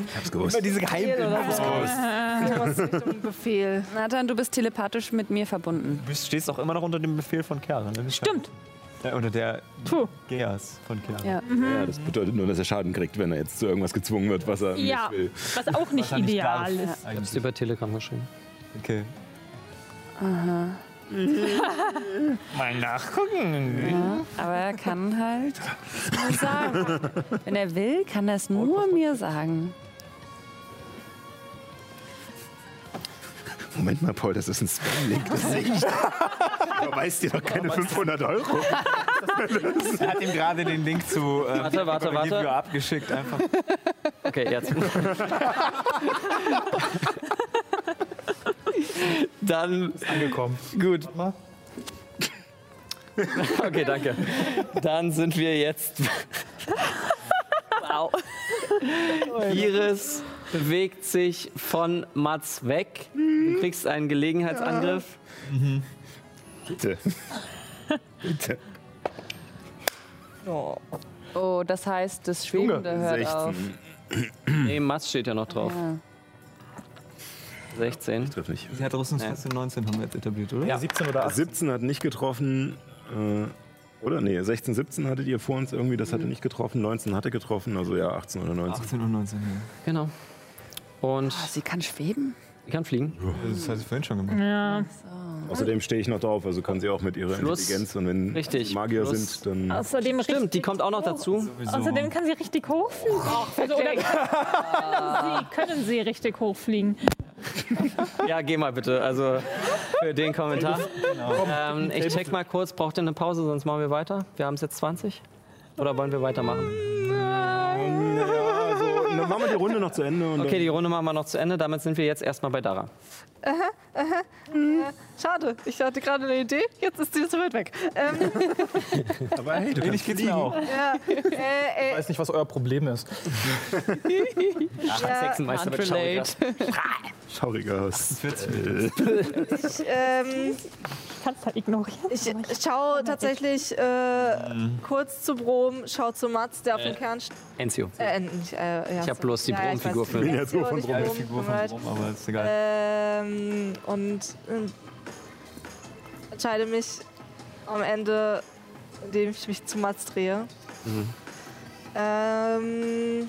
Ich hab's gewusst.
Immer diese Geheiminfos raus.
Befehl.
Nathan, du bist telepathisch mit mir verbunden.
Du stehst auch immer noch unter dem Befehl von Chiara, ne?
Stimmt.
Ja, unter der
Puh.
Geas von Chiara.
Ja.
Ja, das bedeutet nur, dass er Schaden kriegt, wenn er jetzt zu irgendwas gezwungen wird, was er
Ja,
nicht will.
was auch nicht
Was er nicht darf.
ideal ist.
Ist über Telegram geschrieben.
Okay.
Aber er kann halt nur sagen. Wenn er will, kann er es nur mir sagen.
Moment mal, Paul, das ist ein Spam-Link. Das sehe ich. Du weißt dir doch keine 500 Euro.
Er hat ihm gerade den Link zu äh,
Warte, warte,
Give You
warte.
Up geschickt. Einfach.
Okay, jetzt. Dann
Angekommen.
gut.
mal.
Okay, danke. Dann sind wir jetzt. Wow. Iris bewegt sich von Mats weg. Du kriegst einen Gelegenheitsangriff.
Bitte. Bitte.
Oh, das heißt, das Schwebende hört auf.
16.
Nee, Mats steht ja noch drauf. 16.
Trifft nicht.
Sie hat Rüstungsklasse 19 haben wir jetzt etabliert, oder?
Ja.
17 oder 18.
17 hat nicht getroffen. Äh, Oder? Nee, 16, 17 hattet ihr vor uns irgendwie, das hatte nicht getroffen. 19 hatte getroffen, also ja, 18 oder 19.
18 und 19,
Genau. Und
Oh, sie kann schweben.
sie kann fliegen.
Das hat sie vorhin schon gemacht.
Ja.
Außerdem stehe ich noch drauf, also kann sie auch mit ihrer
Plus-
Intelligenz und wenn
Richtig,
sie Magier
plus-
sind, dann.
Außerdem
Stimmt, die
richtig-
kommt auch noch dazu.
Außerdem kann sie richtig hochfliegen.
Oh,
Also, oder können, sie, können sie richtig hochfliegen?
Ja, geh mal bitte. Also für den Kommentar. Ähm, ich check mal kurz, braucht ihr eine Pause, sonst machen wir weiter. Wir haben es jetzt 20. Oder wollen wir weitermachen?
Ja, so, dann machen wir die Runde noch zu Ende und
Okay, die Runde machen wir noch zu Ende. Damit sind wir jetzt erstmal bei Dara.
Schade, ich hatte gerade eine Idee, jetzt ist sie so weit weg. Ähm,
dann, aber hey, du
Wenig
kannst
geht's mir auch.
ja, äh,
Ich
äh,
weiß nicht, was euer Problem ist.
Sechsenmeister wird schauriger.
schauriger Host.
40
ich, ähm,
Kannst halt ignorieren.
ich äh,
oh,
schaue tatsächlich äh,
Mhm.
kurz zu Brom, schaue zu Mats, der auf dem Kern steht.
Enzio.
Äh, nicht, äh, ja,
Ich hab
so.
bloß die
Ja, ja, ich
Brom-Figur
weiß.
für-
Miniatur von
nicht
Brom.
Brom,
Figur
tut mir
von
leid.
Rom, aber ist egal.
Ähm, und ähm, entscheide mich am Ende, indem ich mich zu Mats drehe.
Mhm.
Ähm,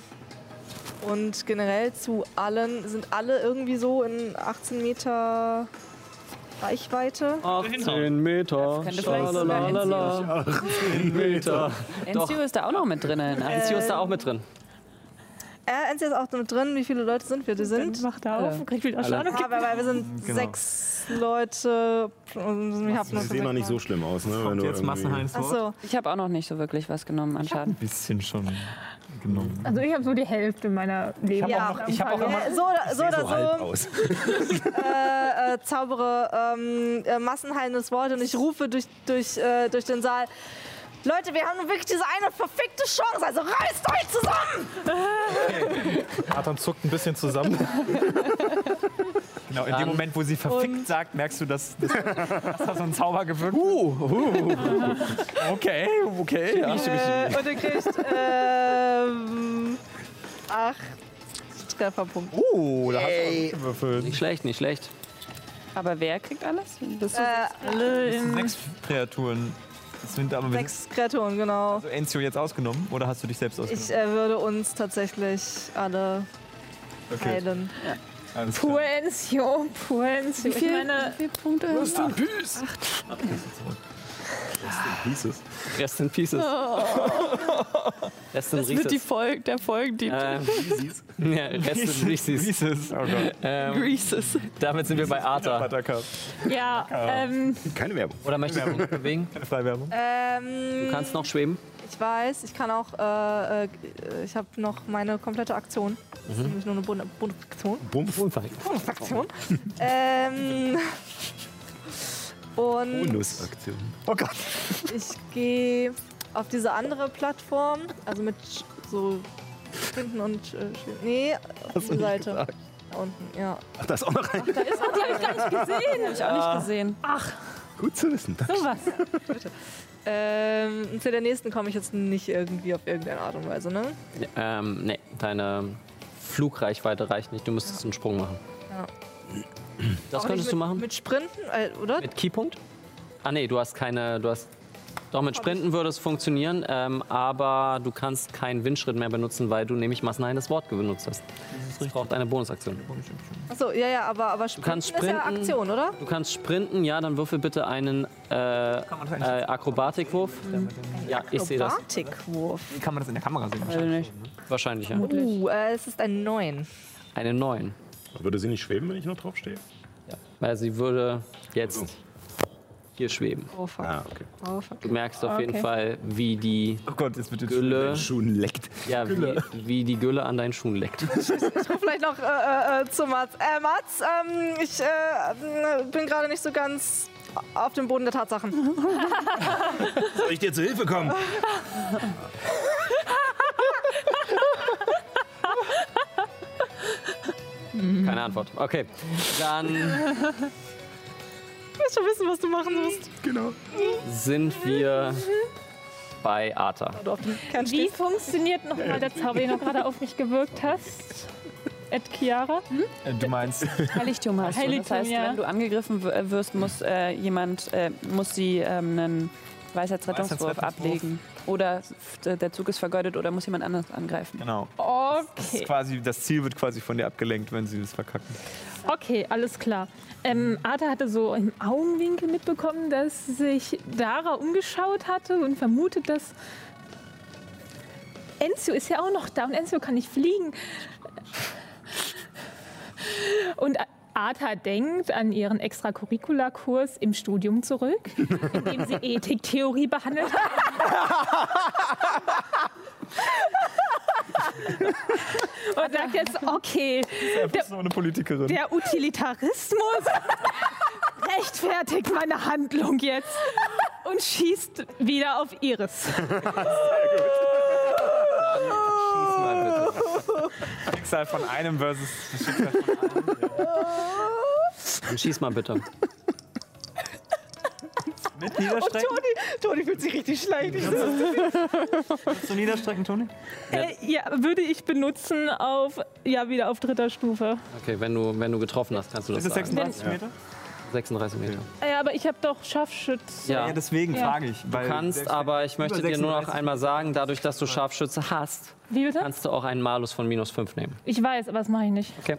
und generell zu allen, sind alle irgendwie so in 18 Meter Reichweite.
Ah. 18 Meter.
Genau. könnte vielleicht sogar
Schalalala. 18 Meter.
Enzio ist da auch noch mit drin. Also
Enzio ist da auch mit drin.
Äh, NC ist auch mit drin, wie viele Leute sind wir? Wir
Dann
sind.
macht er auf und kriegt wieder Schaden. und gibt-
Aber weil wir sind
Genau.
sechs Leute. und Ich hab
Sie sehen noch nicht so schlimm aus, ne? wenn
Kommt
du
jetzt
irgendwie-
Massenheinz Wort?
Achso,
Ich habe auch noch nicht so wirklich was genommen an Schaden.
Ein bisschen schon genommen.
Also ich habe so die Hälfte meiner Leben.
ja. Noch,
ich hab auch
äh, so oder so,
Sieht
Also.
so halb
oder so
aus.
äh, äh, zaubere ähm, äh, massenheilendes Wort und ich rufe durch, durch, äh, durch den Saal. Leute, wir haben nun wirklich diese eine verfickte Chance, also reißt euch zusammen!
Nathan zuckt ein bisschen zusammen.
Genau, in dem Moment, wo sie verfickt sagt, merkst du, dass, dass, dass da so ein Zauber gewirkt hat. uh, Okay, okay. Ja.
Äh, und ihr kriegt ähm, acht Trefferpunkte.
Oh, da hast du auch gut gewürfelt.
Nicht schlecht, nicht schlecht.
Aber wer kriegt alles? Bist du
Äh,
Das sind sechs Kreaturen. Das sind aber mit
sechs Kreaturen, genau.
also Enzio jetzt ausgenommen oder hast du dich selbst
Ich
ausgenommen?
äh, würde uns tatsächlich alle heilen.
alles klar.
Pur Enzio, pur Enzio. Ich meine,
wie viele Punkte? hast du?
Hieß es.
Rest in Pieces. Rest in
Oh. Das wird die
Rieses.
Folge, der Folgentitel.
Ähm, ja, Rest in Rieses.
Rieses. Oh Gott.
Ähm,
Reese's.
damit sind wir bei Arta.
Buttercup.
ja, ähm,
Keine Werbung.
Oder möchtest du dich bewegen?
Keine Freiwerbung.
Ähm,
Du kannst noch schweben.
Ich weiß, ich kann auch, äh, äh, ich habe noch meine komplette Aktion. Das ist nämlich nur eine Bund- Bundaktion.
Bumpf.
Aktion. ähm, und
Bonusaktion.
ich gehe auf diese andere Plattform, also mit sch- so hinten und äh, schw- nee, auf die Seite. Da unten, ja.
Ach, da ist auch noch ein.
Oh, Ich auch nicht gesehen.
Gut zu wissen. Danke.
sowas.
Ähm, zu der nächsten komme ich jetzt nicht irgendwie auf irgendeine Art und Weise, ne?
Ähm, nee, deine Flugreichweite reicht nicht. Du müsstest einen Sprung machen.
Ja.
Das
Auch
könntest
nicht
du
mit,
machen? Mit,
Mit Sprinten, äh, oder?
Keypunkt? Ah, nee, du hast keine. Du hast. Doch, mit Sprinten würde es funktionieren, ähm, aber du kannst keinen Windschritt mehr benutzen, weil du nämlich massenheilendes Wort benutzt hast. Das braucht eine Bonusaktion.
Achso, ja, ja, aber, aber Sprinten,
kannst
ist ja
sprinten.
Aktion, oder?
Du kannst sprinten, ja, dann würfel bitte einen äh, äh,
man das eigentlich-
Akrobatikwurf. Ja, ich sehe das.
Romantikwurf.
Wie kann man das in der Kamera sehen?
Wahrscheinlich, ja.
Uh, äh, es ist ein 9.
Eine 9.
Würde sie nicht schweben, wenn ich noch draufstehe?
Weil sie würde jetzt hier schweben.
Oh fuck.
Ah, okay.
Oh fuck.
Du merkst auf jeden
Ah, Okay.
Fall, wie die
Oh Gott, jetzt wird die
Gülle,
Schuhen leckt.
ja, wie, wie die Gülle an deinen Schuhen leckt.
Vielleicht noch äh, äh, äh, zu Mats. Äh, Mats, ähm, ich äh, äh, bin gerade nicht so ganz auf dem Boden der Tatsachen.
Soll ich dir zu Hilfe kommen?
Keine Antwort. Okay. Dann
Ich will schon wissen, was du machen musst.
Genau.
sind wir bei Arta.
Du auf dem Kern
Wie
stehst.
funktioniert nochmal der Zauber, den du gerade auf mich gewirkt hast? Ed Chiara?
Äh, Du meinst,
Hm? Heiligtum hast du. Das
Heiligtum,
heißt,
ja.
wenn du angegriffen w- wirst, muss äh, jemand, äh, muss sie äh, ähm, einen Weisheitsrettungswurf
Weisheitsrettungswurf.
ablegen. Oder f- der Zug ist vergeudet oder muss jemand anders angreifen.
Genau. Das, ist
Okay,
quasi, das Ziel wird quasi von dir abgelenkt, wenn sie das verkacken.
okay, alles klar. Ähm, Arthur hatte so im Augenwinkel mitbekommen, dass sich Dara umgeschaut hatte und vermutet, dass Enzio ist ja auch noch da und Enzio kann nicht fliegen. Und Arthur denkt an ihren Extracurricular-Kurs im Studium zurück, in dem sie Ethiktheorie behandelt hat. Und sagt jetzt, okay,
Das ist nur eine Politikerin.
der Utilitarismus rechtfertigt meine Handlung jetzt und schießt wieder auf Iris.
Schicksal von einem versus
Dann schieß mal bitte.
Oh,
mit Niederstrecken.
Toni fühlt sich richtig schleimig.
Zu Niederstrecken, Toni?
Äh, ja, würde ich benutzen auf, ja, wieder auf dritter Stufe.
Okay, wenn du, wenn du getroffen hast, kannst du das
Ist es
sagen.
36 Meter?
36 Meter.
Äh, aber ich habe doch Scharfschütz.
Ja, du
deswegen
Ja.
frage ich. Weil
kannst,
selbst
aber ich möchte
über
dir nur noch
36
einmal sagen, dadurch, dass du Scharfschütze hast,
Wie bitte?
kannst du auch einen Malus von minus 5 nehmen.
Ich weiß, aber das mache ich nicht.
Okay.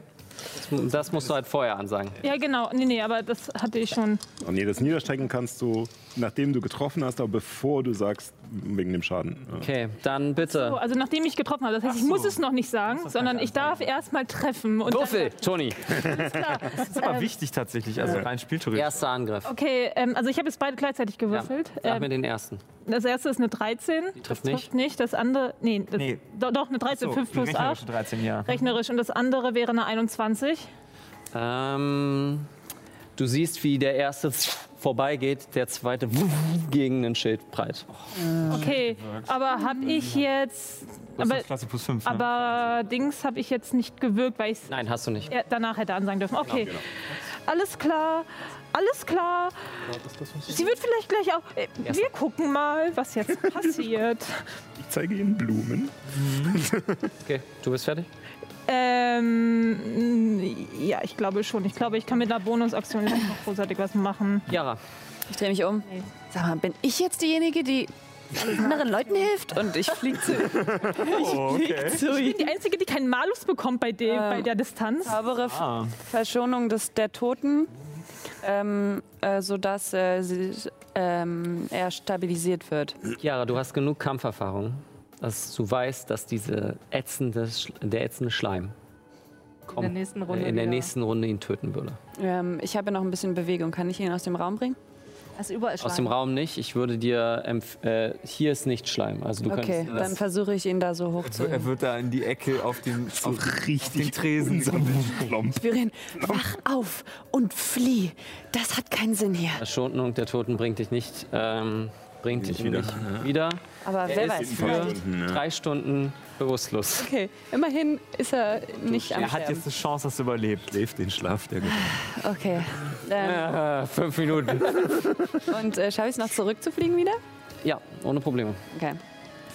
Das- Das musst du halt vorher ansagen.
Ja, genau. Nee, nee, aber das hatte ich schon.
Oh nee, das Niederstrecken kannst du, nachdem du getroffen hast, aber bevor du sagst, wegen dem Schaden. Ja.
Okay, dann
So,
bitte.
also nachdem ich getroffen habe. Das heißt, ich muss es noch nicht sagen, sondern ich darf erst mal treffen. Und
Würfel, Toni.
Das ist aber wichtig tatsächlich, also rein spieltheoretisch.
Erster Angriff.
Okay, ähm, also ich habe jetzt beide gleichzeitig gewürfelt.
Sag mir
Ähm,
den ersten.
das erste ist eine 13. Die
trifft
das
nicht.
trifft nicht. Das andere, nee, das,
Nee.
Do, doch eine 13, 5 Also plus 8.
13, ja.
Rechnerisch. Und das andere wäre eine 21.
Ähm, du siehst, wie der erste vorbeigeht, der zweite gegen den Schild breit.
Okay, aber habe ich jetzt, aber,
Klasse plus 5.
aber Dings habe ich jetzt nicht gewirkt, weil ich es
Nein, Genau, hast du nicht.
danach hätte ansagen dürfen. Okay, alles klar, alles klar. Sie wird vielleicht gleich auch, äh, wir gucken mal, was jetzt passiert.
Ich zeige ihnen Blumen.
Okay, du bist fertig?
Ähm, ja, ich glaube schon. Ich glaube, ich kann mit einer Bonusaktion jetzt noch großartig was machen.
Jara.
Ich drehe mich um. Sag mal, bin ich jetzt diejenige, die anderen Leuten hilft? Und ich fliege zu
Ich bin die Einzige, die keinen Malus bekommt bei, dem, bei der Distanz.
saubere F- Verschonung des, der Toten, ähm, äh, sodass äh, sie, ähm, er stabilisiert wird.
Chiara, du hast genug Kampferfahrung, dass du weißt, dass diese ätzende, Sch- der ätzende Schleim
In der
komm,
nächsten
äh,
Runde.
in der
wieder.
nächsten Runde ihn töten würde.
Ähm, ich habe noch ein bisschen Bewegung. Kann ich ihn aus dem Raum bringen?
Also überall
Aus dem
schlagen.
Raum nicht. Ich würde dir empf äh, hier ist nicht Schleim. Also du
Okay,
kannst Also, äh,
dann versuche ich ihn da so hoch zu
Also Er wird da in die Ecke auf dem, auf, auf dem Tresen.
Spüren. Wach auf und flieh. Das hat keinen Sinn hier.
Verschonung der Toten bringt dich nicht, ähm, bringt dich
wieder.
nicht wieder.
Aber
Er
wer
ist
weiß.
für
ne?
drei Stunden bewusstlos.
Okay, immerhin ist er nicht am
Er hat
Sterben.
jetzt eine Chance, dass er überlebt.
Schläft den Schlaf der Gedanken.
Okay. Ähm,
Äh, fünf Minuten.
und äh, schaffe ich es noch zurückzufliegen wieder?
ja, ohne Probleme.
Okay.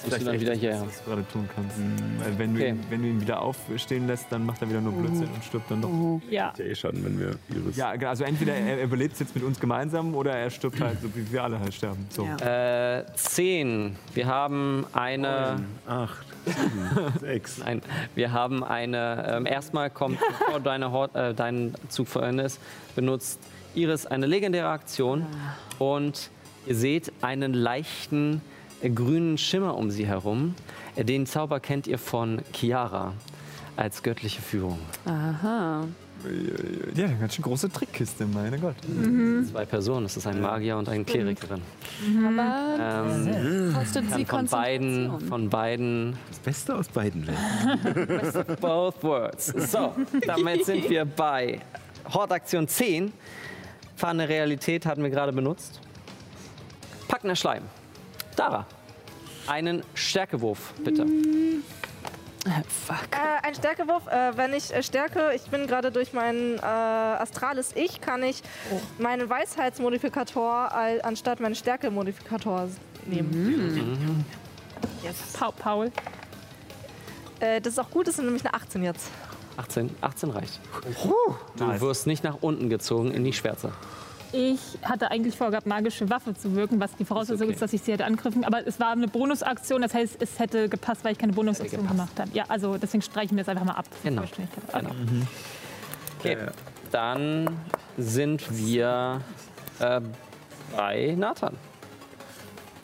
Das musst du dann wieder hierher.
was du gerade tun kannst. Weil wenn, du
Okay.
ihn, wenn du ihn wieder aufstehen lässt, dann macht er wieder nur Blödsinn und stirbt dann doch.
Ja.
Ja, eh Schaden, wenn wir Iris.
Ja, genau, also entweder er, er überlebt jetzt mit uns gemeinsam oder er stirbt halt, so wie wir alle halt sterben. So.
Äh, zehn. Wir haben eine.
Acht, sieben, sechs.
Nein, wir haben eine. Ähm, erstmal kommt, bevor deine Hor äh, dein Zug vor Ende ist, benutzt Iris eine legendäre Aktion und ihr seht einen leichten äh, grünen Schimmer um sie herum. Äh, Den Zauber kennt ihr von Chiara als göttliche Führung.
Aha.
Äh, Ja, eine ganz schön große Trickkiste, meine Gott.
Zwei Personen, es ist ein Magier und eine Klerikerin.
Aber
Ähm,
kostet sie
von beiden,
Konzentration.
von beiden
Das Beste aus beiden Welten.
Both words. So, damit sind wir bei Hortaktion 10. Fahne Realität hatten wir gerade benutzt. Packender Schleim. Dara. Einen Stärkewurf, bitte.
Fuck.
Äh, ein Stärkewurf. Äh, wenn ich äh, Stärke, ich bin gerade durch mein äh, astrales Ich, kann ich
Oh.
meinen Weisheitsmodifikator al- anstatt meinen Stärkemodifikator s- nehmen.
Pa Paul.
Mhm.
Äh, das ist auch gut, das sind nämlich eine 18 jetzt.
18, 18 reicht. Du wirst nicht nach unten gezogen in die Schwärze.
Ich hatte eigentlich vorgehabt, magische Waffe zu wirken, was die Voraussetzung ist,
okay.
dass ich sie hätte angegriffen. Aber es war eine Bonusaktion, das heißt, es hätte gepasst, weil ich keine Bonusaktion gemacht habe. Ja, also deswegen streichen wir es einfach mal ab. für die
Genau.
Vollständigkeit.
Genau. Okay, dann sind wir äh, bei Nathan.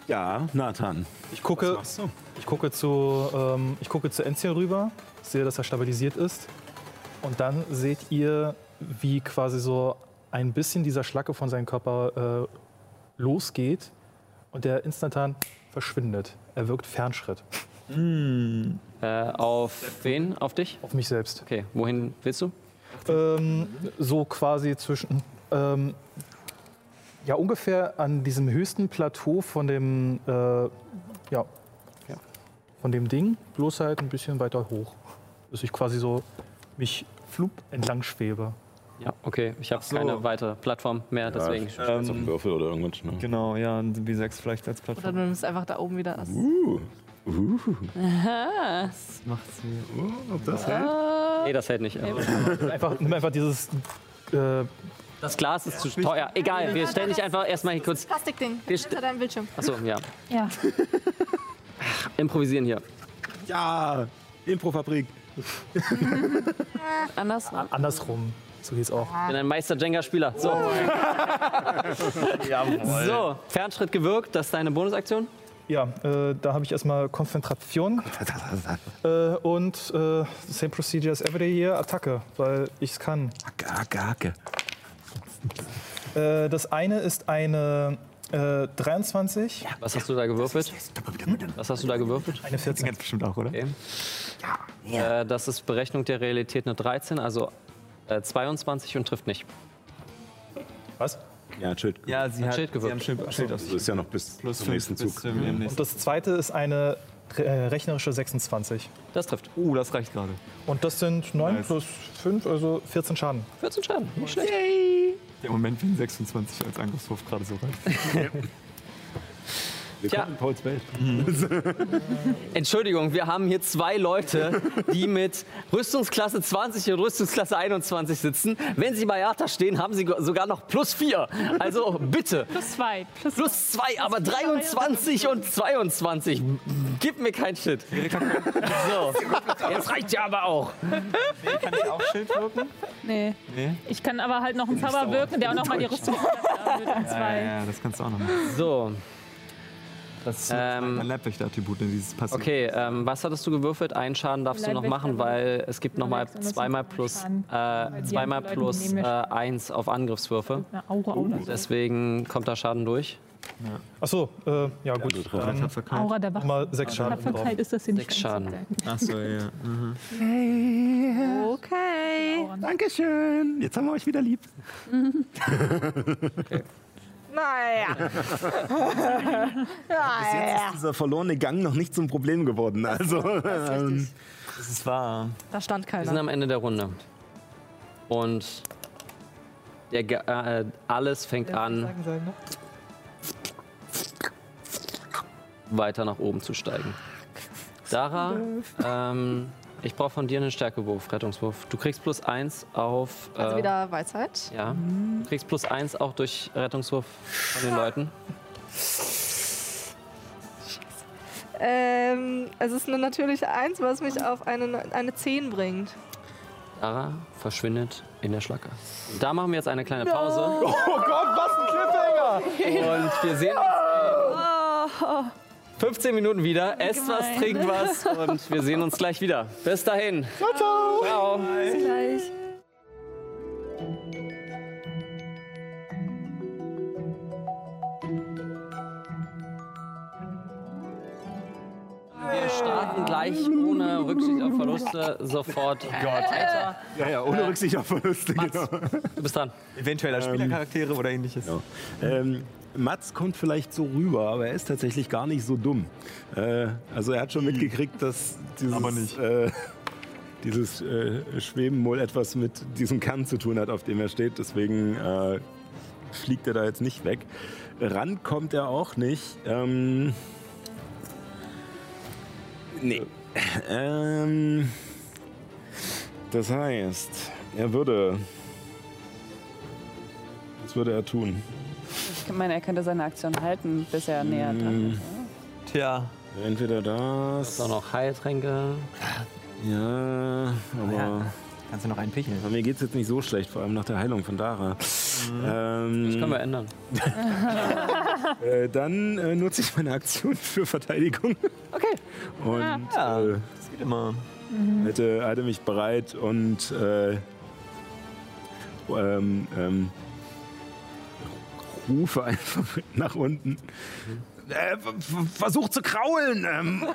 Ja, Nathan.
Ich gucke,
machst du?
ich gucke zu, ähm, ich gucke zu Enzia rüber, sehe, dass er stabilisiert ist. Und dann seht ihr, wie quasi so ein bisschen dieser Schlacke von seinem Körper äh, losgeht und der instantan verschwindet. Er wirkt Fernschritt
Äh, auf wen? Auf dich?
auf mich selbst.
Okay, wohin willst du?
Ähm, so quasi zwischen. Ähm, ja, ungefähr an diesem höchsten Plateau von dem. Äh, ja, Von dem Ding, bloß halt ein bisschen weiter hoch. Dass ich quasi so mich flup entlang schwebe.
Ja, okay, ich habe
so.
keine weitere Plattform mehr, deswegen.
Ähm, auf einen Würfel oder irgendwas. Ne?
Genau, ja, ein B6 vielleicht als
Oder
Plattform.
du nimmst einfach da oben wieder das.
Das macht sie.
Ob das hält?
Nee, das hält nicht.
Einfach, nimm einfach dieses. Äh,
Das Glas ist zu teuer. Egal, wir stellen dich einfach erstmal hier kurz.
Plastikding.
Wir st-
Hinter deinem Bildschirm.
Achso, ja.
Ja.
Improvisieren hier.
Ja, Improfabrik.
Ah,
Andersrum.
andersrum. So geht's auch.
Ich bin ein Meister-Jenga-Spieler. So. so, Fernschritt gewirkt, das ist deine Bonusaktion.
Ja, äh, da habe ich erstmal Konzentration. Äh, und äh, same procedure as every year, Attacke, weil ich es kann.
Hacke, Hacke, Hacke.
Äh, das eine ist eine äh, 23,
Was hast du da gewürfelt? Was hast du da gewürfelt?
eine 14.
Ganz bestimmt auch, oder?
Okay. Äh, das ist Berechnung der Realität eine 13, also äh, 22 und trifft nicht.
Was?
Ja, chill.
Ja, sie hat,
Schild
sie
gewirkt.
haben Schild, Schild auf
Du bist ja noch bis
Plus
zum nächsten
5 bis
Zug.
zum ihrem
Und
nächsten.
das zweite ist eine äh, rechnerische 26.
Das trifft.
Oh, das reicht gerade.
Und das sind 9 plus 5, also 14 Schaden.
14 Schaden, nicht schlecht.
Der Moment, wenn 26 als Angriffswurf gerade so reicht.
Tja,
Pauls Welt.
Entschuldigung, wir haben hier zwei Leute, die mit Rüstungsklasse 20 und Rüstungsklasse 21 sitzen. Wenn sie bei Arta stehen, haben sie go- sogar noch plus 4. Also bitte,
Plus zwei. Plus,
plus 2, aber 23 und 22. Gib mir kein Shit. So, jetzt reicht ja aber auch.
Kann ich auch Schild wirken?
Nee. Ich kann aber halt noch einen Zauber wirken, der auch nochmal die Rüstung haben wird. und
Ja,
Zwei.
ja, das kannst du auch noch machen.
So,
Das ist
Ähm,
ein Leibwächter-Attribut, ne, dieses Passiv.
okay, ähm, was hattest du gewürfelt? Einen Schaden darfst du noch machen, weil es gibt nochmal zweimal plus, äh, zweimal plus äh, 1 auf Angriffswürfe.
Eine Aura oder so.
Deswegen kommt da Schaden durch.
Achso, äh, ja
also
gut. Dann
Tapferkeit.
Aura der Wache.
nochmal 6 Schaden drauf.
Tapferkeit ist das hier nicht.
Sechs Schaden.
Achso, ja.
Okay.
Dankeschön. Jetzt haben wir euch wieder lieb.
Naja.
Jetzt ist dieser verlorene Gang noch nicht zum Problem geworden. Also, ähm,
Das ist wahr.
Da stand
Wir sind
keiner.
am Ende der Runde. Und der Ge- äh, alles fängt an, weiter nach oben zu steigen. Dara, ähm, ich brauche von dir einen Stärkewurf, Rettungswurf. Du kriegst plus eins auf. Äh,
Also wieder Weisheit.
ja. Du kriegst plus eins auch durch Rettungswurf von den Leuten.
Ähm, es ist eine natürliche Eins, was mich auf eine, eine 10 bringt.
Dara verschwindet in der Schlacke. Und da machen wir jetzt eine kleine Pause. Oh Gott, was ein Cliffhanger! Oh. Und wir sehen uns in 15 Minuten wieder. Esst was, trinkt was und wir sehen uns gleich wieder. Bis dahin. Ciao, ciao. ciao. Wir starten gleich ohne Rücksicht auf Verluste sofort. weiter.
ja, ja, ohne Rücksicht auf Verluste. Genau.
Du bist dran.
Eventueller Spielercharaktere oder ähnliches.
Ja. Ähm, Mats kommt vielleicht so rüber, aber er ist tatsächlich gar nicht so dumm. Äh, also er hat schon mitgekriegt, dass dieses,
Aber nicht.
Äh, dieses äh, Schweben wohl etwas mit diesem Kern zu tun hat, auf dem er steht. Deswegen äh, fliegt er da jetzt nicht weg. Ran kommt er auch nicht. Ähm, nee. Ähm, das heißt, er würde Das würde er tun.
Ich meine, er könnte seine Aktion halten, bis er näher dran
Hm.
ist.
Tja,
Entweder das.
dann noch Heiltränke.
Ja, aber.
Ja. Kannst du noch einen picheln?
Aber mir geht's jetzt nicht so schlecht, vor allem nach der Heilung von Dara.
Das können
Ähm,
wir ändern.
äh, dann äh, nutze ich meine Aktion für Verteidigung.
Okay.
Und
Ja.
äh,
Das geht immer.
hätte, halte mich bereit und äh, ähm, ähm, rufe einfach nach unten. Äh, v- v- versucht zu kraulen! Ähm,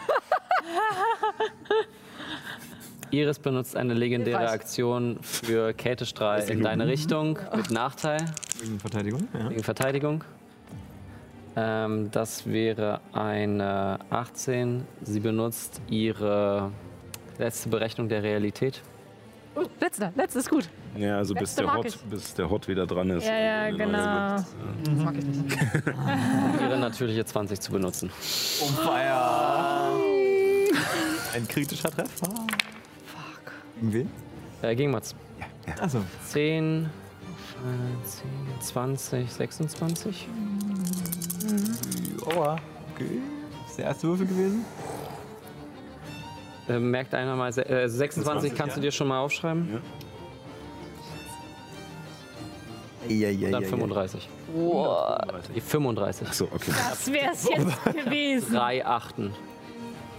Iris benutzt eine legendäre
Hilfreich.
Aktion für Kältestrahl in deine Richtung mit Nachteil
Wegen Verteidigung. Ja.
wegen Verteidigung. Ähm, das wäre eine 18. Sie benutzt ihre letzte Berechnung der Realität.
Uh, letzter, letzter ist gut.
ja, also bis
Letzte
der,
mag
Hot,
ich.
bis der Hot wieder dran ist.
Ja, ja,
Eine neue
genau.
gibt.
Das mag ich nicht.
Ihre natürliche 20 zu benutzen.
Oh, fire. Ein kritischer Treffer. Fuck. Gegen wen?
Äh, gegen Mats.
Also,
10, äh, 10, 20, 26.
Oha. Okay. Ist der erste Würfel gewesen?
Äh, merkt einer mal, se- äh, 26 kannst du dir schon mal aufschreiben?
Ja, ja,
Dann 35. Die 35.
So, okay.
Das wäre es jetzt gewesen.
Drei Achten.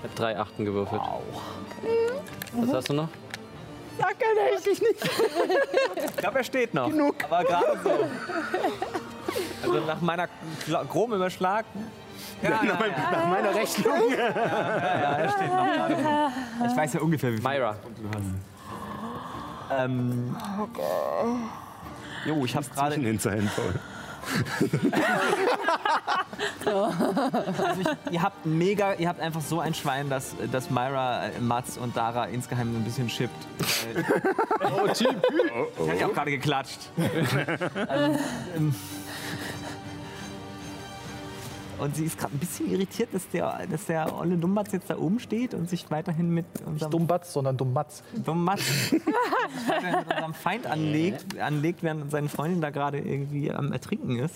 Ich hab drei Achten gewürfelt. Was hast du noch?
Ich glaube, er steht noch. Genug. Aber gerade so. Also nach meiner Kla- groben Überschlag. Ja, ja, ja,
Nach meiner Rechnung.
er steht noch gerade. so. Ich weiß ja ungefähr, wie viel.
Myra.
Ähm, jo, ich hab's gerade.
In Zahlen voll.
Ihr habt mega, ihr habt einfach so ein Schwein, dass, dass Myra, äh, Mats und Dara insgeheim ein bisschen chippt. Weil-
Oh,
Ich hab ja auch gerade geklatscht. Also, ähm, und sie ist gerade ein bisschen irritiert, dass der, dass der olle Dumbatz jetzt da oben steht und sich weiterhin mit unserem
Dummbatz, sondern Dummbatz.
Dumbatz sich weiterhin mit unserem Feind anlegt, anlegt, während seine Freundin da gerade irgendwie am Ertrinken ist.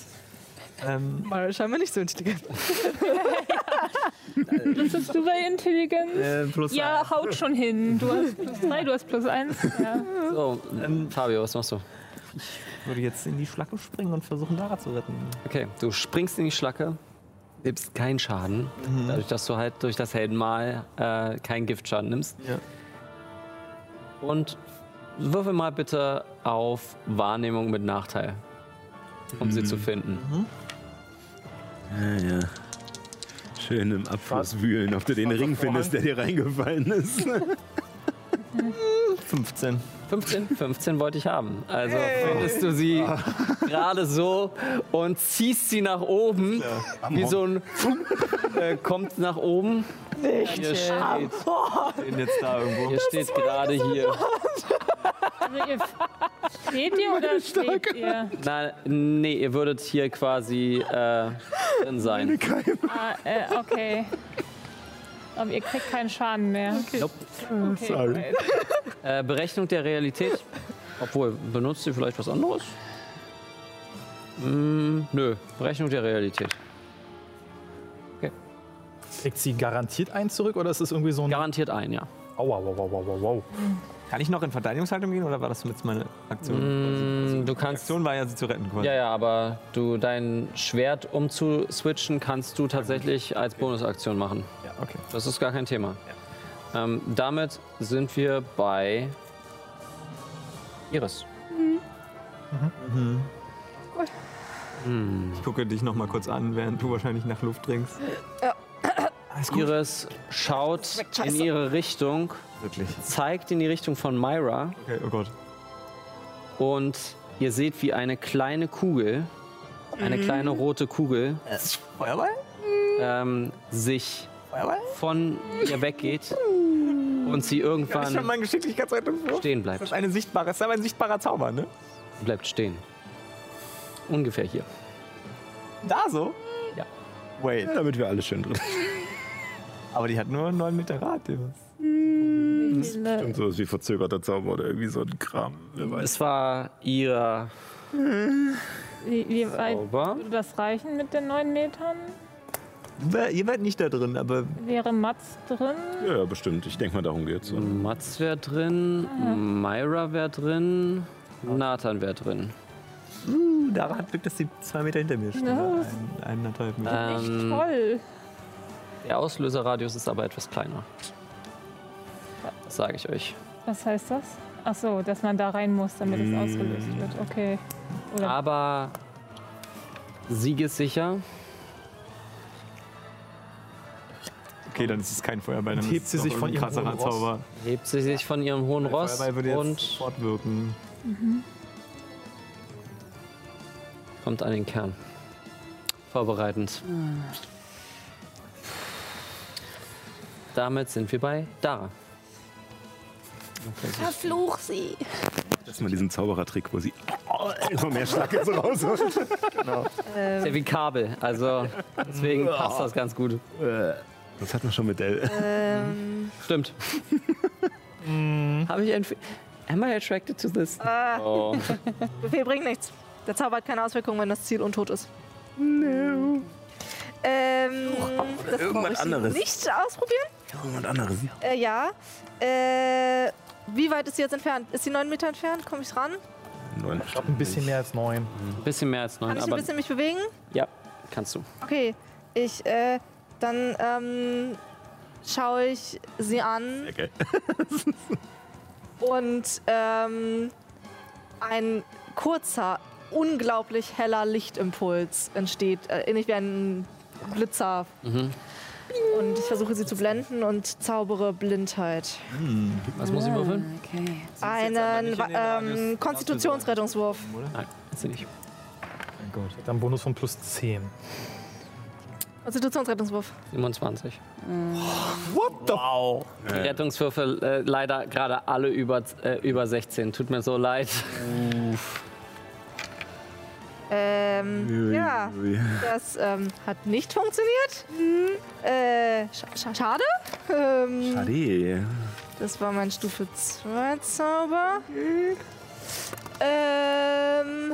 Ähm,
Mal scheinbar nicht so intelligent.
Was bist du bei Intelligenz?
äh, plus
Ja, haut schon hin. Du hast plus drei, du hast plus eins. Ja.
So, Fabio, was machst du?
würde jetzt in die Schlacke springen und versuchen, Dara zu retten.
Okay, du springst in die Schlacke, nimmst keinen Schaden, dadurch, dass du halt durch das Heldenmal äh, keinen Giftschaden nimmst.
Ja.
Und würfel mal bitte auf Wahrnehmung mit Nachteil, um sie zu finden.
Ja, ja. Schön im Abfluss wühlen, ob du den Ring findest, der dir reingefallen ist.
15.
15? 15 wollte ich haben. Also findest du sie gerade so und ziehst sie nach oben, wie so ein äh, kommt nach oben. Nicht. Ihr steht,
Bin jetzt da irgendwo.
ihr steht gerade hier.
Also ihr steht ihr oder steht ihr?
Na, nee, ihr würdet hier quasi äh, drin sein.
Ah, äh, okay. Aber ihr kriegt keinen Schaden mehr. Okay.
Nope.
Sorry.
Äh, Berechnung der Realität. Obwohl, benutzt ihr vielleicht was anderes? Mm, nö, Berechnung der Realität.
Kriegt sie garantiert einen zurück oder ist es irgendwie so ein.
Garantiert ein, ja.
Aua, wow, wow, wow, wow, wow.
Kann ich noch in Verteidigungshaltung gehen oder war das jetzt meine Aktion?
Mm, Du
Die
kannst
Aktion war ja, sie zu retten. Quasi.
Ja, ja, aber du dein Schwert umzuswitchen kannst du tatsächlich als Bonusaktion machen.
ja. Okay.
Das ist gar kein Thema. Ähm, damit sind wir bei Iris.
Ich gucke dich noch mal kurz an, während du wahrscheinlich nach Luft trinkst. Alles gut.
Iris schaut in
scheiße.
ihre Richtung,
Wirklich.
zeigt in die Richtung von Myra
Okay, oh Gott.
und ihr seht, wie eine kleine Kugel, eine kleine rote Kugel,
Feuerball?
ähm, sich
Feuerball?
von ihr weggeht und sie
Kann ich schon
irgendwann
mal eine Geschicklichkeitsrettung vor?
stehen bleibt.
Das ist eine sichtbare, das ist aber ein sichtbarer Zauber, ne?
bleibt stehen. Ungefähr hier.
Da so?
Ja.
Wait.
damit wir alle schön drin
Aber die hat nur 9 Meter Radius.
sind. So ist wie verzögerter Zauber oder irgendwie so ein Kram. Wer weiß.
Es war ihr
Wie, wie weit
Sauber.
würde das reichen mit den 9 Metern?
Ihr werdet nicht da drin, aber uh,
Wäre Mats drin?
Ja, ja, bestimmt. Ich denke mal, darum geht's. Und
Mats wäre drin, Myra wäre drin, Nathan wäre drin.
uh, Dara hat Glück, dass sie zwei Meter hinter mir steht.
Ja.
Ein, eineinhalb Meter.
Echt
Ähm,
toll.
Der Auslöserradius ist aber etwas kleiner. Das sage ich euch.
Was heißt das? Ach so, dass man da rein muss, damit
Mm.
es ausgelöst wird. Okay. Oder
Aber siegessicher.
Okay, dann ist es kein Feuerball. Dann
Und hebt
ist es
sie
doch
sich von
irgendein
ihrem
krasserer
hohen Ross.
Zauber.
Hebt sie sich von ihrem hohen Ross
Feuerball würde jetzt
und
fortwirken.
kommt an den Kern. Vorbereitend. Damit sind wir bei Dara.
Verfluch sie.
jetzt mal diesen Zauberertrick, wo sie oh, immer mehr Schlag jetzt raus.
Sehr wie Kabel, also deswegen passt das ganz gut.
Das hat man schon mit
Äh,
Dell.
Ähm,
Stimmt. Habe ich ein. Fe- Am I attracted to this?
Mhm. äh,
Oh.
Befehl bringt nichts. Der Zauber hat keine Auswirkungen, wenn das Ziel untot ist. No. Ähm, das brauche ich
anderes.
Nicht ausprobieren?
Irgendwas anderes.
Äh, ja. Äh, wie weit ist sie jetzt entfernt? Ist sie neun Meter entfernt? Komme ich ran?
Neun.
Ich glaube, ein bisschen mehr als neun.
Ein bisschen mehr als neun,
Kann ich ein
aber
bisschen mich bewegen?
ja, kannst du.
Okay. Ich, äh, dann, ähm, schaue ich sie an
Okay.
und, ähm, ein kurzer, unglaublich heller Lichtimpuls entsteht. Äh, ähnlich wie ein Blitzer. Und ich versuche sie zu blenden und zaubere Blindheit.
Was muss ich würfeln?
Okay.
Einen ähm, Konstitutionsrettungswurf.
Nein, kannst du nicht.
Dann einen Bonus von plus 10.
Konstitutionsrettungswurf.
27.
Wow.
Die Rettungswürfel äh, leider gerade alle über, äh, über 16. Tut mir so leid.
Ähm, ja, das ähm, hat nicht funktioniert.
Hm,
Äh, scha scha schade. Ähm,
Schade.
das war mein Stufe 2 Zauber. Ähm,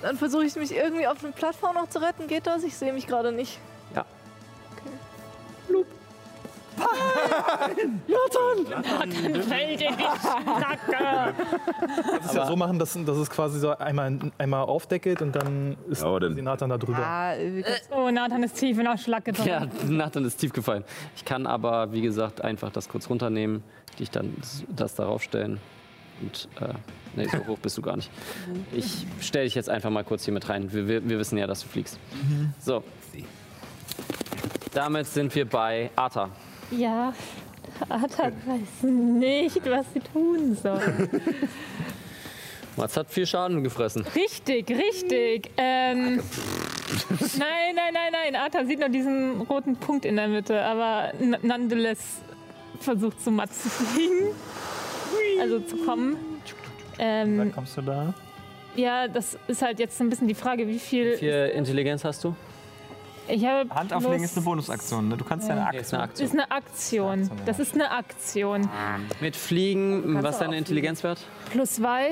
dann versuche ich mich irgendwie auf eine Plattform noch zu retten. Geht das? Ich sehe mich gerade nicht.
Ja.
dann fällt dir die Knacke.
Das ist ja so machen, dass, dass es quasi so einmal, einmal aufdeckelt und dann ist
Ja, oder-
quasi Nathan da drüber.
Ah, äh,
Oh, Nathan ist tief in der Schlacke drin.
Ja, Nathan ist tief gefallen. Ich kann aber, wie gesagt, einfach das kurz runternehmen, dich dann s- das darauf stellen. Und, äh, nee, so hoch bist du gar nicht. Ich stelle dich jetzt einfach mal kurz hier mit rein. Wir, wir, wir wissen ja, dass du fliegst. So. Damit sind wir bei Arta.
Ja, Arthur weiß nicht, was sie tun soll.
Mats hat viel Schaden gefressen.
Richtig, richtig. Ähm, nein, nein, nein, nein. Arthur sieht nur diesen roten Punkt in der Mitte, aber n- nonetheless versucht zu Mats zu fliegen. Also zu kommen.
Dann
Ähm,
kommst du da.
ja, das ist halt jetzt so ein bisschen die Frage, wie viel.
Wie viel Intelligenz hast du?
Ich habe
Hand auflegen
plus-
ist eine Bonusaktion. Ne? Du kannst deine
Nee, ist
Aktion.
eine
Das ist
Aktion.
eine Aktion. Das ist eine Aktion.
Mit Fliegen, was ist
auch
deine Intelligenzwert?
Plus zwei.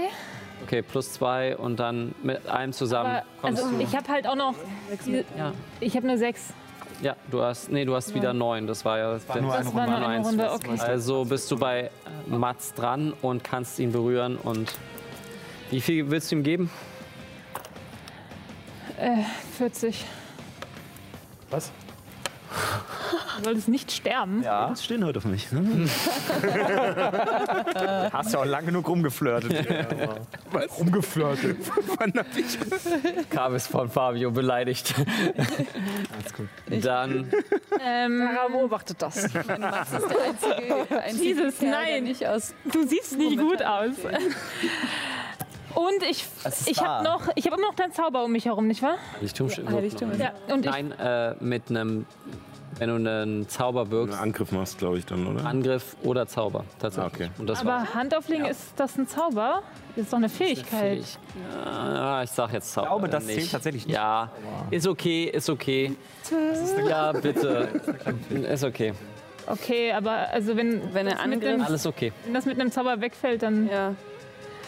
Okay, plus zwei und dann mit allem zusammen
Aber,
Ähm, kommst
also
du.
ich habe halt auch noch. Die,
Ja.
Ich habe nur sechs.
Ja, du hast, nee, du hast wieder neun. Das war ja das
war nur eine
Das war
Runde.
nur eine Runde. Okay.
Also bist du bei äh, Mats dran und kannst ihn berühren und wie viel willst du ihm geben?
40.
Was?
Du solltest nicht sterben.
Ja.
Das stehen heute auf mich. Ne?
Hast ja auch lang genug rumgeflirtet.
Umgeflirtet.
Kam es von Fabio beleidigt. Dann
Ähm,
Sarah beobachtet das.
Mats ist der einzige, einzige
Jesus,
Kerl, der
nein.
nicht aus.
du siehst nicht gut aus. Und ich,
Es ist
ich habe
wahr.
noch, ich habe immer noch deinen Zauber um mich herum, nicht wahr?
Heiligtum.
Heiligtum.
Ja. Und ich,
Nein, äh, mit einem, wenn du einen Zauber
Einen
wirkst,
Angriff machst, glaube ich, dann, oder?
Angriff oder Zauber tatsächlich.
Ah, okay.
Und das war
aber Hand auflegen, ist das ein Zauber? Das ist doch eine Fähigkeit.
Fähig. Ja, ich sag jetzt Zauber. äh,
Ich glaube, das
nicht.
zählt tatsächlich nicht.
Ja, ist okay, ist okay. Ja, bitte. Ist okay.
Okay, aber also wenn,
Wenn er
das mit
angreift-
einem,
Alles okay.
wenn das mit einem Zauber wegfällt, dann
Ja.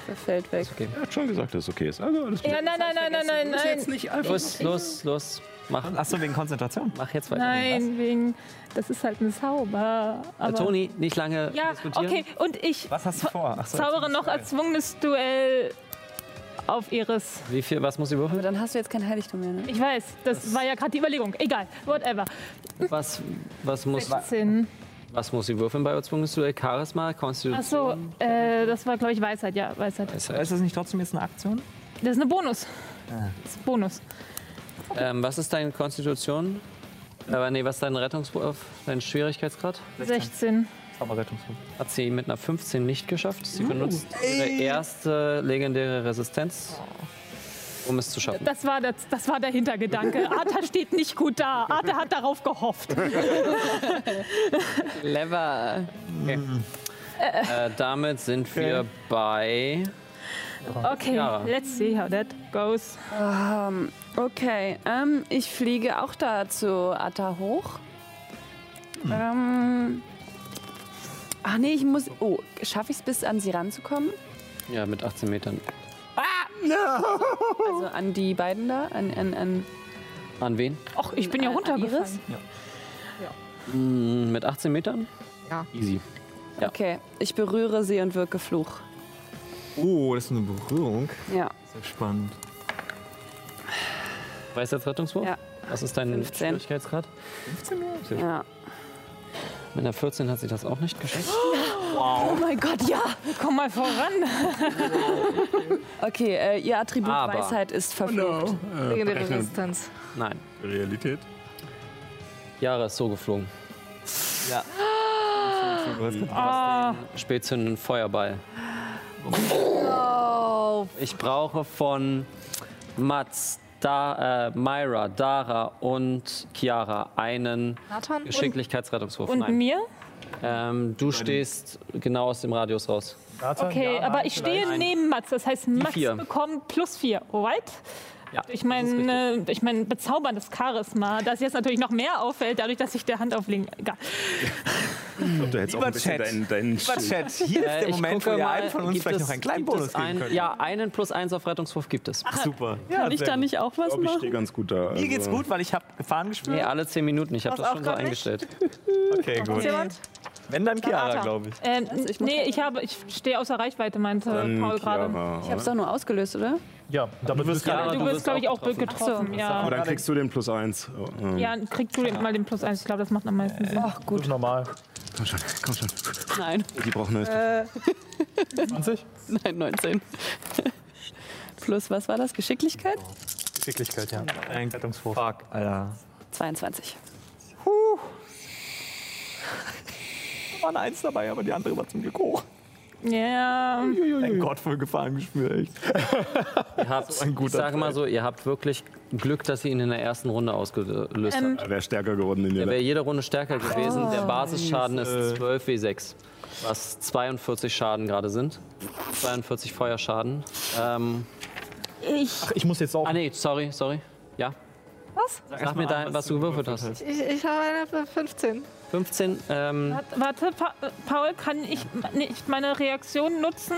Das fällt weg.
Er hat schon gesagt, dass es okay ist. Also alles gut.
Ja, nein, nein, nein, nein, nein, nein.
nicht einfach.
Los, los, los. Mach,
Achso, wegen Konzentration.
mach jetzt weiter.
Nein, wegen. Das ist halt ein Zauber.
Äh,
Aber
Toni, nicht lange
Ja,
diskutieren.
okay. Und ich
Was hast du vor? Achso,
zaubere noch erzwungenes Duell auf Iris.
Wie viel, was muss ich würfeln?
Aber dann hast du jetzt kein Heiligtum mehr, ne?
Ich weiß, das, war ja gerade die Überlegung. Egal, whatever.
Was, was, muss,
16.
was muss ich würfeln bei erzwungenes Duell? Charisma, Konstitution?
Achso, äh, das war, glaube ich, Weisheit. Ja, Weisheit.
Ist halt-
Ist das nicht trotzdem jetzt eine Aktion?
Das ist eine Bonus.
Ah.
Das ist Bonus.
Ähm, was ist deine Konstitution? Aber nee, was ist dein Rettungswurf, dein Schwierigkeitsgrad?
16.
Zauberrettungswurf.
Hat sie mit einer 15 nicht geschafft. Sie benutzt ihre erste legendäre Resistenz, um es zu schaffen.
Das war, das, das war der Hintergedanke. Arta steht nicht gut da. Arta hat darauf gehofft.
Clever. Okay. Äh, damit sind wir bei.
Okay,
Ja.
let's see how that goes.
Ähm, okay, ähm, ich fliege auch da zu Atta hoch. Ähm, ach nee, ich muss. Oh, schaffe ich es bis an sie ranzukommen?
Ja, mit 18 Metern.
Also an die beiden da? An, an, an,
An wen?
Och, ich bin ja
an- an Iris?
runtergefallen.
Hm, mit 18 Metern?
Ja.
Easy. Ja.
Okay, ich berühre sie und wirke Fluch.
Oh, das ist eine Berührung.
Ja,
Sehr spannend.
Weißt du jetzt Rettungswurf?
Ja.
Was ist dein
15.
Schwierigkeitsgrad?
ja.
Mit einer 14 hat sie das auch nicht geschafft.
Oh mein Gott, ja!
Komm mal voran.
Okay, äh, ihr Attribut
Aber-
Weisheit ist verflucht.
No. Äh,
Wegen der
berechnen.
Resistenz.
Nein.
Realität.
Jahre ist so geflogen. Spätzünden Feuerball. Ich brauche von Mats, da, äh, Myra, Dara und Chiara einen
Nathan?
Geschicklichkeitsrettungswurf.
Und
Nein.
mir?
Ähm, du stehst genau aus dem Radius raus.
Nathan,
Okay,
ja,
aber
nein,
ich
vielleicht.
stehe neben Mats. Das heißt, Max
vier.
bekommt plus 4, right?
Ja,
Ich
das ist
äh,
richtig.
meine, ich mein bezauberndes Charisma, das jetzt natürlich noch mehr auffällt, dadurch, dass ich der Hand auflegen. Egal.
Und du hättest auch ein bisschen
Chat.
deinen, deinen
Lieber
Äh,
Chat, hier ist der
ich
Moment,
gucke
wo ihr
mal,
einen von uns
gibt
vielleicht
es-
noch einen kleinen
gibt es
Bonus
ein-
geben könnt.
Ja, einen plus eins auf Rettungswurf gibt es.
super.
Kann ich da nicht auch was
Ich
machen?
stehe ganz gut da. also.
Mir geht's gut, weil ich habe Gefahren gespürt.
Nee, alle zehn Minuten. Ich habe
Was
das
auch
schon so
grad nicht?
eingestellt.
Okay, gut.
Jemand?
Wenn dann Chiara,
Atta.
glaube ich.
Ähm, nee, ich, habe, ich stehe außer Reichweite, meinte Paul gerade.
Ich hab's doch nur ausgelöst, oder?
Ja, damit wirst du
gerade-
Du
Du
wirst,
wirst
glaube ich,
auch
auch getroffen. ja.
Aber Oh, dann kriegst du den plus eins. Oh, ähm,
ja, kriegst du den, mal den Plus 1. Ich glaube, das macht am meisten Sinn.
gut. normal.
Komm schon, komm schon.
Nein,
Die brauchen neues.
20?
nein, 19. Plus, was war das? Geschicklichkeit?
Geschicklichkeit, ja.
Ein Rettungswurf. Fuck, Alter.
22.
Da war eine Eins dabei, aber die andere war zum Glück hoch.
Ja,
Mein Gott, voll Gefahren gespürt, echt.
Ihr habt,
ein
ich
guter
sage mal
Teil.
so, ihr habt wirklich Glück, dass ihr ihn in der ersten Runde ausgelöst
Ähm,
habt.
Er wäre stärker geworden in
Er wäre
der
jede Runde stärker gewesen. Der Basisschaden ist 12W6, was 42 Schaden gerade sind. 42 Feuerschaden. Ähm,
Ach, ich muss jetzt auch.
ah nee, sorry, sorry. Ja? Was? Sag mir da, was du gewürfelt hast.
Ich, ich habe eine 15.
15, ähm,
warte, pa äh, Paul, kann ich m- nicht meine Reaktion nutzen,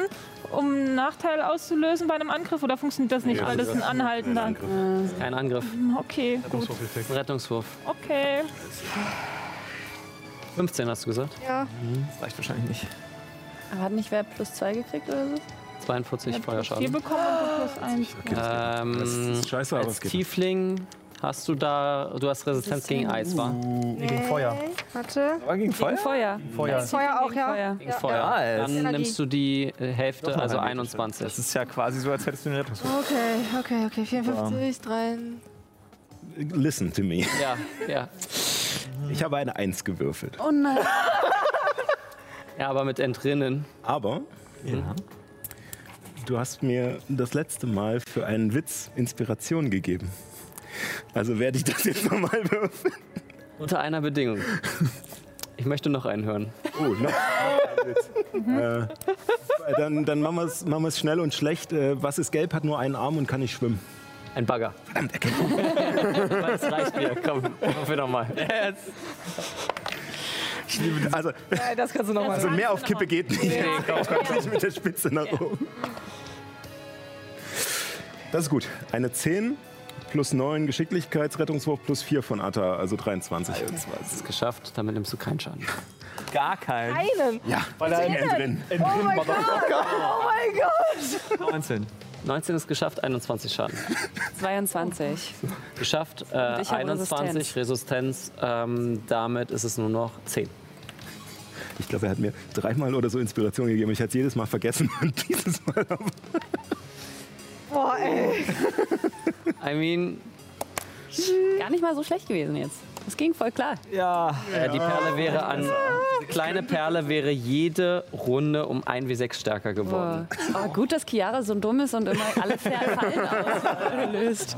um einen Nachteil auszulösen bei einem Angriff? Oder funktioniert das nicht
Nee,
alles ein anhaltender?
kein Angriff,
Okay, gut,
ein Rettungswurf.
okay.
15 hast du gesagt?
Ja.
Das reicht wahrscheinlich nicht.
Aber hat nicht wer plus 2 gekriegt oder so?
42
Vier
Feuerschaden.
bekommen und du plus 1.
Ähm,
Das ist scheiße, aber
als
es geht.
Tiefling hast du da, du hast Resistenz gegen Eis, war?
Nee, gegen Feuer.
Warte.
Aber gegen Feuer?
Feuer.
Feuer.
Feuer auch, ja.
Feuer.
Gegen Feuer.
Ja,
Dann
Energie.
nimmst du die äh, Hälfte, also
eine
21.
Das ist ja quasi so, als hättest du einen Rettungswurf.
Okay, okay, okay. 54, 3.
Listen to me.
ja, ja.
Ich habe eine Eins gewürfelt.
Oh nein.
Ja, aber mit Entrinnen.
Aber
Ja.
du hast mir das letzte Mal für einen Witz Inspiration gegeben. Also werde ich das jetzt nochmal würfeln.
Unter einer Bedingung. Ich möchte noch einen hören.
Oh, noch noch ein Witz. Äh, dann dann machen wir es machen wir's schnell und schlecht. Äh, was ist gelb, hat nur einen Arm und kann nicht schwimmen.
Ein Bagger. Verdammt, Das reicht mir. Komm, machen wir nochmal.
Also,
Das kannst du nochmal.
also mehr auf Kippe geht nicht.
Ja.
Kommt nicht mit der Spitze nach oben. Das ist gut. Eine 10 plus 9 Geschicklichkeitsrettungswurf plus 4 von Atta, also 23.
Das ist geschafft, damit nimmst du keinen Schaden.
Gar keinen.
Einen.
Ja, weil er innen drin.
Oh mein Gott. Oh mein Gott.
19.
19 ist geschafft, 21 Schaden.
22.
Geschafft, äh,
ich habe
21 Resistenz. ähm, damit ist es nur noch 10.
Ich glaube, er hat mir dreimal oder so Inspiration gegeben. Ich hatte es jedes Mal vergessen und dieses Mal auf
Boah, ey.
I mean,
Gar nicht mal so schlecht gewesen jetzt. Das ging voll klar.
Ja.
äh, die Perle wäre an. Diese kleine Perle wäre jede Runde um 1w6 stärker geworden.
Aber gut, dass Chiara so dumm ist und immer alle Pferde fallen aus. Gelöst.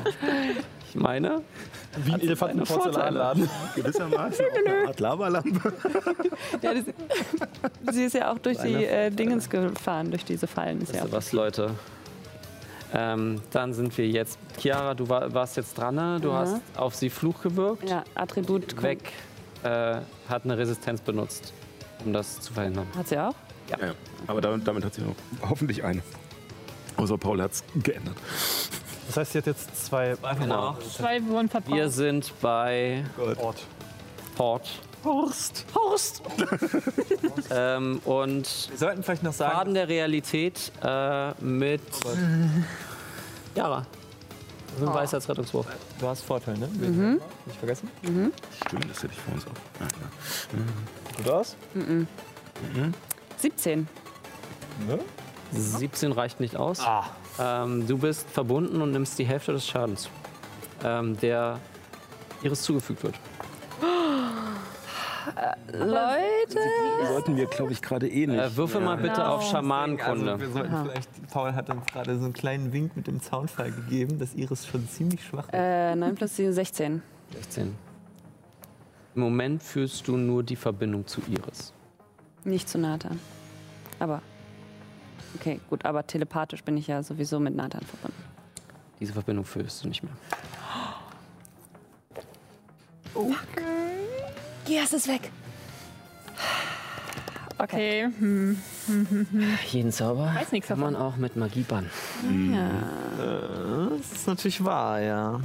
Ich meine,
Wie ein Elefant im
seine Vorteile.
Porzellanladen.
gewissermaßen auf eine Art Lavalampe.
Ja, das- sie ist ja auch durch die äh, Dingens gefahren, durch diese Fallen. Ist ja
wisst ihr
auch.
was, Leute? Ähm, dann sind wir jetzt. Chiara, du war, warst jetzt dran, ne? Du
Mhm.
hast auf sie Fluch gewirkt.
Ja, Attribut
Weg. Äh, hat eine Resistenz benutzt, um das zu verhindern.
Hat sie auch?
Ja, aber damit, damit hat sie noch hoffentlich eine. Außer Paul hat es geändert.
Das heißt, sie hat jetzt zwei
Genau.
Zwei wurden verbraucht.
Wir sind bei
Ort.
Port.
Horst.
Ähm, und
Wir sollten vielleicht noch sagen,
Faden der Realität äh, mit Jara. Das ist ein Weisheitsrettungswurf.
du hast Vorteil, ne? Nicht vergessen.
Stimmt, das hätte ich vor uns auch. Ja, ja.
Gut aus.
17.
17 reicht nicht aus. Ähm, du bist verbunden und nimmst die Hälfte des Schadens, ähm, der ihres zugefügt wird.
Leute!
Äh,
Sollten wir, glaube ich, gerade eh nicht.
Äh, würfel mal bitte auf Schamanenkunde.
Also wir sollten vielleicht, Paul hat uns gerade so einen kleinen Wink mit dem Zaunfall gegeben, dass Iris schon ziemlich schwach ist.
Äh, 9 plus 7, 16.
16. Im Moment fühlst du nur die Verbindung zu Iris.
Nicht zu Nathan. Aber. Okay, gut, aber telepathisch bin ich ja sowieso mit Nathan verbunden.
Diese Verbindung fühlst du nicht mehr.
Gias ist weg.
Okay, hm.
Jeden Zauber
Weiß nichts
kann man auch mit Magie bannen.
Das ist natürlich wahr, ja.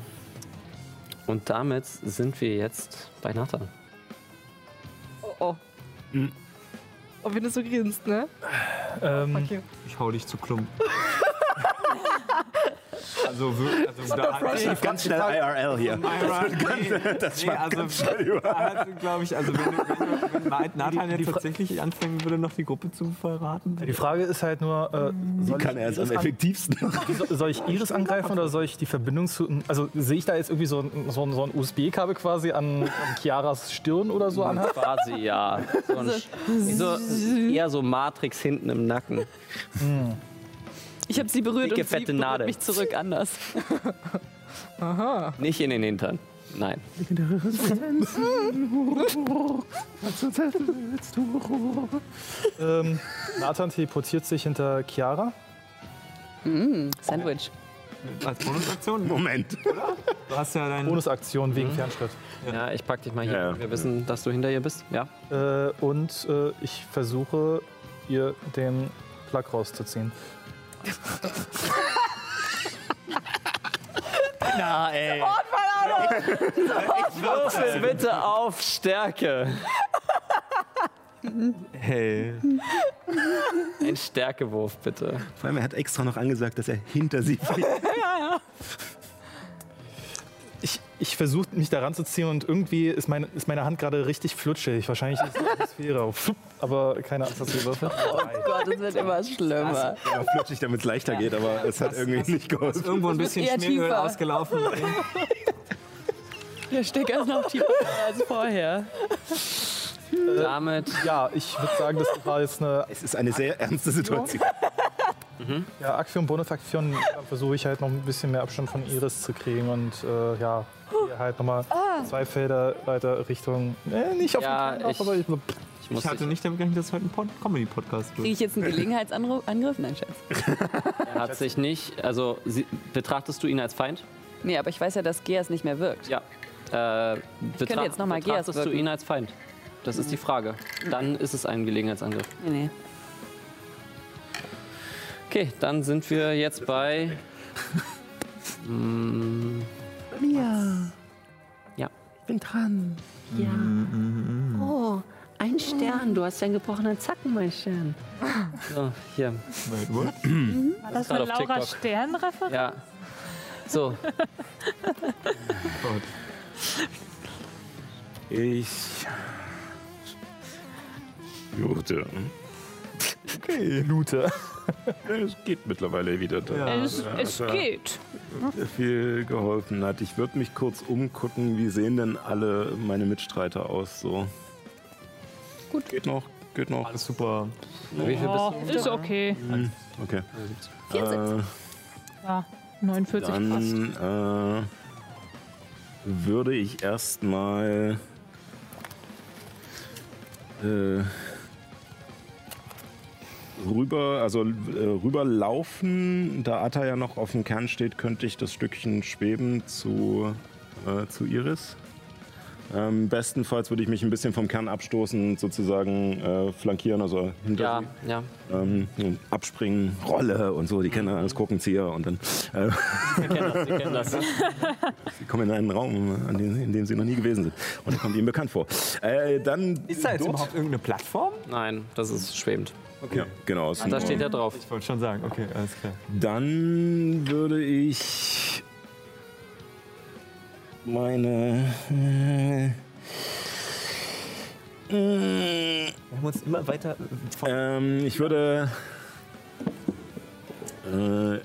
Und damit sind wir jetzt bei Nathan.
Oh, oh. Und wenn du so grinst, ne?
Ähm,
Ich hau dich zu Klump. also wirklich, also da
Ganz schnell IRL hier.
das nee, also, also glaube ich, also wenn, wenn, wenn Na- Nathan jetzt tatsächlich anfangen würde, noch die Gruppe zu verraten.
die Frage ist halt nur, äh, soll,
Kann er es am effektivsten machen.
ich, so- soll ich Iris angreifen oder soll ich die Verbindung zu. Also sehe ich da jetzt irgendwie so ein, so ein, so ein USB-Kabel quasi an, an Chiaras Stirn oder so anhalten?
Quasi, ja. So ein, Sch- so, eher so Matrix hinten im Nacken.
Ich habe sie berührt
Dicke, und sie fette berührt Nadel. mich
zurück anders.
Nicht in den Hintern. Nein.
Ähm, Nathan teleportiert sich hinter Chiara.
Sandwich.
also, Als Bonusaktion?
Moment.
Du hast ja deinen
Bonusaktion wegen Fernschritt.
Ja, ich pack dich mal hier.
Ja, ja.
Wir wissen, dass du hinter ihr bist. Ja.
Äh, und äh, ich versuche, ihr den Plug rauszuziehen.
Na, ey.
Würfel bitte auf Stärke.
Hey.
Ein Stärkewurf bitte.
Vor allem, er hat extra noch angesagt, dass er hinter sie fliegt.
Ich, ich versuche, mich da ranzuziehen und irgendwie ist, meine ist meine Hand gerade richtig flutschig. Wahrscheinlich ist die Atmosphäre. Pfup, Aber keine Ahnung, was wir würfeln.
Gott, es wird immer schlimmer.
Er flutschig, damit es leichter geht, aber es hat irgendwie nicht geholfen.
Irgendwo ein bisschen
eher
Schmieröl
tiefer.
ausgelaufen.
Der Stecker ist noch tiefer als vorher.
Äh, Damit
Ja, ich würde sagen, das war jetzt eine
Es ist eine sehr ernste Situation.
ja, Aktion, Bonusaktion. Da Versuche ich halt noch ein bisschen mehr Abstand von Iris zu kriegen und äh, ja, gehe halt nochmal zwei Felder weiter Richtung. Äh, nicht auf
Ja,
den Kern
ich-
drauf, aber ich,
ich muss
Ich hatte
ich,
nicht damit gerechnet, dass heute ein Pod- Comedy-Podcast
Kriege
wird.
ich jetzt einen Gelegenheitsangriff? Nein, Scherz.
hat sich nicht. Also sie, betrachtest du ihn als Feind?
Nee, aber ich weiß ja, dass Geas nicht mehr wirkt.
Ja. Äh, betra
jetzt noch mal Geas
betrachtest du
wirken.
ihn als Feind? Das ist die Frage. Dann ist es ein Gelegenheitsangriff.
Nee, nee.
Okay, dann sind wir jetzt bei
Bin dran.
Oh, ein Stern. Du hast einen gebrochenen Zacken, mein Stern. So, oh, hier.
War das
gerade
eine
auf
Laura
TikTok.
Stern-Referenz?
Ja. So,
Ich. Jute.
Okay, Lute.
Es geht mittlerweile wieder. Da.
Es, es geht.
Viel geholfen hat. Ich würde mich kurz umgucken, wie sehen denn alle meine Mitstreiter aus so. Gut. Geht noch, geht noch.
Alles super.
wie viel bist du?
Oh, Ist okay.
Okay. Äh,
74.
Ja, 49 passt.
dann äh, würde ich erstmal äh, rüber, also äh, rüberlaufen. Da Atta ja noch auf dem Kern steht, könnte ich das Stückchen schweben zu, äh, zu Iris. Ähm, bestenfalls würde ich mich ein bisschen vom Kern abstoßen, und sozusagen äh, flankieren, also hinter
Ja,
sie
ja.
ähm, abspringen, Rolle und so, die kennen alles Gurkenzieher und dann äh,
Wir kennen das, wir kennen das.
sie kommen in einen Raum, an den, in dem sie noch nie gewesen sind. Und das kommt ihnen bekannt vor. Äh, dann
Ist da jetzt
dort-
überhaupt irgendeine Plattform?
Nein, das ist schwebend.
Ja, genau. es ist
Da
ein-
steht er drauf.
Ich wollte schon sagen, okay, alles klar.
Dann würde ich meine äh,
Wir haben uns immer weiter von
Ähm, ich würde. Äh,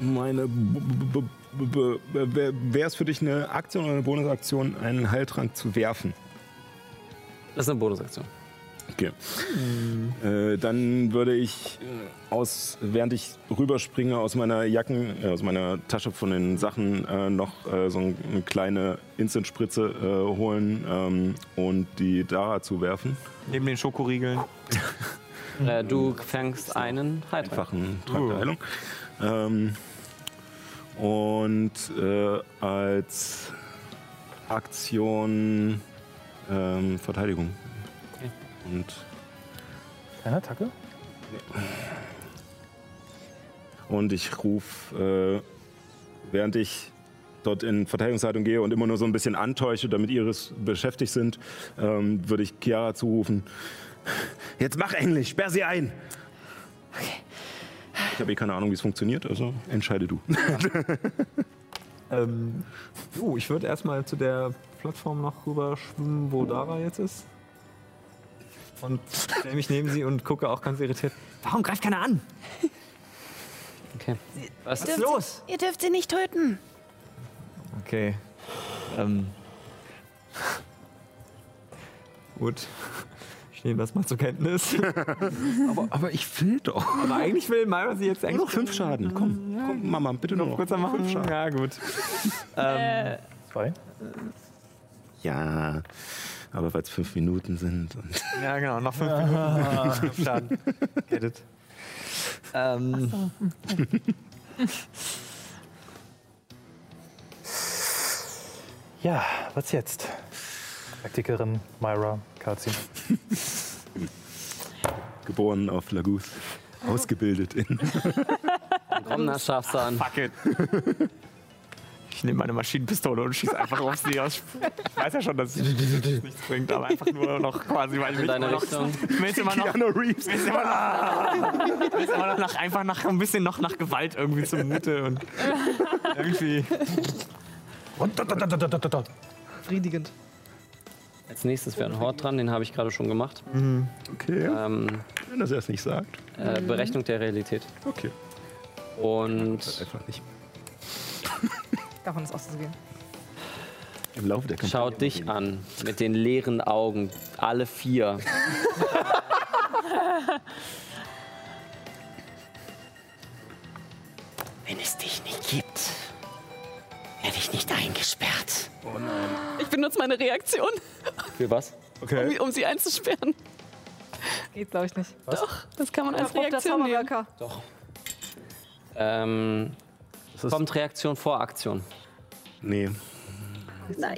meine. B- b- b- b- b- b- Wäre es für dich eine Aktion oder eine Bonusaktion, einen Heiltrank zu werfen?
Das ist eine Bonusaktion.
Okay. Äh, dann würde ich äh, aus, während ich rüberspringe, aus meiner Jacken, äh, aus meiner Tasche von den Sachen äh, noch äh, so ein, eine kleine Instant-Spritze äh, holen ähm, und die Dara zuwerfen.
neben den Schokoriegeln.
Äh, du fängst einen Heiltrank.
einfachen Trank der Heilung. Ähm, und äh, als Aktion ähm, Verteidigung.
Okay.
Und
Keine Attacke?
Und ich rufe, äh, während ich dort in Verteidigungshaltung gehe und immer nur so ein bisschen antäusche, damit Iris beschäftigt sind, ähm, würde ich Chiara zurufen. Jetzt mach Englisch, sperr sie ein! Okay. Ich habe eh keine Ahnung, wie es funktioniert, also entscheide du.
Ähm, oh, ich würde erstmal zu der Plattform noch rüber schwimmen, wo Dara jetzt ist. Und stelle mich neben sie und gucke auch ganz irritiert. Warum greift keiner an?
Okay.
Was ist los?
Ihr dürft sie nicht töten.
Okay. Ähm. Gut. Ich nehme das mal zur Kenntnis.
aber, aber ich will doch.
Aber eigentlich will Myra sie jetzt
Nur noch
eigentlich
fünf Schaden, komm. komm Mama, bitte nur noch.
kurz machen. Ja, gut. Ähm,
Zwei.
Ja, aber weil es fünf Minuten sind. Und
ja, genau. Noch fünf Minuten. Fünf Schaden. Get it. Ähm,
Ja, was jetzt? Taktikerin Myra Kazi.
geboren auf Lagus, Oh. ausgebildet in.
Komm, na, schaffst du an.
Fuck it. Ich nehme meine Maschinenpistole und schieße einfach auf sie aus. Ich weiß ja schon, dass es nichts bringt, aber einfach nur noch quasi, weil ich
In
mich
deine
immer noch,
Richtung.
ich will jetzt immer noch, ich
Keanu Reeves.
will jetzt immer noch, ich will jetzt immer noch nach, einfach nach, ein bisschen noch nach Gewalt irgendwie zumute und irgendwie.
Und dot, dot, dot, dot, dot, dot, dot.
Befriedigend.
Als nächstes wäre ein Hort dran, den habe ich gerade schon gemacht.
Okay,
Ähm,
wenn das er es nicht sagt.
äh, Berechnung der Realität.
Okay.
Und
Einfach nicht.
Davon ist auszugehen.
Im Laufe der Kampagne.
schaut dich an mit den leeren Augen. Alle vier. Wenn es dich nicht gibt, werde ich nicht eingesperrt.
Äh.
Ich benutze meine Reaktion,
Für was?
um, um sie einzusperren.
Geht, glaube ich, nicht.
Das kann man als
Bruch der
Reaktion nehmen.
Zauberwerker.
Ähm, kommt Reaktion vor Aktion.
Nee.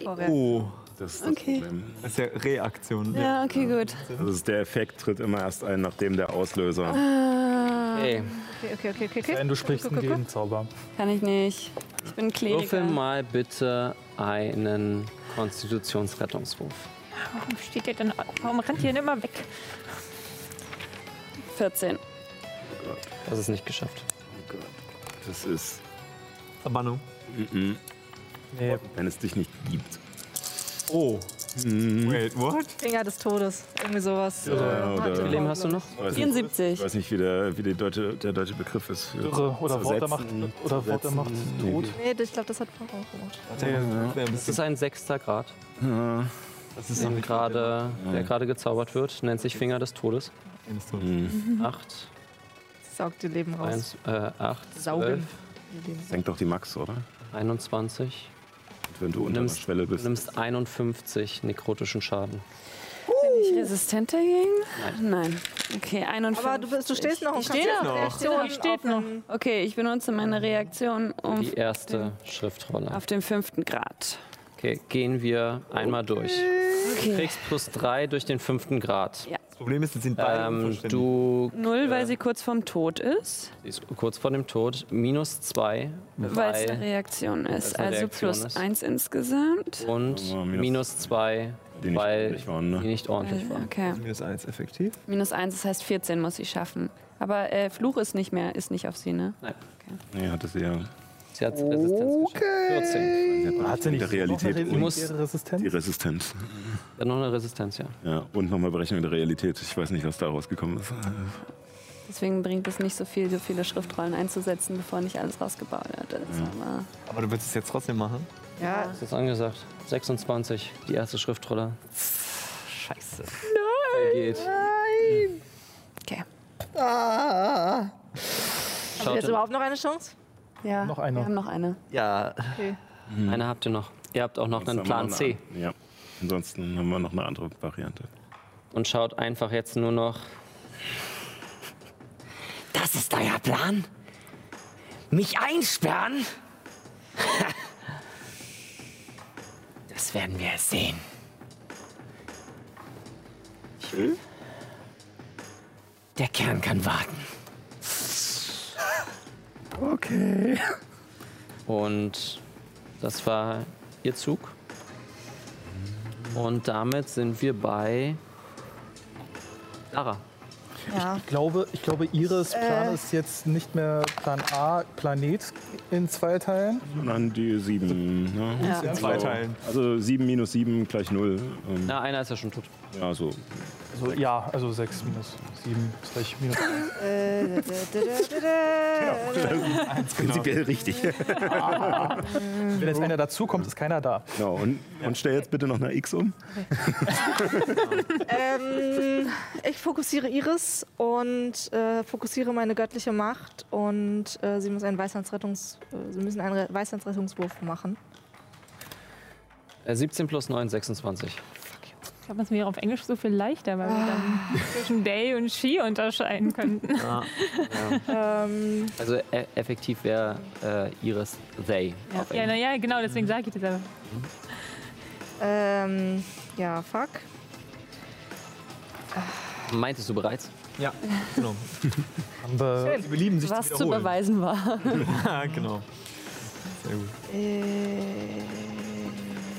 Oh,
Das ist das
Okay.
Problem.
das ist ja Reaktion.
Ja, okay, gut.
Also es- der Effekt tritt immer erst ein, nachdem der Auslöser.
Okay,
Okay, okay, okay, okay. okay.
Denn du sprichst einen Gegenzauber.
Kann ich nicht. Ich bin
würfel
Kleriker.
mal bitte einen Konstitutionsrettungswurf.
Warum steht der denn? Warum rennt ihr denn immer weg?
14.
Das ist nicht geschafft.
Das ist,
Verbannung.
Mhm.
Nee.
wenn es dich nicht gibt.
Oh. Wait, what?
Finger des Todes. Irgendwie sowas.
Ja, oder-
Problem hast du noch?
Ich weiß nicht,
74.
ich weiß nicht wie, der, wie der, deutsche, der deutsche Begriff ist. für
Irre. Oder Worte macht,
zersetzen,
oder Worte
zersetzen.
macht tot.
Nee, ich glaube, das hat Frau auch gemacht.
Das ist ein sechster Grad, der gerade, der gerade gezaubert wird. Nennt sich Finger des Todes.
Hm.
Acht,
Saugt die Leben raus.
eins, äh, acht,
Saugen.
zwölf,
Senk doch die Max, oder?
21.
Und wenn du unter der
Nimmst-
Schwelle
Du
bist.
nimmst 51 nekrotischen Schaden.
Bin ich resistent dagegen? Nein. Okay, 51.
Aber du, bist, du stehst noch und
Ich stehe
jetzt
noch.
Reaktionen
Ich stehe
auf einen-
Okay, ich benutze meine Reaktion um
Die erste Schriftrolle.
auf den fünften Grad.
Okay, gehen wir einmal durch. Du kriegst plus 3 durch den fünften Grad.
Das Problem ist, es sind beide
Ähm,
unvollständig.
du
Null, weil sie kurz vorm Tod ist,
sie ist kurz vor dem Tod, minus 2,
weil es eine
weil
Reaktion ist.
eine
Also
Reaktion
plus
ist.
eins insgesamt.
und
Ja, minus-
minus 2,
Die nicht
weil
ordentlich waren, ne?
die nicht ordentlich waren.
Äh, Okay.
Minus eins effektiv.
Minus eins, das heißt 14 muss sie schaffen. Aber äh, Fluch ist nicht mehr, ist nicht auf sie, ne?
Nee, hatte sie ja.
Sie hat Resistenz geschafft. 14.
Hat sie nicht
der Realität
noch eine
und
musst Resistenz?
die Resistenz.
Dann noch eine Resistenz, ja.
Ja, und nochmal Berechnung der Realität. Ich weiß nicht, was da rausgekommen ist.
Deswegen bringt es nicht so viel, so viele Schriftrollen einzusetzen, bevor nicht alles rausgebaut wird. Das ist aber-
Aber du willst es jetzt trotzdem machen?
Ja,
Das ist angesagt. 26, die erste Schriftrolle.
Scheiße.
Geht.
Okay.
haben wir
Ah! Schaut
jetzt
in,
überhaupt noch eine Chance?
Ja,
Noch eine.
wir haben noch eine.
Ja,
eine habt ihr noch. Ihr habt auch noch einen
Sonst haben
Plan
wir noch
C.
eine- Ja. Ansonsten haben wir noch eine andere Variante.
Und schaut einfach jetzt nur noch.
Das ist euer Plan? Mich einsperren? Das werden wir sehen. Der Kern kann warten.
Und das war ihr Zug. Und damit sind wir bei Lara.
Ich glaube, ich glaube Iris Plan ist jetzt nicht mehr Plan A, Planet in zwei Teilen.
Und dann die 7. Ne?
in zwei Teilen.
Also 7 minus 7 gleich 0. Ähm,
Na, einer ist ja schon tot.
ja, so.
Also, ja, also 6 minus 7 ist gleich minus.
genau. Prinzipiell richtig.
Wenn jetzt einer dazukommt, ist keiner da.
Genau. Und, und stell jetzt bitte noch eine X um.
Ähm, ich fokussiere Iris und äh, fokussiere meine göttliche Macht und äh, sie, muss einen Weisheitsrettungs, äh, sie müssen einen Re- Weisheitsrettungswurf machen.
Äh, 17 plus 9, 26.
Ich glaube, das wäre auf Englisch so viel leichter, weil wir dann
Ah.
zwischen Day und She unterscheiden könnten.
Ähm,
Also e effektiv wäre äh, Iris They. auf
Ja,
Englisch.
naja, genau, deswegen sage ich das aber.
ähm, ja, fuck.
Meintest du bereits?
Ja, genau.
Haben wir
Sie belieben sich
Was zu
zu wiederholen.
beweisen war.
Ja, genau. Sehr gut.
Äh,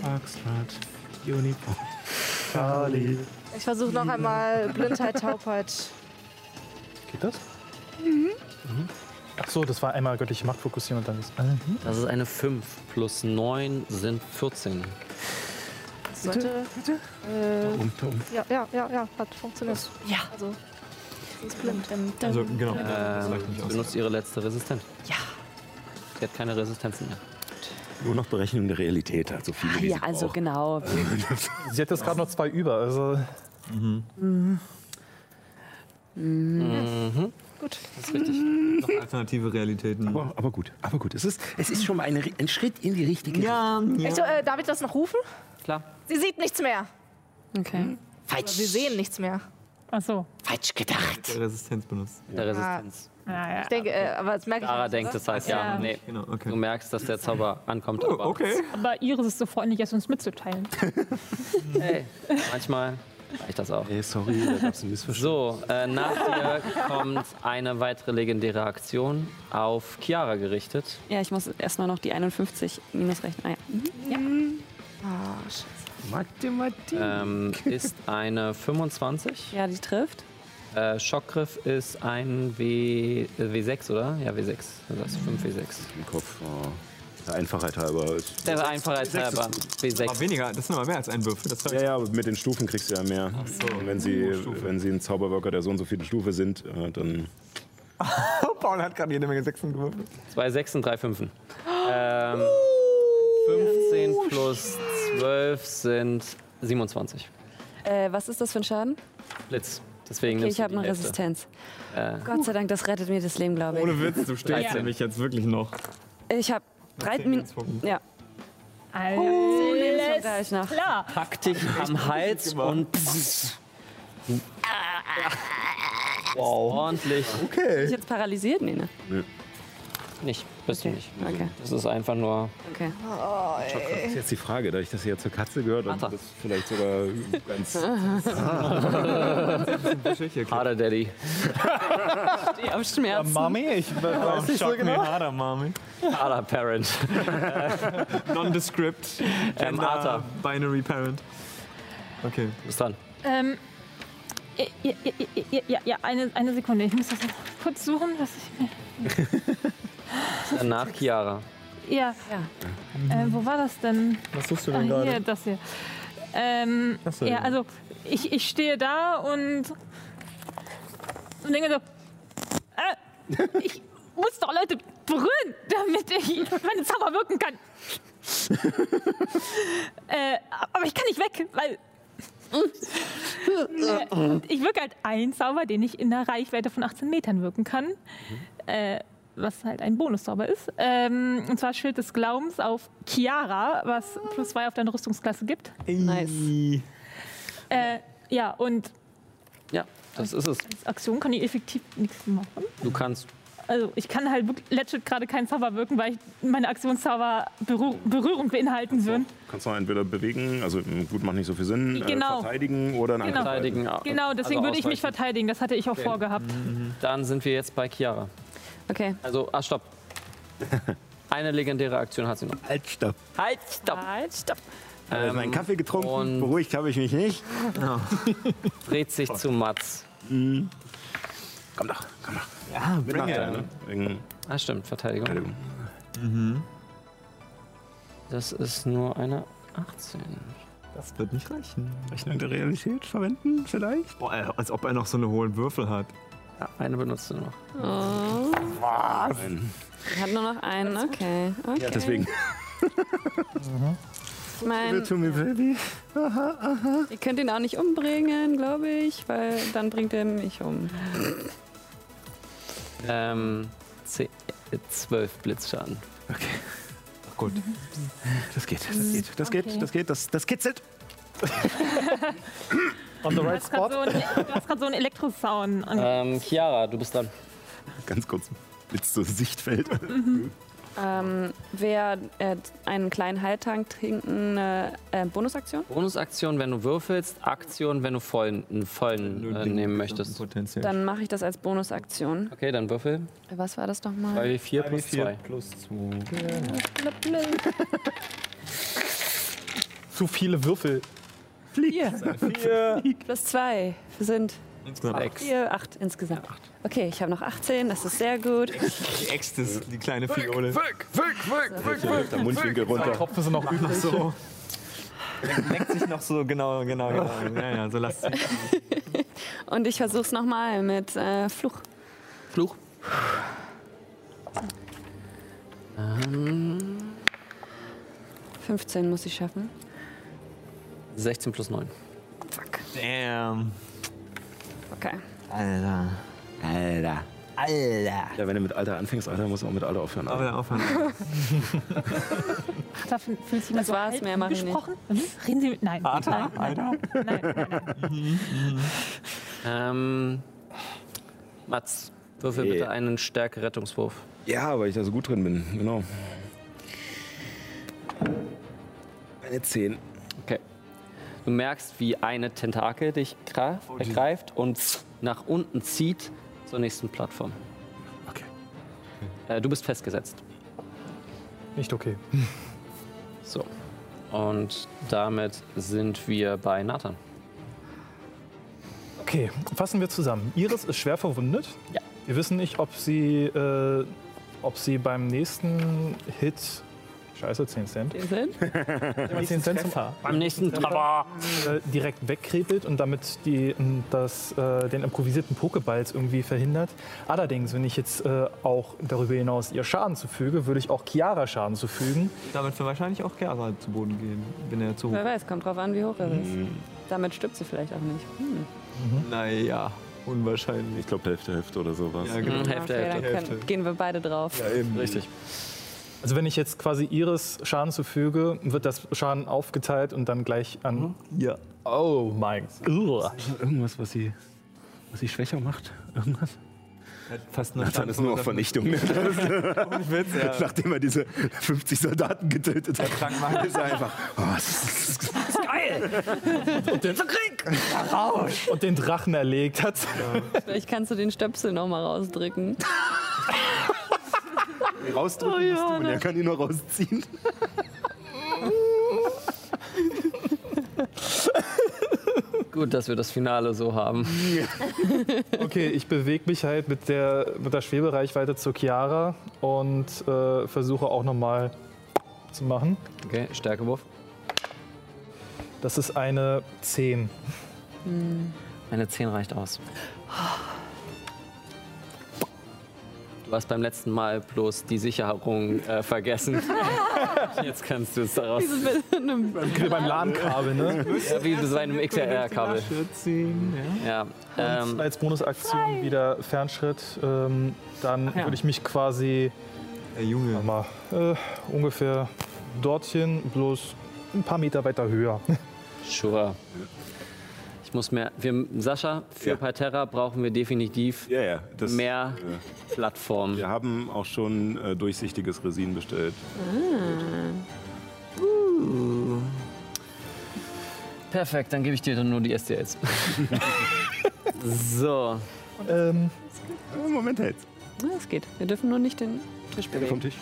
Foxtrot, Uniform, Charlie.
Ich versuche noch einmal Blindheit, Taubheit.
Geht das? Mhm. Ach so, das war einmal göttliche Macht fokussieren und dann ist. Mhm.
Das ist eine 5 plus 9 sind 14.
Sollte. Äh, ja, ja, ja, ja, hat funktioniert.
Ja.
Also, sie ist blind.
Also, genau.
Ähm,
reicht nicht
sie
aus.
benutzt ihre letzte Resistenz. Ja. Sie hat keine Resistenzen mehr.
Nur noch Berechnung der Realität. Also viele, wie
Ja,
sie
also
braucht.
genau.
Sie hat jetzt gerade noch zwei über. Also
Noch alternative Realitäten.
Aber, aber gut, aber gut. Es ist, es ist schon mal ein, Ri- ein Schritt in die richtige Richtung.
Ja,
Ich, so, äh, darf ich das noch rufen?
Klar.
Sie sieht nichts mehr.
Okay.
Falsch,
Wir sehen nichts mehr.
Ach so.
falsch gedacht.
Resistenz benutzt.
Der Resistenz.
Naja.
Ich denke, äh, aber das merke ich.
Lara
nicht,
denkt,
oder?
das heißt ja.
Ja.
Nee.
Genau,
Du
okay.
merkst, dass der Zauber ankommt.
Oh,
aber
okay.
Aber Iris ist so freundlich, es uns mitzuteilen.
Hey, manchmal Reicht das auch?
Ey, sorry, da gab es ein Missverständnis.
So, äh, nach dir kommt eine weitere legendäre Aktion auf Chiara gerichtet.
Ja, ich muss erstmal noch die 51 minus rechnen. Ah, ja.
Mathematik.
Ähm, ist eine 25.
ja, die trifft.
Äh, Schockgriff ist ein W, äh, W6, oder? Ja, W6. Das heißt 5 W6.
Im Kopf. Oh. Der Einfachheit halber. Ist,
Der Einfachheit halber.
Aber
W6.
weniger, das sind aber mehr als ein Würfel. Das
ja, ja, aber mit den Stufen kriegst du ja mehr. Und wenn, sie, wenn sie ein Zauberworker der so und so viele Stufe sind, äh, dann.
Paul hat gerade jede Menge Sechsen gewürfelt.
Zwei Sechsen, drei Fünfen. Ähm, 15 plus 12 sind 27.
Äh, was ist das für ein Schaden?
Blitz. Deswegen
Okay,
nimmst
ich habe
du
eine
die Hälfte.
Resistenz. Gott sei Dank, das rettet mir das Leben, glaube
Ohne Witz, du stellst
Ja.
mich jetzt wirklich noch.
ich. Ich habe drei
Zehn
Minuten.
Lebenspunkten.
Ja,
Alles
gleich nach.
klar.
Pack dich am Hals und pssst. Wow. ordentlich.
Bin ich jetzt paralysiert? Nee, ne?
Nicht, bist du nicht.
Okay,
Das ist einfach nur.
okay.
Das ist jetzt die Frage, da ich das ja zur Katze gehört und
Martha.
das vielleicht sogar ganz.
Harder Daddy.
Die am Schmerzen.
Mami, ich weiß nicht so genau. Harder, Mami.
Harder Parent.
Nondescript.
Ähm,
Gender,
Arthur.
Binary Parent. Okay.
Bis dann.
Ähm, ja, ja, ja, ja, ja, ja, eine, eine Sekunde. Ich muss das kurz suchen, was ich mir.
Danach Chiara.
Ja. Äh, wo war das denn?
Was suchst du
Ah,
denn
hier,
gerade?
das hier. Ähm,
Ach so,
ja,
ja.
also ich, ich stehe da und, und denke so, äh, ich muss doch Leute berühren, damit ich meine Zauber wirken kann. äh, aber ich kann nicht weg, weil äh, ich wirke halt einen Zauber, den ich in der Reichweite von 18 Metern wirken kann. Äh, was halt ein Bonuszauber ist. Ähm, und zwar Schild des Glaubens auf Chiara, was plus zwei auf deine Rüstungsklasse gibt.
Nice.
Äh, ja, und
Ja, das ist es.
als Aktion kann ich effektiv nichts machen.
Du kannst.
Also ich kann halt wirklich legit gerade keinen Zauber wirken, weil ich meine Aktionszauber Berühr Berührung beinhalten würden.
Kannst du entweder bewegen, also mm, gut macht nicht so viel Sinn,
Genau.
äh, verteidigen oder einen
Genau.
Angriff halten.
Verteidigen.
Genau, deswegen
also
würde ich mich
ausweichen.
verteidigen. Das hatte ich auch vorgehabt.
Mhm.
Dann sind wir jetzt bei Chiara.
Okay.
Also, ah, stopp. Eine legendäre Aktion hat sie noch.
Halt, stopp.
Halt, stopp. Ähm,
Halt, stopp.
Äh, meinen Kaffee getrunken,
Oh,
und-
beruhigt habe ich mich nicht.
Dreht sich zu Mats.
Komm doch, komm doch.
Ja,
Mit
bring
Nachteil,
it.
ne? Wegen äh,
Ah, stimmt, Verteidigung.
Verteidigung.
Das ist nur eine 18.
Das wird nicht reichen.
Rechnung der Realität verwenden, vielleicht?
Boah, ey, als ob er noch so eine hohen Würfel hat.
Ja, eine benutzt du noch.
Oh.
Nein.
Ich habe nur noch einen. Okay. okay.
Ja, deswegen.
Ich mein,
To me, baby.
ihr könnt ihn auch nicht umbringen, glaube ich, weil dann bringt er mich um.
Ähm, 10, äh, 12 Blitzschaden.
Gut.
Das geht, das geht, das geht, das geht, das, das kitzelt.
On the right Äh.
Du hast gerade so, einen- du hast grad so einen Elektrosound. an-
Ähm, Chiara, du bist dran.
Ganz kurz. Blitz zur Sichtfeld.
Ähm, wer äh, einen kleinen Heiltank trinken, eine äh, Bonusaktion?
Bonusaktion, wenn du würfelst, Aktion, wenn du vollen, einen vollen äh, nehmen möchtest.
Potenziell.
Dann mache ich das als Bonusaktion.
Okay, dann würfel.
Äh, Was war das nochmal?
3W4 plus 2.
plus 2.
Zu viele Würfel.
Plus zwei sind
Insgesamt
Sechs.
vier, acht insgesamt. Okay, ich habe noch 18, das ist sehr gut.
die Äxte, die kleine Fiole.
Der Mundwinkel runter.
Tropfen sind noch übrig.
So. Neckt sich noch so, genau, genau, genau. Ja, ja, so lasst sie.
Und ich versuche es nochmal mit äh, Fluch.
Fluch. Ähm,
15 muss ich schaffen.
16 plus 9.
Damn.
Okay.
Alter.
Alter.
Alter.
Ja, wenn du mit Alter anfängst, Alter, musst du auch mit Alter aufhören.
Aber der Aufwand.
Arthur, fühlt sich immer
Das
so
war's,
alt
mehr mach ich nicht.
angesprochen? Mhm. Reden Sie mit. Nein.
Alter? Alter?
Ähm, Mats, würfel
Okay.
bitte einen Stärke-Rettungswurf.
Ja, weil ich da so gut drin bin, genau. Eine 10.
Okay. Du merkst, wie eine Tentakel dich graf- ergreift und nach unten zieht zur nächsten Plattform.
Okay.
Äh, du bist festgesetzt.
Nicht okay.
So. Und damit sind wir bei Nathan.
Okay, fassen wir zusammen. Iris ist schwer verwundet.
Ja.
Wir wissen nicht, ob sie, äh, ob sie beim nächsten Hit. Scheiße, 10 Cent. 10 Cent? 10 Cent zum,
Am nächsten Treffer.
äh, direkt wegkrebelt und damit die, m, das, äh, den improvisierten Pokeballs irgendwie verhindert. Allerdings, wenn ich jetzt äh, auch darüber hinaus ihr Schaden zufüge, würde ich auch Chiara Schaden zufügen.
Damit wird wahrscheinlich auch Chiara zu Boden gehen, wenn er zu hoch
Wer weiß, kommt drauf an, wie hoch er ist.
Mhm.
Damit stirbt sie vielleicht auch nicht. Hm.
Naja, unwahrscheinlich.
Ich glaube, Hälfte, Hälfte oder sowas.
Ja, genau.
Hm, Hälfte,
okay,
Hälfte.
dann können,
Hälfte.
gehen wir beide drauf.
Ja, eben.
Richtig.
Also wenn ich jetzt quasi ihres Schaden zufüge, wird das Schaden aufgeteilt und dann gleich an...
Ja.
Oh mein Gott.
Irgendwas, was sie, was sie schwächer macht? Irgendwas?
Er hat Fast eine
Dann ist nur auf Vernichtung. ne?
Witz, ja.
Nachdem er diese 50 Soldaten getötet hat,
Krank machen.
ist er einfach. Oh, das ist
Und den Drachen erlegt hat.
Vielleicht kannst du den Stöpsel nochmal rausdrücken.
rausdrücken musst du und er kann ihn noch rausziehen.
Gut, dass wir das Finale so haben.
Okay, ich bewege mich halt mit der, mit der Schwebereichweite zur Chiara und äh, versuche auch nochmal zu machen.
Okay, Stärkewurf.
Das ist eine 10.
Eine 10 reicht aus. Du hast beim letzten Mal bloß die Sicherung äh, vergessen. Jetzt kannst du es daraus.
Beim LAN-Kabel, ne?
Ja, wie bei einem XLR-Kabel.
Schürzen, ja.
Ja,
Ähm,
ähm,
als Bonusaktion wieder Fernschritt. Ähm, dann
ja.
würde ich mich quasi
Der Junge.
Warte mal, äh, ungefähr dorthin, bloß ein paar Meter weiter höher.
sure. Ich muss mehr. Wir, Sascha, für
Ja.
Parterra brauchen wir definitiv
Ja, ja. Das,
mehr Plattformen.
Wir haben auch schon äh, durchsichtiges Resin bestellt.
Perfekt, dann gebe ich dir dann nur die STLs. so.
Ähm,
Oh, Moment, jetzt.
Na, es geht. Wir dürfen nur nicht den Tisch bewegen.
Vom Tisch.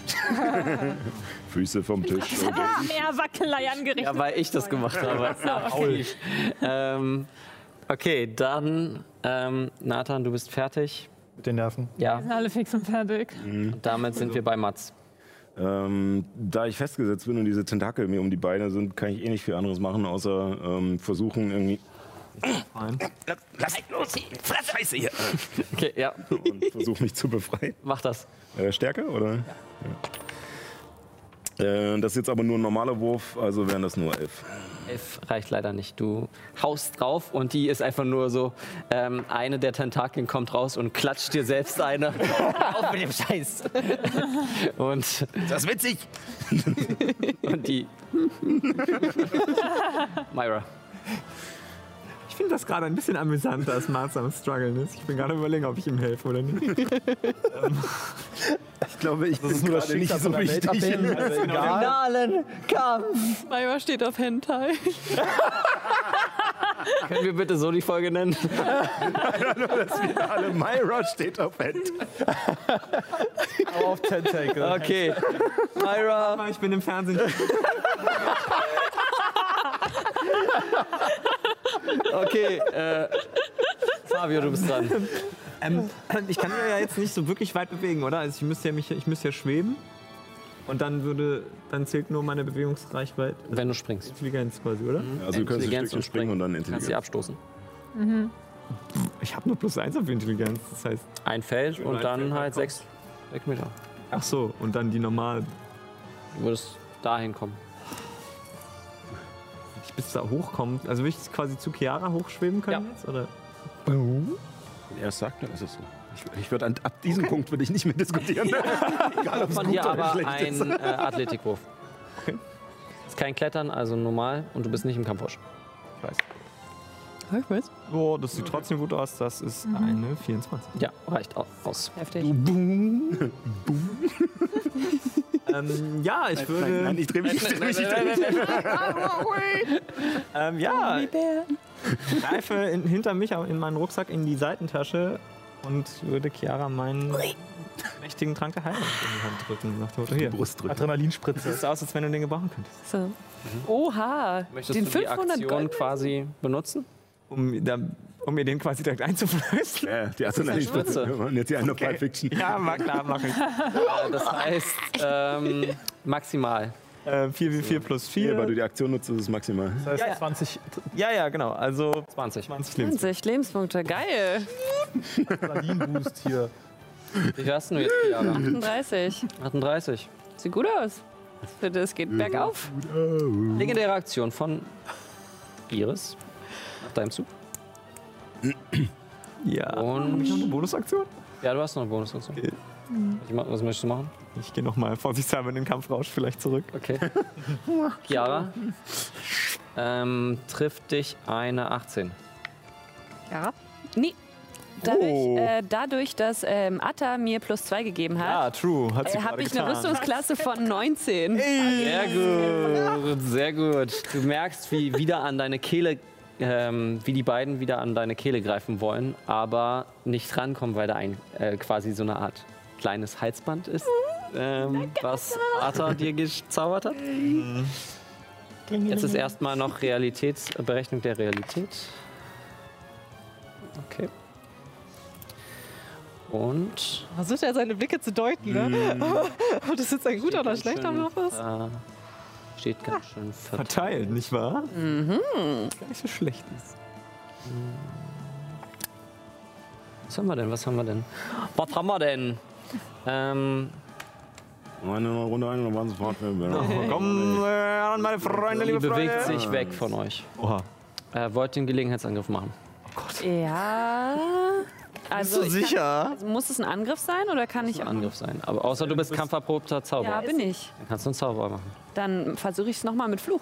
Füße vom Tisch.
Ah, Mehr Wackelei angerichtet.
Ja, weil ich das gemacht habe. okay. Ähm, okay, dann, ähm, Nathan, du bist fertig.
mit den Nerven.
Ja,
Alle fix und fertig.
Mhm.
und damit sind wir bei Mats.
Ähm, da ich festgesetzt bin und diese Tentakel mir um die Beine sind, kann ich eh nicht viel anderes machen, außer ähm, versuchen irgendwie. Lass ihn los! Fress Scheiße hier!
Okay, ja,
Und versuche mich zu befreien.
mach das.
Äh, Stärke, oder? Ja. Äh, das ist jetzt aber nur ein normaler Wurf, also wären das nur elf.
Elf reicht leider nicht. Du haust drauf und die ist einfach nur so, ähm, eine der Tentakeln kommt raus und klatscht dir selbst eine. Auf mit dem Scheiß. und,
Das ist witzig.
und die... Myra.
Ich finde das gerade ein bisschen amüsant, dass Mars am Struggeln ist. Ich bin gerade überlegen, ob ich ihm helfe oder nicht.
Ich glaube, ich bin gerade nicht so wichtig.
Also egal.
Finalen Kampf.
Maiwa steht auf Hentai.
Können wir bitte so die Folge nennen?
Alle Myra steht auf End.
Aber auf Tentacle.
Okay. Myra.
Ich bin im Fernsehen.
Okay, äh, Fabio, du bist dran.
Ähm, ich kann mir ja jetzt nicht so wirklich weit bewegen, oder? Also ich müsste ja, mich, ich müsste ja schweben. Und dann würde, dann zählt nur meine Bewegungsreichweite.
Wenn du springst,
Intelligenz quasi, oder?
Also du kannst ein
Intelligenz
Stückchen
und
springen und dann
kannst du
Intelligenz.
abstoßen.
Ich habe nur plus eins auf Intelligenz. Das heißt,
Ein Feld und
ein
dann
Feld
halt
ankommen.
sechs, sechs Meter.
ach so, und dann die normalen.
Du würdest dahin kommen.
Ich bis da hochkommen. Also will ich quasi zu Chiara hochschweben können jetzt? Oder?
Er sagt, dann ist es so. Ich, ich würde an, ab diesem Punkt würde ich nicht mehr diskutieren. Egal, ob es
Von
gut
dir
oder
aber
schlecht ist.
ein äh, Athletikwurf. Ist kein Klettern, also normal und du bist nicht im Kampfrosch. Ich weiß.
Rückwärts?
Boah, Oh, das sieht trotzdem gut aus. Das ist eine 24.
Ja, reicht au- aus.
Heftig.
ähm, ja, ich
Nein,
würde.
nein, ich drehe mich, ich dreh mich, ich dreh mich.
Ähm, ja, greife in, hinter mich in meinen Rucksack in die Seitentasche und würde Chiara meinen mächtigen Trank der Heilung in die Hand drücken. Nach dem Motto, hier.
Brust drücken.
Adrenalinspritze. Sieht aus, als wenn du den gebrauchen könntest.
So.
Oha! Möchtest
den
du die
500
Aktion
Gold-
quasi benutzen?
Um, da, um mir den quasi direkt einzuflößen.
Ja, die Adrenalinspritze.
Spritze.
Und jetzt hier eine Pulp Fiction.
Ja, mag klar, mach ich.
Oh,
Äh, das heißt, ähm, maximal.
Äh, 4 wie 4 plus
Hier, weil
4.
du die Aktion nutzt, ist es maximal.
Das heißt
Ja, ja.
20
Ja, ja, genau. Also
20.
20 Leben.
20 Lebenspunkte, geil.
Adrenalin-Boost hier.
Wie wärst du jetzt, Chiara?
38.
38.
Sieht gut aus. Das
Mhm.
geht
Oh.
bergauf.
Legendäre Aktion von Iris. Nach deinem Zug.
Ja.
Ah.
Und-
Hab ich noch eine Bonusaktion?
Ja, du hast noch einen Bonus dazu.
Okay.
Ich mach- Was möchtest du machen?
Ich gehe nochmal vorsichtshalber in den Kampfrausch vielleicht zurück.
Okay. Chiara, ähm, trifft dich eine 18.
Nee. Dadurch,
Oh.
äh, dadurch dass ähm, Atta mir plus 2 gegeben hat,
Ah, true. Hat sie
äh, habe
gerade
ich eine
getan.
Rüstungsklasse von 19.
Sehr gut, sehr gut. Du merkst, wie wieder an deine Kehle, ähm, wie die beiden wieder an deine Kehle greifen wollen, aber nicht rankommen, weil da ein äh, quasi so eine Art kleines Halsband ist, ähm, was Atta dir gezaubert hat. Jetzt ist erstmal noch Realitätsberechnung der Realität. Okay. Und
Versucht er seine Blicke zu deuten, ne? Ob das jetzt ein guter oder
Mhm. Steht
schlechter
ganz
Wurf ist?
schön, Äh, steht ganz schön verteilt.
Verteilt, nicht wahr? Mhm. Gar nicht so schlecht ist.
Was haben wir denn? Was haben wir denn? Was haben wir denn? Ähm,
Eine Runde ein und dann waren sofort.
Oh, komm äh, an, meine Freunde,
die
liebe Freunde.
bewegt sich weg von euch.
Oha.
Äh, wollt den Gelegenheitsangriff machen.
Ja. Also
Bist du
ich
sicher?
kann, muss es ein Angriff sein oder kann ich
Ein
auch?
Angriff sein. Aber außer du bist kampferprobter
Ja,
Zauberer.
bin ich.
Dann kannst du einen Zauberer machen.
Dann versuche ich es nochmal mit Fluch.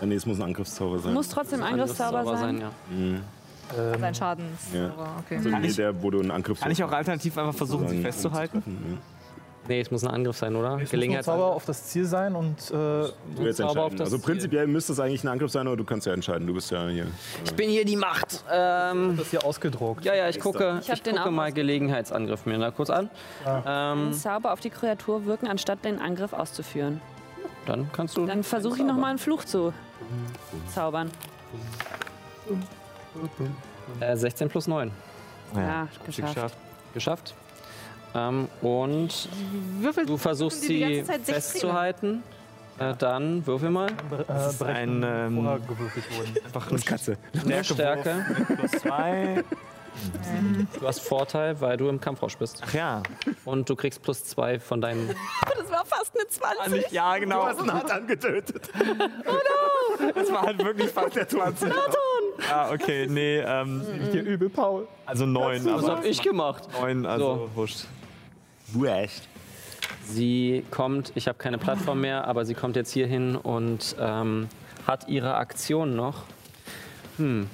Nee, es muss ein Angriffszauber sein.
Muss trotzdem ein Angriffszauber sein.
ja.
Sein Schaden.
Ja.
Aber okay.
So, nee, der, wo du einen Angriff
Kann ich auch alternativ einfach versuchen, sie
sozusagen
festzuhalten?
umzutreffen,
Nee, es muss ein Angriff sein, oder?
Es muss nur ein Zauber auf das Ziel sein und äh,
Ja. Du jetzt
Zauber auf
entscheiden.
das
Also prinzipiell müsste es eigentlich ein Angriff sein, aber du kannst ja entscheiden. Du bist ja hier.
Ich bin hier die Macht. Ähm,
das hier ausgedruckt.
ja, ja, ich gucke, ich
hab den
gucke
auch
mal Gelegenheitsangriff mir da kurz an. Ähm,
Zauber auf die Kreatur wirken, anstatt den Angriff auszuführen.
dann kannst du.
Dann versuche ich nochmal einen Fluch zu zaubern.
Äh, 16 plus 9.
Ja, geschafft.
Geschafft.
Geschafft. Ähm, und
Würfel
du versuchst
die ganze
sie
Zeit sechs
festzuhalten. Äh, dann würfel mal.
Äh,
Das ist ein, ähm, einfach eine Katze.
Mehr Stärke.
Plus zwei.
Du hast Vorteil, weil du im Kampfrausch bist.
Ach ja.
Und du kriegst plus zwei von deinen.
Das war fast eine 20.
Ja, genau. Oh
Hast ihn hart angetötet.
Das war halt wirklich fast der 20. Ah, okay, nee, ähm, ich dir übel, Paul. Also neun,
Was
aber
hab ich gemacht?
neun, also
So.
wurscht.
Du echt.
Sie kommt, ich habe keine Plattform mehr, aber sie kommt jetzt hier hin und ähm, hat ihre Aktion noch. Hm.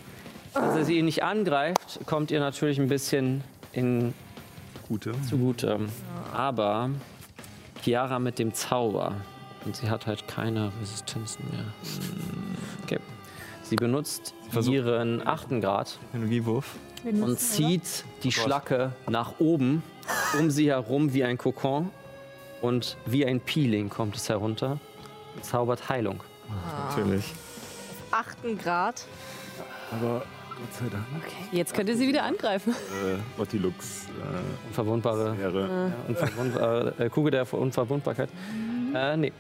Dass er sie nicht angreift, kommt ihr natürlich ein bisschen in
Gute.
zugute. Aber Chiara mit dem Zauber. Und sie hat halt keine Resistenzen mehr. Hm. Okay. Sie benutzt
versucht-
ihren achten Grad.
Technologiewurf.
und zieht die Schlacke nach oben, um sie herum wie ein Kokon. Und wie ein Peeling kommt es herunter und zaubert Heilung.
Ah.
Natürlich.
achten Grad.
Aber Gott sei Dank. ne?
Jetzt könnt ihr sie wieder angreifen.
Äh, Ottilux äh,
Unverwundbare,
wäre.
unverwundbare äh, Kugel der Unverwundbarkeit. Äh, nee.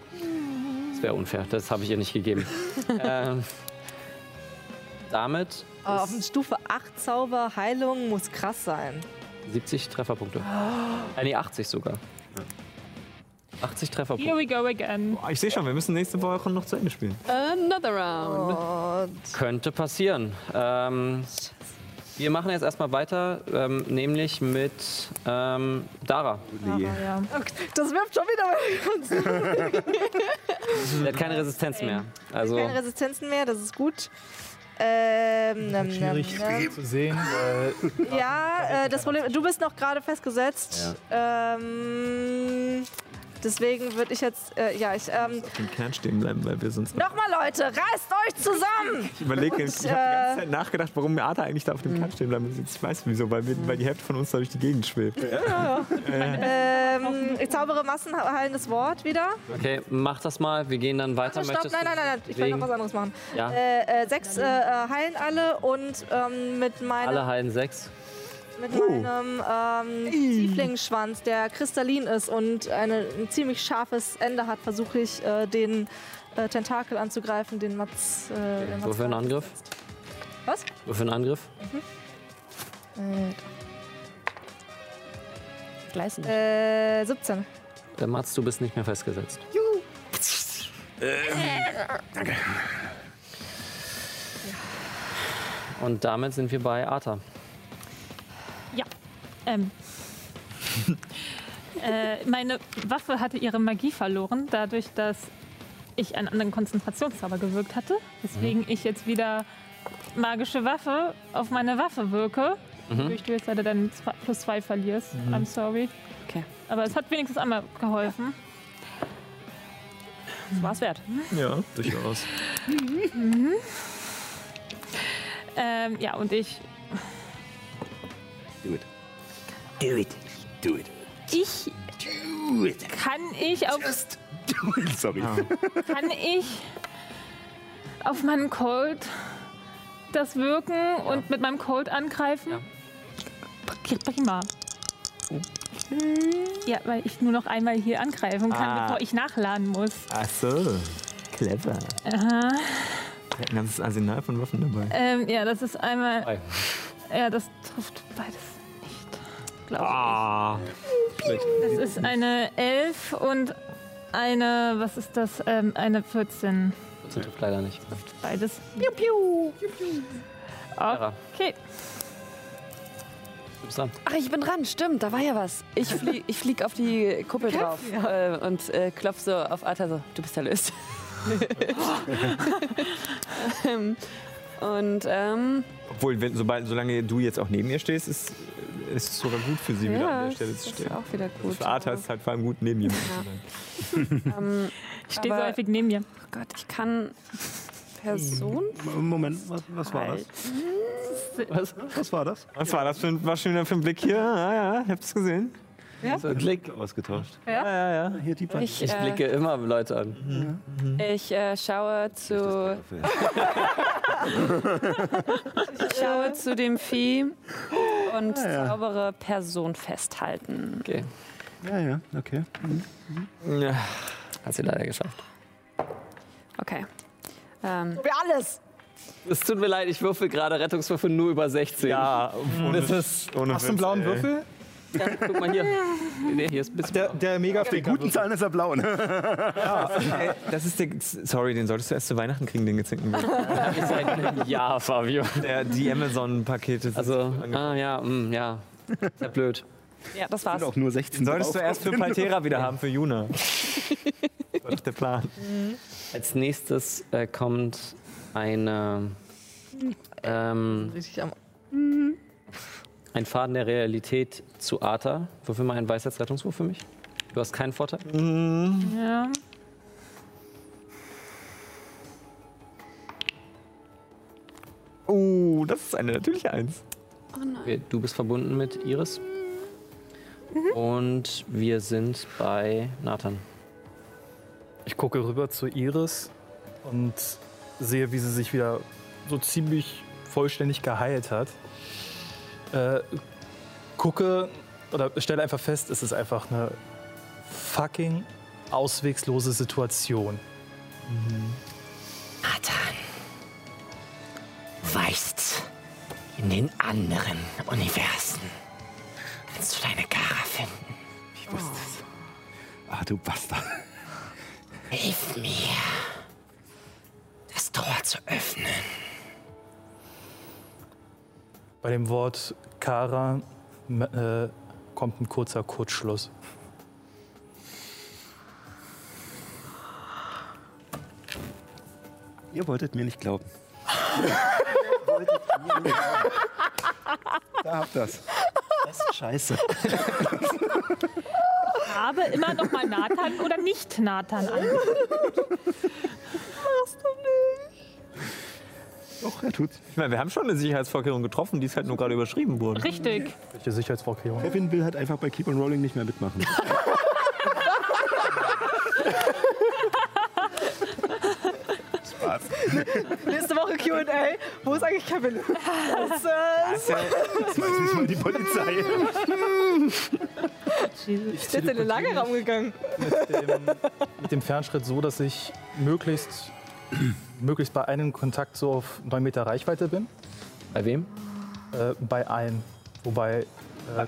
Das wäre unfair, das habe ich ihr nicht gegeben. ähm, damit
Aber auf eine Stufe 8 Zauber Heilung muss krass sein.
70 Trefferpunkte. Äh, nee, 80 sogar. 80
Here
Trefferpunkte.
we go again.
Oh, ich sehe schon, wir müssen nächste Woche noch zu Ende spielen.
Another round.
Könnte passieren. Ähm, wir machen jetzt erstmal weiter, ähm, nämlich mit ähm, Dara.
Das wirft schon wieder
Sie hat keine Resistenz mehr. Also
keine Resistenzen mehr, das ist gut. Ähm, nam, nam,
Schwierig
nam.
zu sehen, weil
Ja, äh, das Problem, du bist noch gerade festgesetzt. Ähm, deswegen würde ich jetzt, äh, ja, ich, ähm,
Im Kern stehen bleiben, weil wir sonst.
nochmal Leute, reißt euch zusammen!
Ich überlege, ich habe die ganze
äh,
Zeit nachgedacht, warum Ada eigentlich da auf dem Kern stehen bleiben muss. Ich weiß wieso, weil, wir, weil die Hälfte von uns da durch die Gegend schwebt.
Ähm, ich zaubere massenheilendes Wort wieder.
Okay, mach das mal. Wir gehen dann weiter.
Warte, Also stopp,
Möchtest
nein,
du
nein, nein, nein, ich will noch
wegen-
was anderes machen.
Ja.
Äh, äh, sechs äh, äh, heilen alle und ähm, mit
Alle
meinem,
heilen sechs.
mit meinem ähm, Tieflingsschwanz, der kristallin ist und eine, ein ziemlich scharfes Ende hat, versuche ich äh, den äh, Tentakel anzugreifen, den Mats. Äh, den Mats
Würfel einen Angriff.
Was?
Würfel einen Angriff.
Äh.
Gleißen.
Äh, 17.
Äh, Mats, du bist nicht mehr festgesetzt. Ähm. Danke. Und damit sind wir bei Arta.
Ja. Ähm. äh, meine Waffe hatte ihre Magie verloren, dadurch, dass ich einen anderen Konzentrationszauber gewirkt hatte. Deswegen
Mhm.
ich jetzt wieder magische Waffe auf meine Waffe wirke.
Mhm.
Wodurch du jetzt leider deinen zwei- plus zwei verlierst. I'm sorry.
Okay.
Aber es hat wenigstens einmal geholfen.
Das war's wert.
Ja, durchaus.
Ähm, ja, und ich
Do it. Do it. Do it.
Ich
Do it.
kann ich auf
Just do it. Sorry.
kann ich auf meinen Cold das wirken und mit meinem Cold angreifen? Ja. Prima.
Oh.
Ja, weil ich nur noch einmal hier angreifen kann,
Ah.
bevor ich nachladen muss.
Ach so. Clever.
Aha.
Der hat ein ganzes Arsenal von Waffen dabei.
Ähm, ja, das ist einmal.
Ei.
Ja, das trifft beides nicht, glaube
Ah.
ich. Das ist eine 11 und eine, was ist das? Ähm, eine 14.
Das trifft leider nicht.
Oh.
Beides. Piu, piu.
Sarah,
Okay.
du bist dran.
Ach, ich bin dran, stimmt, da war ja was. Ich flieg, ich flieg auf die Kuppel drauf äh, und äh, klopf so auf Arthur so, du bist erlöst. ähm, und ähm,
Obwohl, wenn, sobald, solange du jetzt auch neben ihr stehst, ist, ist es sogar gut für sie, wieder an
ja,
der
das
Stelle zu stehen.
ist auch wieder gut.
Für Arthur ist es halt vor allem gut, neben ihr zu sein.
ähm,
Ich stehe so
Aber-
häufig neben dir.
oh Gott, ich kann Person
Äh. Moment, was, was war das?
Halt.
Was, was war das?
Was war das für ein, was schon wieder für ein Blick hier? Ah, ja, ich hab's gesehen.
Ein Blick ausgetauscht.
Ja, ja, ja.
Hier die Band.
Ich,
Ich
äh,
blicke immer Leute an.
ich äh, schaue zu
Das
ich schaue zu dem Vieh und zaubere Person festhalten.
Okay.
ja, ja, okay.
ja.
Hat sie leider geschafft.
Okay. Ähm,
Wir alles!
Es tut mir leid, ich würfel gerade Rettungswürfe nur über 16.
Ja, ohne,
Das ist.
ohne
hast du einen
Witz,
blauen
ey.
Würfel?
Guck mal hier. Nee, hier ist ein bisschen.
Der, der mega
Die guten Zahlen ist er blau, ne?
Ey, Das ist der. Sorry, den solltest du erst zu Weihnachten kriegen, den gezinkten Würfel.
ist ein ja, Fabio.
Der, die Amazon-Pakete sind
Also,
ange-
ah, ja, mm, ja. Ist ja blöd.
ja, Genau. das war's.
Auch nur 16.
Den solltest du
drauf.
erst für Paltera wieder haben, für Juna. Das war doch der Plan.
Als nächstes äh, kommt eine. Ähm,
Richtig am
ein Faden der Realität zu Arta. Würfel mal einen Weisheitsrettungswurf für mich. Du hast keinen Vorteil.
Ja.
Oh, das ist eine natürliche Eins.
Okay, Du bist verbunden mit Iris. Und wir sind bei Nathan.
Ich gucke rüber zu Iris und sehe, wie sie sich wieder so ziemlich vollständig geheilt hat. Äh, gucke oder stelle einfach fest, es ist einfach eine fucking auswegslose Situation.
Nathan weißt in den anderen Universen. Kannst du deine Kara finden?
Ah, du Bastard.
Hilf mir, das Tor zu öffnen.
Bei dem Wort Kara m- äh, kommt ein kurzer Kurzschluss.
Ihr wolltet mir nicht glauben.
wolltet ihr nicht haben.
Da habt das.
Das ist scheiße.
habe immer noch mal Nathan oder nicht Nathan an.
Doch, er tut's. Ich meine, wir haben schon eine Sicherheitsvorkehrung getroffen, die ist halt nur gerade überschrieben worden.
Richtig.
Welche Sicherheitsvorkehrungen?
Kevin will halt einfach bei Keep on Rolling nicht mehr mitmachen. Spaß.
Nächste Woche QA. Wo ist eigentlich Kevin? Das, äh,
Das weiß nicht mal die Polizei.
ist jetzt in den Lagerraum gegangen.
Mit dem Fernschritt so, dass ich möglichst, möglichst bei einem Kontakt so auf 9 Meter Reichweite bin.
Bei wem?
Äh, bei allen. Wobei, äh,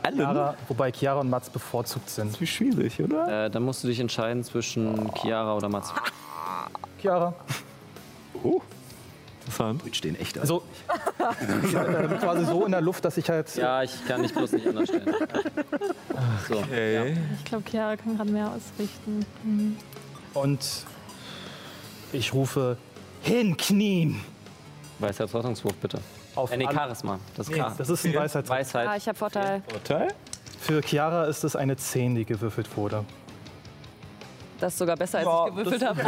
allen?
Chiara, wobei Chiara und Mats bevorzugt sind.
Wie schwierig, oder?
Äh, dann musst du dich entscheiden zwischen Chiara oder Mats.
Chiara.
Interessant.
Die stehen echt an.
Also äh, quasi so in der Luft, dass ich halt.
Ja, ich kann dich bloß nicht anders stellen. So.
Okay.
Ich glaube, Chiara kann gerade mehr ausrichten.
Und ich rufe hinknien.
Weisheitsrettungswurf bitte.
Auf
Äh, nee,
alle-
Charisma. Das Ah, ist
Nee,
K.
das ist ein Weisheit.
Ah,
Weisheit.
ich habe Vorteil.
Vorteil?
Für Chiara ist es eine 10, die gewürfelt wurde.
Das ist sogar besser, als
Ja,
ich gewürfelt habe.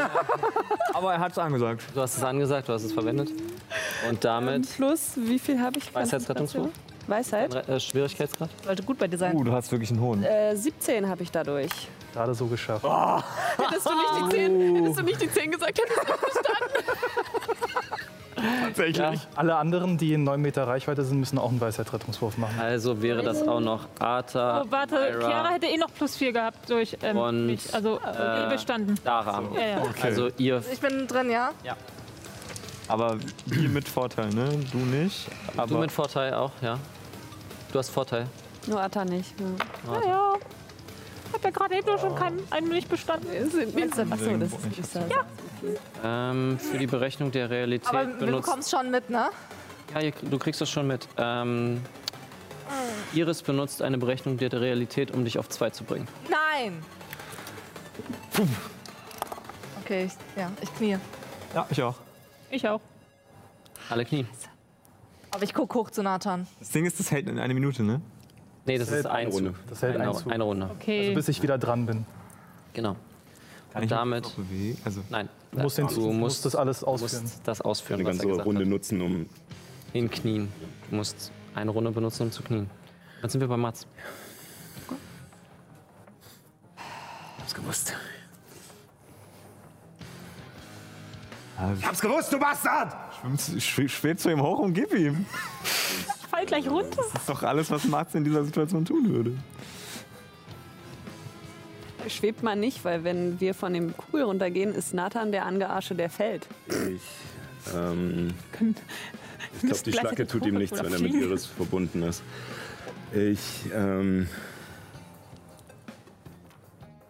Aber er hat's angesagt.
Du hast es angesagt, du hast es verwendet. Und damit
Plus, wie viel habe ich?
Weisheitsrettungswurf.
Weisheit?
Äh, Schwierigkeitsgrad.
Sollte gut bei dir sein.
Uh, du hast wirklich einen hohen.
Äh, 17 habe ich dadurch. Ah.
Gerade so geschafft.
Oh.
Hättest du nicht die 10, hättest du nicht die 10 gesagt, hättest du
Tatsächlich.
Alle anderen, die in 9 Meter Reichweite sind, müssen auch einen Weisheitrettungswurf machen.
Also wäre das auch noch Arta,
Oh, warte,
Ah, Ira,
Chiara hätte eh noch plus 4 gehabt durch ähm,
Und,
mich. Also
äh,
äh, bestanden.
Dara.
Ja,
Oh,
ja.
Also ihr
Ich bin drin, ja?
Aber wir mit Vorteil, ne? Du nicht. Aber
Du mit Vorteil auch, ja. Du hast Vorteil.
Nur Atta nicht. Ja.
Ja. Hat ja gerade eben doch schon keinen einen nicht bestanden.
Achso, das ist nicht ja.
Ähm, für die Berechnung der Realität
Aber wir
benutzt.
bekommen es schon mit, ne?
Ja, ihr, du kriegst das schon mit. Ähm, Iris benutzt eine Berechnung der Realität, um dich auf 2 zu bringen.
Nein! Okay, ich, ja, ich knie.
ja, ich auch.
Ich auch.
Alle Knie.
Aber ich gucke hoch zu Nathan.
Das Ding ist, das hält in einer Minute, ne?
Nee, das ist Genau, ein Zug.
Das hält
Eine,
ein Zug.
eine Runde.
Okay.
Also
Bis ich wieder dran bin.
Genau.
Kann ich
Damit-
mich noch bewegen? Also,
Nein.
Du musst, den,
du
du musst
musst,
das alles
du
ausführen.
musst das ausführen,
Eine
was er
ganze
gesagt
Runde
hat.
nutzen, um
In Knien. Du musst eine Runde benutzen, um zu knien. Dann sind wir bei Mats.
hab's gewusst.
Ich hab's gewusst, du Bastard!
äh, schwimmst, schw- schwebst du ihm hoch und gib ihm.
fall gleich runter.
Das ist doch alles, was Max in dieser Situation tun würde.
Schwebt mal nicht, weil wenn wir von dem Kugel runtergehen, ist Nathan der Angearsche, der fällt.
Ich, ähm, ich glaube, die
gleich in
Schlacke
die
tut ihm
Kurve
nichts, wenn er mit
fliegen.
Iris verbunden ist. Ich ähm,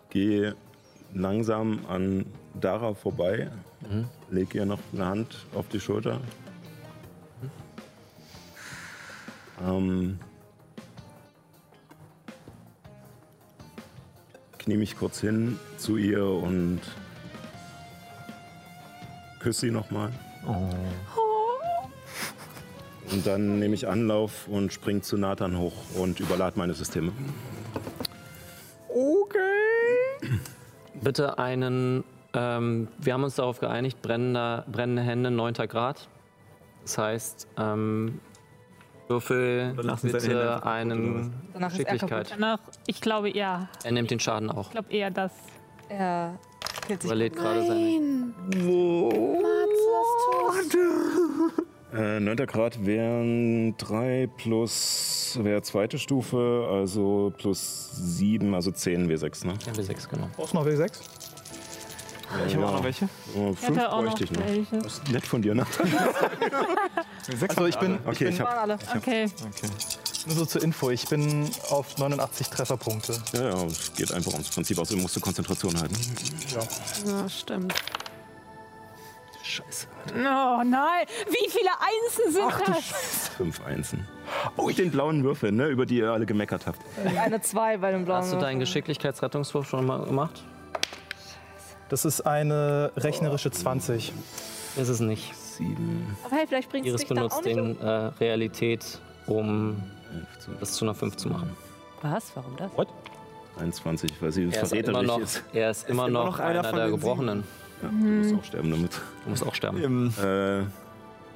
gehe langsam an Dara vorbei,
Mhm.
lege ihr noch eine Hand auf die Schulter. Ähm, knie mich kurz hin zu ihr und küsse sie nochmal. Und dann nehme ich Anlauf und springe zu Nathan hoch und überlade meine Systeme.
Bitte einen. Ähm, wir haben uns darauf geeinigt, brennender, brennende Hände, 9. Grad. Das heißt, ähm, Würfel
Danach sind seine Hände
bitte
einfach
einen
Danach ist er kaputt.
Geschicklichkeit.
Danach, ich glaube, ja.
Er nimmt den Schaden auch.
Ich glaube eher das.
Er killt sich.
Überlädt gerade seine.
Äh, 9. Grad wären 3 plus, wäre zweite Stufe, also plus 7, also 10 W6, ne?
W6, genau.
Brauchst du noch W6?
Ich habe auch noch welche.
Oh,
Er hat
5
ja auch noch
bräuchte ich noch.
welche.
Das ist nett von dir, ne?
Also ich bin
Okay, ich hab.
alle.
Okay.
Nur so zur Info, ich bin auf 89 Trefferpunkte.
Ja, ja, es geht einfach ums Prinzip aus, du musst du Konzentration halten.
Ja, stimmt.
Oh nein, wie viele Einsen sind das?
5 Einsen. Oh, den blauen Würfel, ne? Über die ihr alle gemeckert habt.
Eine 2 bei dem blauen.
Hast du deinen Geschicklichkeitsrettungswurf schon mal gemacht?
Das ist eine rechnerische 20.
Ist es nicht.
7,
Aber hey, vielleicht bringt es
Iris
dich dann auch
benutzt
nicht um.
den äh, Realität, um
11, 12,
das zu einer 5 zu machen.
Was? Warum das?
21, weil sie
Er ist, immer
verräterisch
noch,
ist.
er ist immer noch einer,
von
der
den
Gebrochenen.
Ja, du musst auch sterben damit.
Du musst auch sterben.
Im
Äh,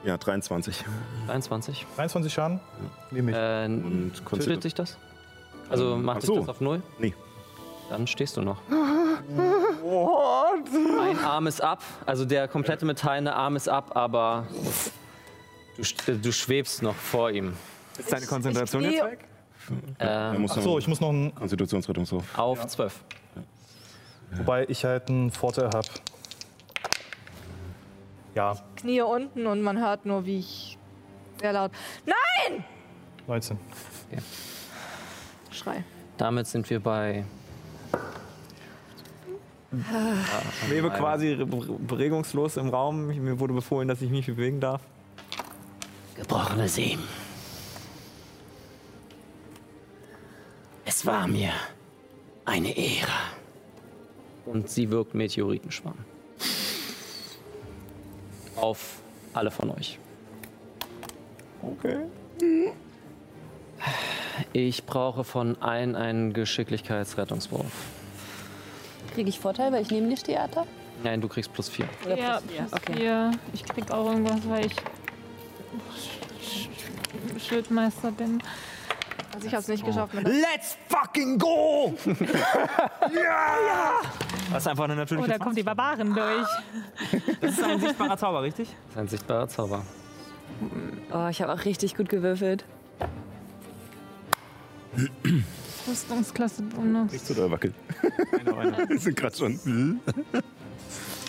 ja, 23.
23.
23 Schaden? Nehme ich.
Äh,
Und
tötet
Konstitution.
dich das? Also
Ähm,
macht
ach
dich
so.
das auf Null?
Nee.
Dann stehst du noch. Ein Arm ist ab, also der komplette metallene Arm ist ab, aber du, st- du schwebst noch vor ihm.
ist deine Konzentration jetzt weg?
Er muss
Achso,
noch
ich muss noch einen,
Konstitutionsrettungswurf.
Auf 12.
wobei ich halt einen Vorteil habe. Ja,
Knie unten und man hört nur, wie ich sehr laut
19.
schrei.
Damit sind wir bei.
Ich lebe quasi re- re- regungslos im Raum. Mir wurde befohlen, dass ich mich bewegen darf.
Gebrochene See. Es war mir eine Ehre.
Und sie wirkt Meteoritenschwarm. Auf alle von euch.
Okay.
Ich brauche von allen einen Geschicklichkeitsrettungswurf.
Kriege ich Vorteil, weil ich neben dir stehe, Arthur?
Nein, du kriegst plus 4.
Ja,
okay.
hier. Ich krieg auch irgendwas, weil ich Sch- Sch- Schildmeister bin.
Also ich habe es nicht geschafft. Mit
Let's fucking go! ja! Das ist einfach eine
Oh,
natürliche
da kommt die Barbaren durch.
Ah.
Das ist ein sichtbarer Zauber, richtig?
Das ist ein sichtbarer Zauber.
Oh, ich habe auch richtig gut gewürfelt.
Rüstungsklasse Bonus.
Nichts oder wackelt. Wir sind gerade schon.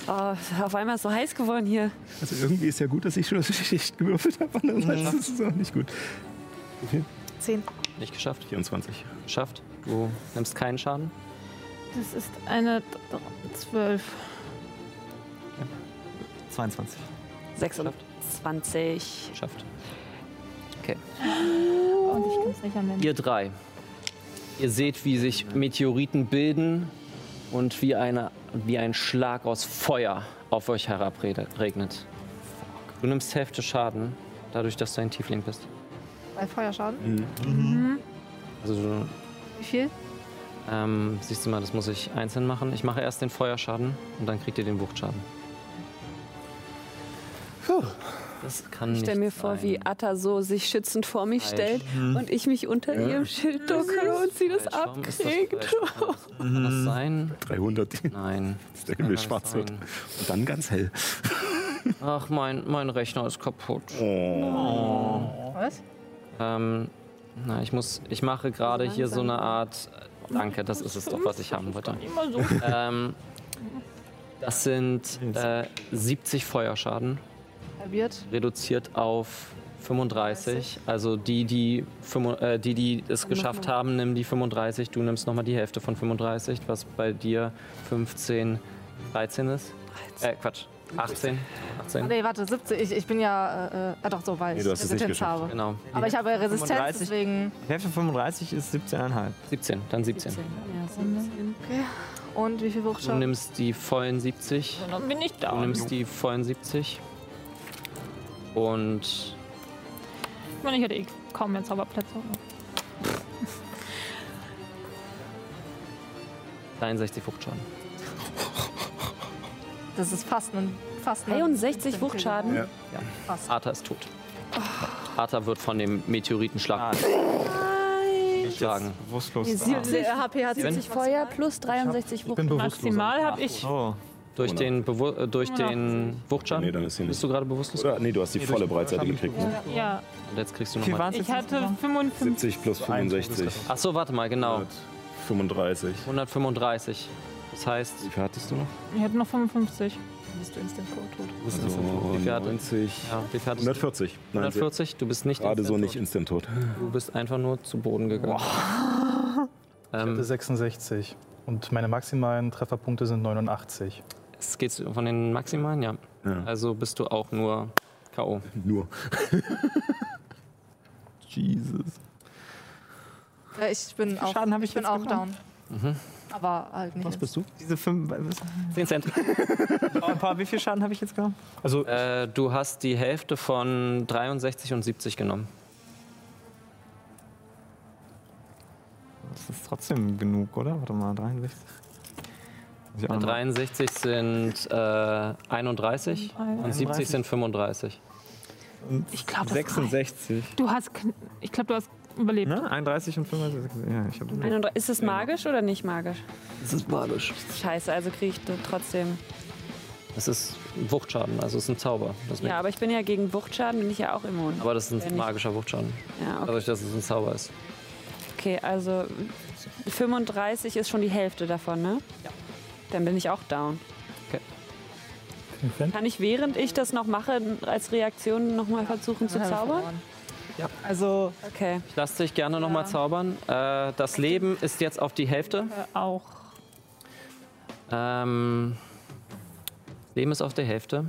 Oh, auf einmal ist so heiß geworden hier.
Also irgendwie ist ja gut, dass ich schon schlecht gewürfelt habe. Andererseits ist es auch nicht gut.
zehn.
Nicht geschafft.
24.
Geschafft. Du nimmst keinen Schaden.
Das ist eine 12.
22.
26.
Geschafft.
Und ich kann es nicht anwenden.
Ihr drei. Ihr seht, wie sich Meteoriten bilden und wie, eine, wie ein Schlag aus Feuer auf euch herabregnet. Du nimmst Hälfte Schaden, dadurch, dass du ein Tiefling bist.
Bei Feuerschaden.
Also du
Wie viel?
ähm, siehst du mal, das muss ich einzeln machen. Ich mache erst den Feuerschaden und dann kriegt ihr den Wuchtschaden. Das kann
Ich stelle mir vor, wie Atta so sich schützend vor mich stellt
Hm.
und ich mich unter ihrem Schild ducke und sie das abkriegt.
Kann das sein?
300,
Nein.
dass der Himmel schwarz wird. Und dann ganz hell.
Ach, mein, mein Rechner ist kaputt.
Was?
Ähm, na, ich muss, ich mache gerade hier so eine Art. Danke, das ist es doch, was ich haben wollte.
Immer so.
Ähm, das sind äh, 70 Feuerschaden,
Halbiert.
Hm.
reduziert auf 35. Also die, die, fünfu- äh, die, die es geschafft haben, nimm die 35. Du nimmst nochmal die Hälfte von 35, was bei dir 15, 13 ist. Äh, Quatsch, 18. 18.
Nee, warte, 70. Ich, ich bin ja. Äh, äh, doch, so, weil
Nee,
ich
du hast es nicht
Resistenz
geschafft.
habe.
Genau,
Aber ich habe Resistenz,
35.
deswegen.
Die Hälfte von 35 ist 17,5.
17, dann 17.
Und wie viel
Du
Wuchtschaden?
nimmst die vollen 70.
Dann bin ich
Du
da.
nimmst die vollen 70. Und
Ich meine, ich hätte eh kaum mehr Zauberplätze. aber
63 Fuchtschaden.
Das ist fast ein. Fast ein
63 Wuchtschaden.
Ja.
Arthur ist tot. Arthur wird von dem
Ah,
Meteoritenschlag geschlagen.
Bewusstlos.
70
HP hat
70 Feuer plus 63
Ich bin
Wucht.
bewusstlos.
Maximal habe ich.
Oh.
Durch den, Bewu äh, durch den Wuchtschaden?
Nee, dann ist sie
Bist
nicht.
du gerade bewusstlos?
Oder? Nee, du hast die volle Breitseite gekriegt. Ne?
Ja,
Und jetzt kriegst du
Wie viel
nochmal.
waren
ich
es?
hatte 55.
70 plus 65.
Achso, warte mal, genau.
35.
135. Das heißt,
Wie viel hattest du noch?
Ich hatte noch 55.
Also
viel hat-
90.
ja, wie viel hattest du?
140. Nein, sie-
140? Du bist nicht
gerade so
instant
nicht
tot.
instant tot.
Du bist einfach nur zu Boden gegangen.
Ich hatte
Ähm,
66. Und meine maximalen Trefferpunkte sind 89.
es geht von den maximalen, ja.
Ja.
Also bist du auch nur K.O.
Nur.
Jesus.
Ja, ich bin auch.
Schaden habe ich
ich bin
jetzt
auch
gemacht?
down.
Aber halt nicht.
Mhm. Was bist du?
Diese fünf. Was,
10 Cent.
ein paar, wie viel Schaden habe ich jetzt genommen?
Also
Äh, du hast die Hälfte von 63 und 70 genommen.
Das ist trotzdem genug, oder? Warte mal, 63. Muss ich auch
Bei
noch mal-
63 sind äh, 31 und 70 sind 35.
Ich glaube, das
66.
Du hast, kn- ich glaube, du hast überlebt.
Ne? 31 und 35. Ja, ich habe.
31 Ist es magisch oder nicht magisch?
Das ist magisch.
Scheiße, also kriege ich da trotzdem.
Das ist Wuchtschaden, also es ist ein Zauber. Deswegen.
Ja, aber ich bin ja gegen Wuchtschaden, bin ich ja auch immun.
Aber das ist
Ja,
ein
nicht.
magischer Wuchtschaden.
Ja, okay.
Dadurch, dass es ein Zauber ist.
okay, also 35 ist schon die Hälfte davon, ne? Ja. Dann bin ich auch down. Kann ich, während ich das noch mache, als Reaktion nochmal versuchen zu zaubern?
Also,
Okay.
Ich lasse dich gerne nochmal zaubern. Äh, das Leben ist jetzt auf die Hälfte.
äh, Auch.
Ähm, das Leben ist auf der Hälfte.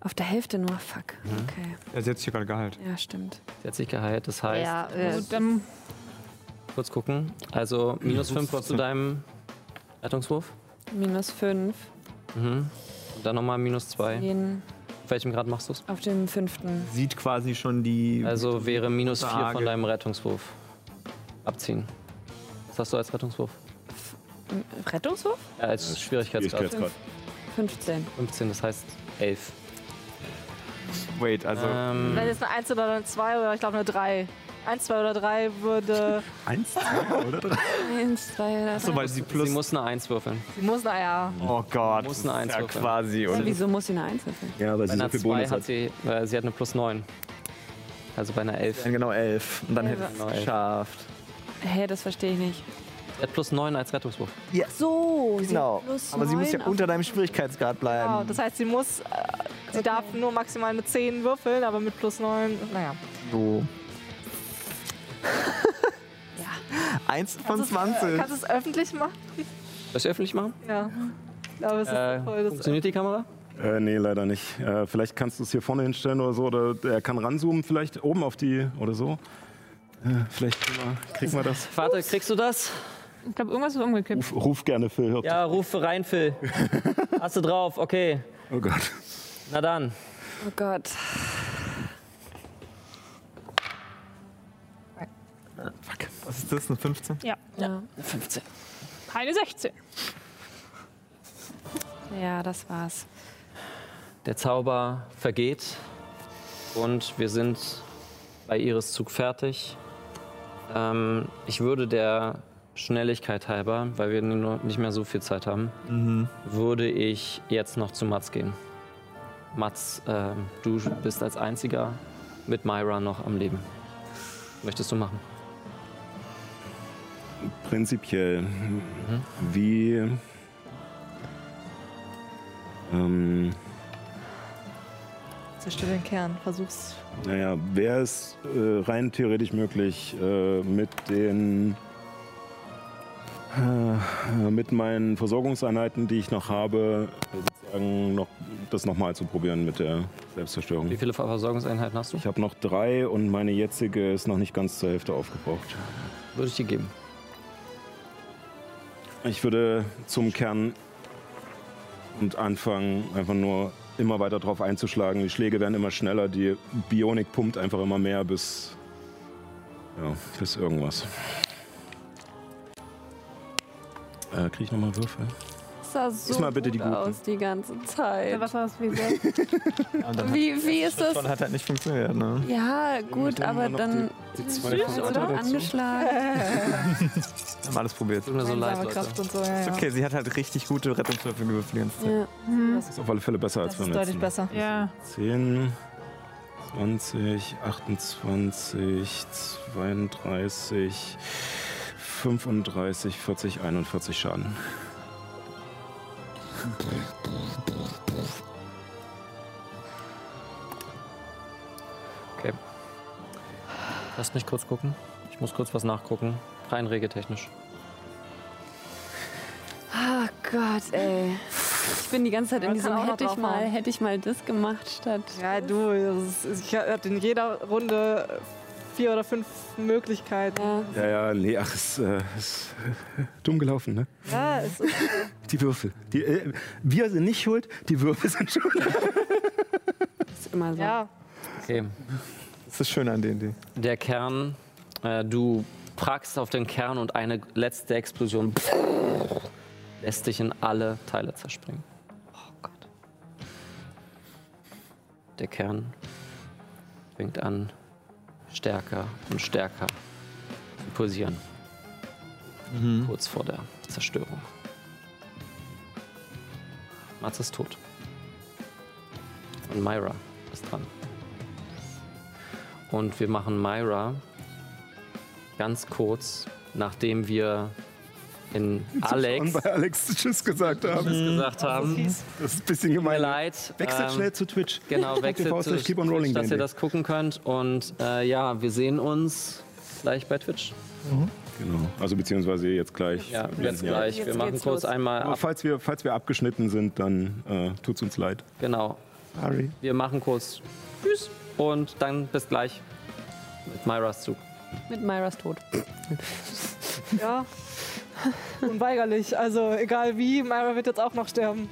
Auf der Hälfte nur, fuck.
Mhm.
Okay,
Er setzt sich Also gerade Gehalt.
ja, stimmt.
Sie hat sich geheilt. Das heißt,
ja, äh,
Gut, Also dann
kurz gucken. Also minus 5 zu deinem Rettungswurf.
Minus 5,
Und dann nochmal minus 2. Auf welchem Grad machst du es?
auf dem fünften.
Sieht quasi schon die.
Also wäre minus 4 von
Tage.
deinem Rettungswurf. Abziehen. Was hast du als Rettungswurf?
Rettungswurf?
Äh, als Schwierigkeitsgrad.
Schwierigkeitsgrad.
15.
15, das heißt 11.
Wait, also.
Ähm,
wenn jetzt eine 1 oder eine 2 oder ich glaube eine 3. 1, 2 oder 3 würde.
Eins, zwei oder drei?
Eins, zwei, drei.
Achso, weil sie plus.
sie muss eine 1 würfeln.
Sie muss, naja.
oh Gott.
muss
das
eine Eins
ist ja
würfeln.
quasi. Und
Wieso muss sie eine Eins öffnen?
Ja, weil
Bei
sie so
einer
viel
2
Bonus
hat
hat.
sie, äh, sie hat eine plus 9. Also bei einer 11.
dann genau 11. Und dann hätte
Genau
es
elf.
geschafft.
Hä, das verstehe ich nicht.
Sie hat plus 9 als Rettungswurf.
Oh,
So,
Genau.
plus
Aber sie muss ja
neun auf-
unter deinem Schwierigkeitsgrad bleiben.
Mhm.
Genau, das heißt, sie muss. Äh, sie darf nur maximal eine 10 würfeln, aber mit plus 9. Naja.
so. Eins von
Äh.
20.
Kannst du es öffentlich machen?
Soll ich öffentlich machen?
Ja. Aber es ist
Äh,
voll das
funktioniert die Kamera?
Äh, nee, leider nicht. Äh, vielleicht kannst du es hier vorne hinstellen oder so. Oder er kann ranzoomen, vielleicht oben auf die oder so. Äh, vielleicht kriegen wir- kriegen wir das.
Vater, kriegst du das?
ich glaube, irgendwas ist umgekippt.
Ruf, ruf gerne Phil Hirt.
Ja, ruf rein, Phil. Hast du drauf, okay.
Oh Gott.
Na dann.
Oh Gott.
Was ist das? Eine 15?
Ja.
Ja.
Keine 16.
ja, das war's.
Der Zauber vergeht und wir sind bei Iris Zug fertig. Ähm, ich würde der Schnelligkeit halber, weil wir nur- nicht mehr so viel Zeit haben, würde ich jetzt noch zu Mats gehen. Mats, ähm, du bist als einziger mit Myra noch am Leben. Möchtest du machen?
Prinzipiell, wie. Ähm,
Zerstör den Kern, versuch's.
naja, wäre es äh, rein theoretisch möglich, äh, mit den. Äh, mit meinen Versorgungseinheiten, die ich noch habe, sozusagen noch, das nochmal zu probieren mit der Selbstzerstörung.
Wie viele Versorgungseinheiten hast du?
Ich habe noch drei und meine jetzige ist noch nicht ganz zur Hälfte aufgebraucht.
Würde ich dir geben.
Ich würde zum Kern und anfangen, einfach nur immer weiter drauf einzuschlagen. Die Schläge werden immer schneller, die Bionik pumpt einfach immer mehr bis. Ja, bis irgendwas. Äh, Kriege ich nochmal Würfel?
Das sah so
Diesmal bitte die
gut
guten.
aus die ganze
Ja,
Zeit.
was war das? Wie sehr?
Wie, wie ist das?
Schon hat halt nicht funktioniert, ne?
Ja, gut,
Dann
aber
noch
dann
Die, die zwei
Süß,
Konter
oder?
dazu.
angeschlagen.
Wir haben alles probiert.
Tut mir so leid,
Einsame
Leute.
Kraft und so, ja, ja.
Okay, sie hat halt richtig gute Rettungswürfe gewürfelt die ganze Zeit.
Ja.
Ist auf alle Fälle besser als
Das
beim
ist deutlich
letzten. Mal.
besser.
ja.
10, 20, 28, 32, 35, 40, 41 Schaden.
Lass mich kurz gucken. Ich muss kurz was nachgucken. Rein regeltechnisch.
Oh Gott, ey. Ich bin die ganze Zeit in
Man kann
diesem
auch noch
hätte ich
draufhauen.
mal, hätte ich ich mal das gemacht statt.
Ja, du, das ist, ich habe in jeder Runde vier oder fünf Möglichkeiten. Ja,
Ja, ja, nee, ach, ist, äh, ist dumm gelaufen, ne?
es ist,
Die Würfel. Die, äh, wir sind nicht schuld, die Würfel sind schuld.
Ist immer so.
ja.
Okay.
Das ist schön an D&D.
Der Kern, äh, du prackst auf den Kern und eine letzte Explosion lässt dich in alle Teile zerspringen. Oh Gott. Der Kern fängt an, stärker und stärker zu pulsieren. Kurz vor der Zerstörung. Mats ist tot. Und Myra ist dran. Und wir machen Myra ganz kurz, nachdem wir in Alex
Und bei Alex Tschüss gesagt haben.
das gesagt haben.
Das ist ein bisschen
Tut mir
gemein.
leid.
Wechselt
ähm,
schnell zu Twitch.
Genau, wechselt
TV
zu
slash keep on rolling
Twitch, dass ihr
D&D.
das gucken könnt. Und äh, ja, wir sehen uns gleich bei Twitch.
Genau. Also beziehungsweise jetzt gleich.
Ja,
Wir
jetzt
sind ja-
gleich. wir machen kurz einmal
Aber
ab.
falls wir, falls wir abgeschnitten sind, dann äh, tut's uns leid.
Genau.
Sorry.
Wir machen kurz Tschüss und dann bis gleich mit Myras Zug.
Mit Myras Tod.
Ja. Unweigerlich. Also egal wie, Myra wird jetzt auch noch sterben.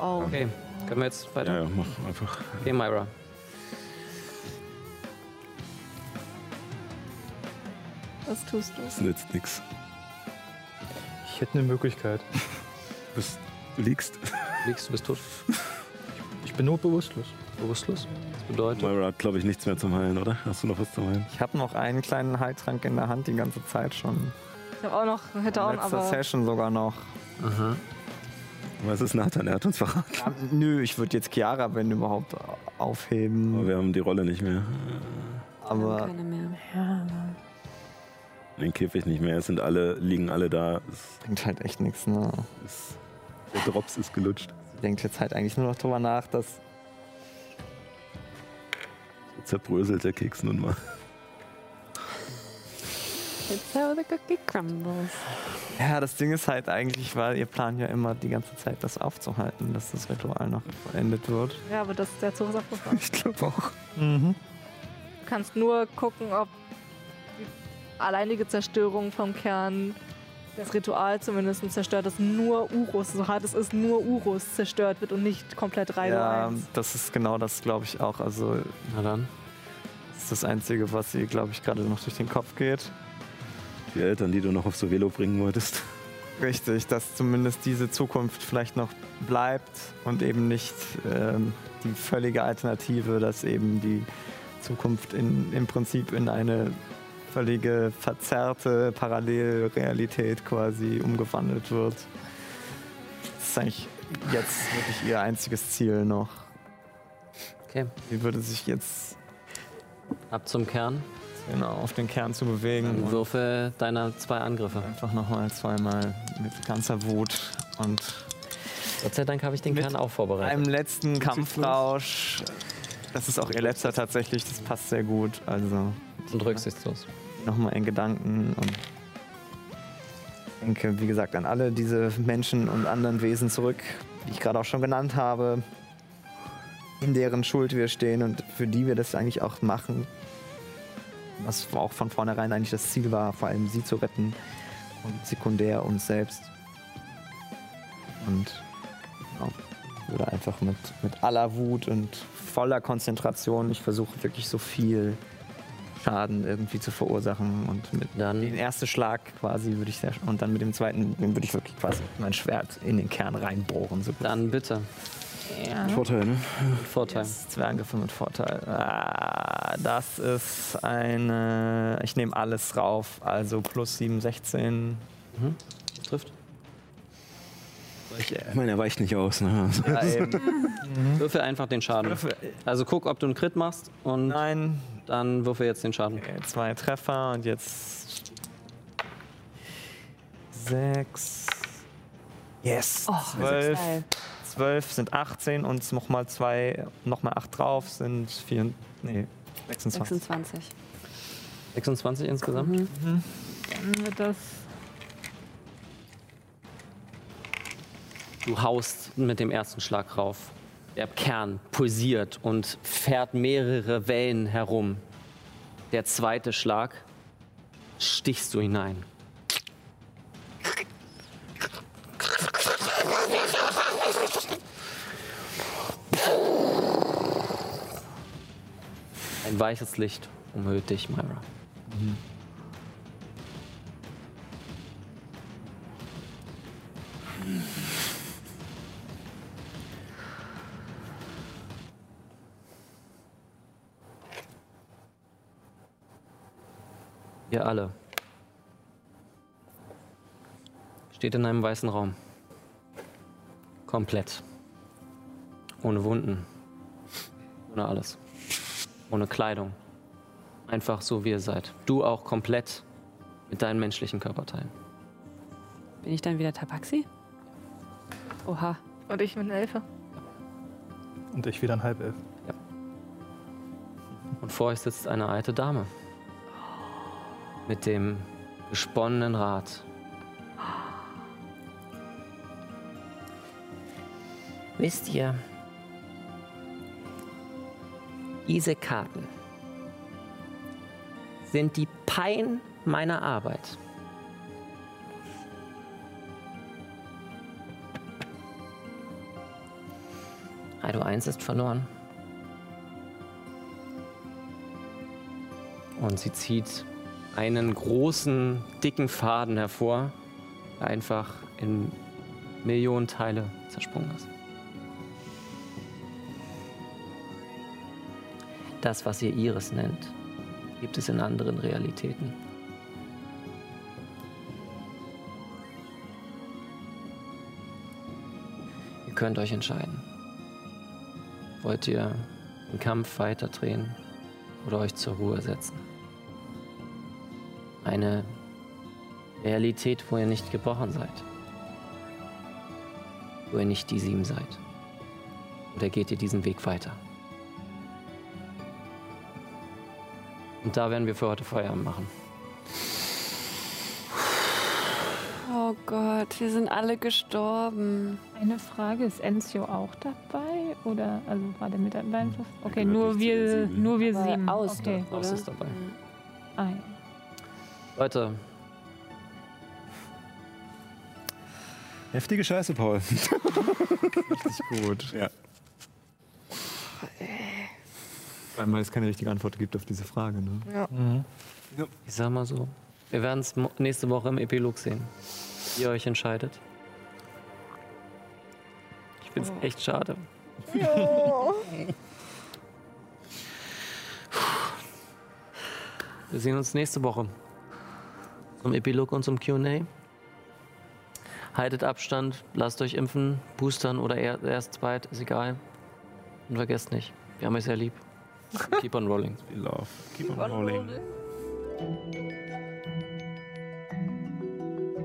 Oh.
Okay, können wir jetzt weiter?
Ja, ja, mach einfach.
Okay, Myra.
Was tust du?
Das nützt nix.
Ich hätte eine Möglichkeit.
Bist- Du liegst.
Liegst du bist tot?
Ich bin nur bewusstlos.
Bewusstlos? Das bedeutet.
Myra hat, glaube ich, nichts mehr zum Heilen, oder? Hast du noch was zum Heilen?
Ich habe noch einen kleinen Heiltrank in der Hand die ganze Zeit schon.
Ich habe auch noch hätte auch,
In letzter
aber
Session sogar noch.
Was ist Nathan? Er hat uns verraten.
Ja, nö, ich würde jetzt Chiara, wenn überhaupt,
Aber
aufheben.
wir haben die Rolle nicht mehr.
Aber
Keine mehr.
Den Käfig nicht mehr. Es sind alle, liegen alle da. Es
bringt halt echt nichts. Ne?
ist, der Drops ist gelutscht.
Sie denkt jetzt halt eigentlich nur noch drüber nach, dass
So zerbröselt der Keks nun mal.
It's how the cookie crumbles.
Ja, das Ding ist halt eigentlich, weil ihr Plan ja immer die ganze Zeit das aufzuhalten, dass das Ritual noch vollendet wird.
ja, aber das der Zug ist abgefahren.
Ich glaube auch.
Mhm.
Du kannst nur gucken, ob die alleinige Zerstörung vom Kern das Ritual zumindest zerstört, dass nur Urus, so hart es ist, nur Urus zerstört wird und nicht komplett rein.
Ja, das ist genau das, glaube ich, auch. Also
Na dann.
das ist das Einzige, was ihr, glaube ich, gerade noch durch den Kopf geht.
Die Eltern, die du noch aufs Velo bringen wolltest.
Richtig, dass zumindest diese Zukunft vielleicht noch bleibt und eben nicht ähm, die völlige Alternative, dass eben die Zukunft in, im Prinzip in eine völlige verzerrte Parallelrealität quasi umgewandelt wird. Das ist eigentlich jetzt wirklich ihr einziges Ziel noch.
Okay,
Sie würde sich jetzt
ab zum Kern.
genau auf den Kern zu bewegen
Dann
und
würfel deine zwei Angriffe.
einfach nochmal zweimal mit ganzer Wut und
Gott sei Dank habe ich den
Mit
Kern auch vorbereitet.
einem letzten Kampfrausch. Das ist auch ihr letzter tatsächlich, das passt sehr gut. Also
Und rücksichtslos.
nochmal in Gedanken und denke, wie gesagt, an alle diese Menschen und anderen Wesen zurück, die ich gerade auch schon genannt habe, in deren Schuld wir stehen und für die wir das eigentlich auch machen. Was auch von vornherein eigentlich das Ziel war, vor allem sie zu retten und sekundär uns selbst. Und ja, würde einfach mit, mit aller Wut und voller Konzentration, ich versuche wirklich so viel Schaden irgendwie zu verursachen und mit den
Dann
ersten Schlag quasi würde ich sehr, und dann mit dem zweiten den würde ich wirklich quasi mein Schwert in den Kern reinbohren. So gut.
Dann bitte.
Vorteil, ne?
Mit Vorteil.
Zwei Angriffe mit Vorteil. Ah, das ist eine. Ich nehme alles rauf. Also plus 7, 16.
Trifft.
Ich meine, er weicht nicht aus, ne?
Ja, eben.
Würfel einfach den Schaden. Also guck, ob du einen Crit machst und
Nein.
dann würfel jetzt den Schaden.
Okay, zwei Treffer und jetzt. Sechs. Yes. zwölf.
Geil.
12 sind 18 und nochmal zwei, nochmal 8 drauf sind vier, nee, 26.
26.
26 insgesamt.
Dann wird das
Du haust mit dem ersten Schlag rauf Der Kern pulsiert und fährt mehrere Wellen herum. Der zweite Schlag stichst du hinein. Ein weiches Licht umhüllt dich, Myra. Ihr alle steht in einem weißen Raum. Komplett. Ohne Wunden. Ohne alles. Ohne Kleidung. Einfach so, wie ihr seid. Du auch komplett mit deinen menschlichen Körperteilen.
Bin ich dann wieder Tabaxi? Oha.
Und ich mit einer Elfe.
Und ich wieder ein Halbelf.
Und vor euch sitzt eine alte Dame. Mit dem gesponnenen Rad.
Wisst ihr,
Diese Karten sind die Pein meiner Arbeit.
Raido 1 ist verloren.
Und sie zieht einen großen, dicken Faden hervor, der einfach in Millionen Teile zersprungen ist.
Das, was ihr Iris nennt, gibt es in anderen Realitäten.
Ihr könnt euch entscheiden. Wollt ihr den Kampf weiterdrehen oder euch zur Ruhe setzen? Eine Realität, wo ihr nicht gebrochen seid. Wo ihr nicht die Sieben seid. Oder geht ihr diesen Weg weiter? Und da werden wir für heute Feierabend machen.
Oh Gott, wir sind alle gestorben.
Eine Frage, ist Enzio auch dabei? Oder, also war der mit dabei? einfach? Okay,
gehört
nur
nicht zu
wir,
den sieben.
nur wir
Aber
sieben.
aus,
okay.
Klaus ist dabei.
Ah, ja.
Leute,
Heftige Scheiße, Paul.
Gut.
Ja.
Weil es keine richtige Antwort gibt auf diese Frage. Ne?
ich sag mal so, wir werden es nächste Woche im Epilog sehen, wie ihr euch entscheidet. Ich find's echt schade. Wir sehen uns nächste Woche zum Epilog und zum Q&A. Haltet Abstand, lasst euch impfen, boostern oder er- erst zweit, ist egal. Und vergesst nicht, wir haben euch sehr lieb. Keep on rolling.
We love. Keep on rolling.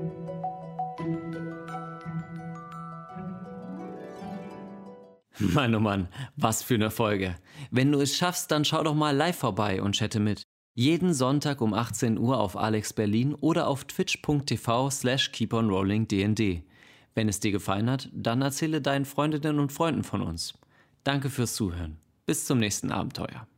Mann, oh Mann, was für eine Folge. Wenn du es schaffst, dann schau doch mal live vorbei und chatte mit. Jeden Sonntag um 18 Uhr auf Alex Berlin oder auf twitch.tv slash keeponrollingdnd. Wenn es dir gefallen hat, dann erzähle deinen Freundinnen und Freunden von uns. Danke fürs Zuhören. Bis zum nächsten Abenteuer.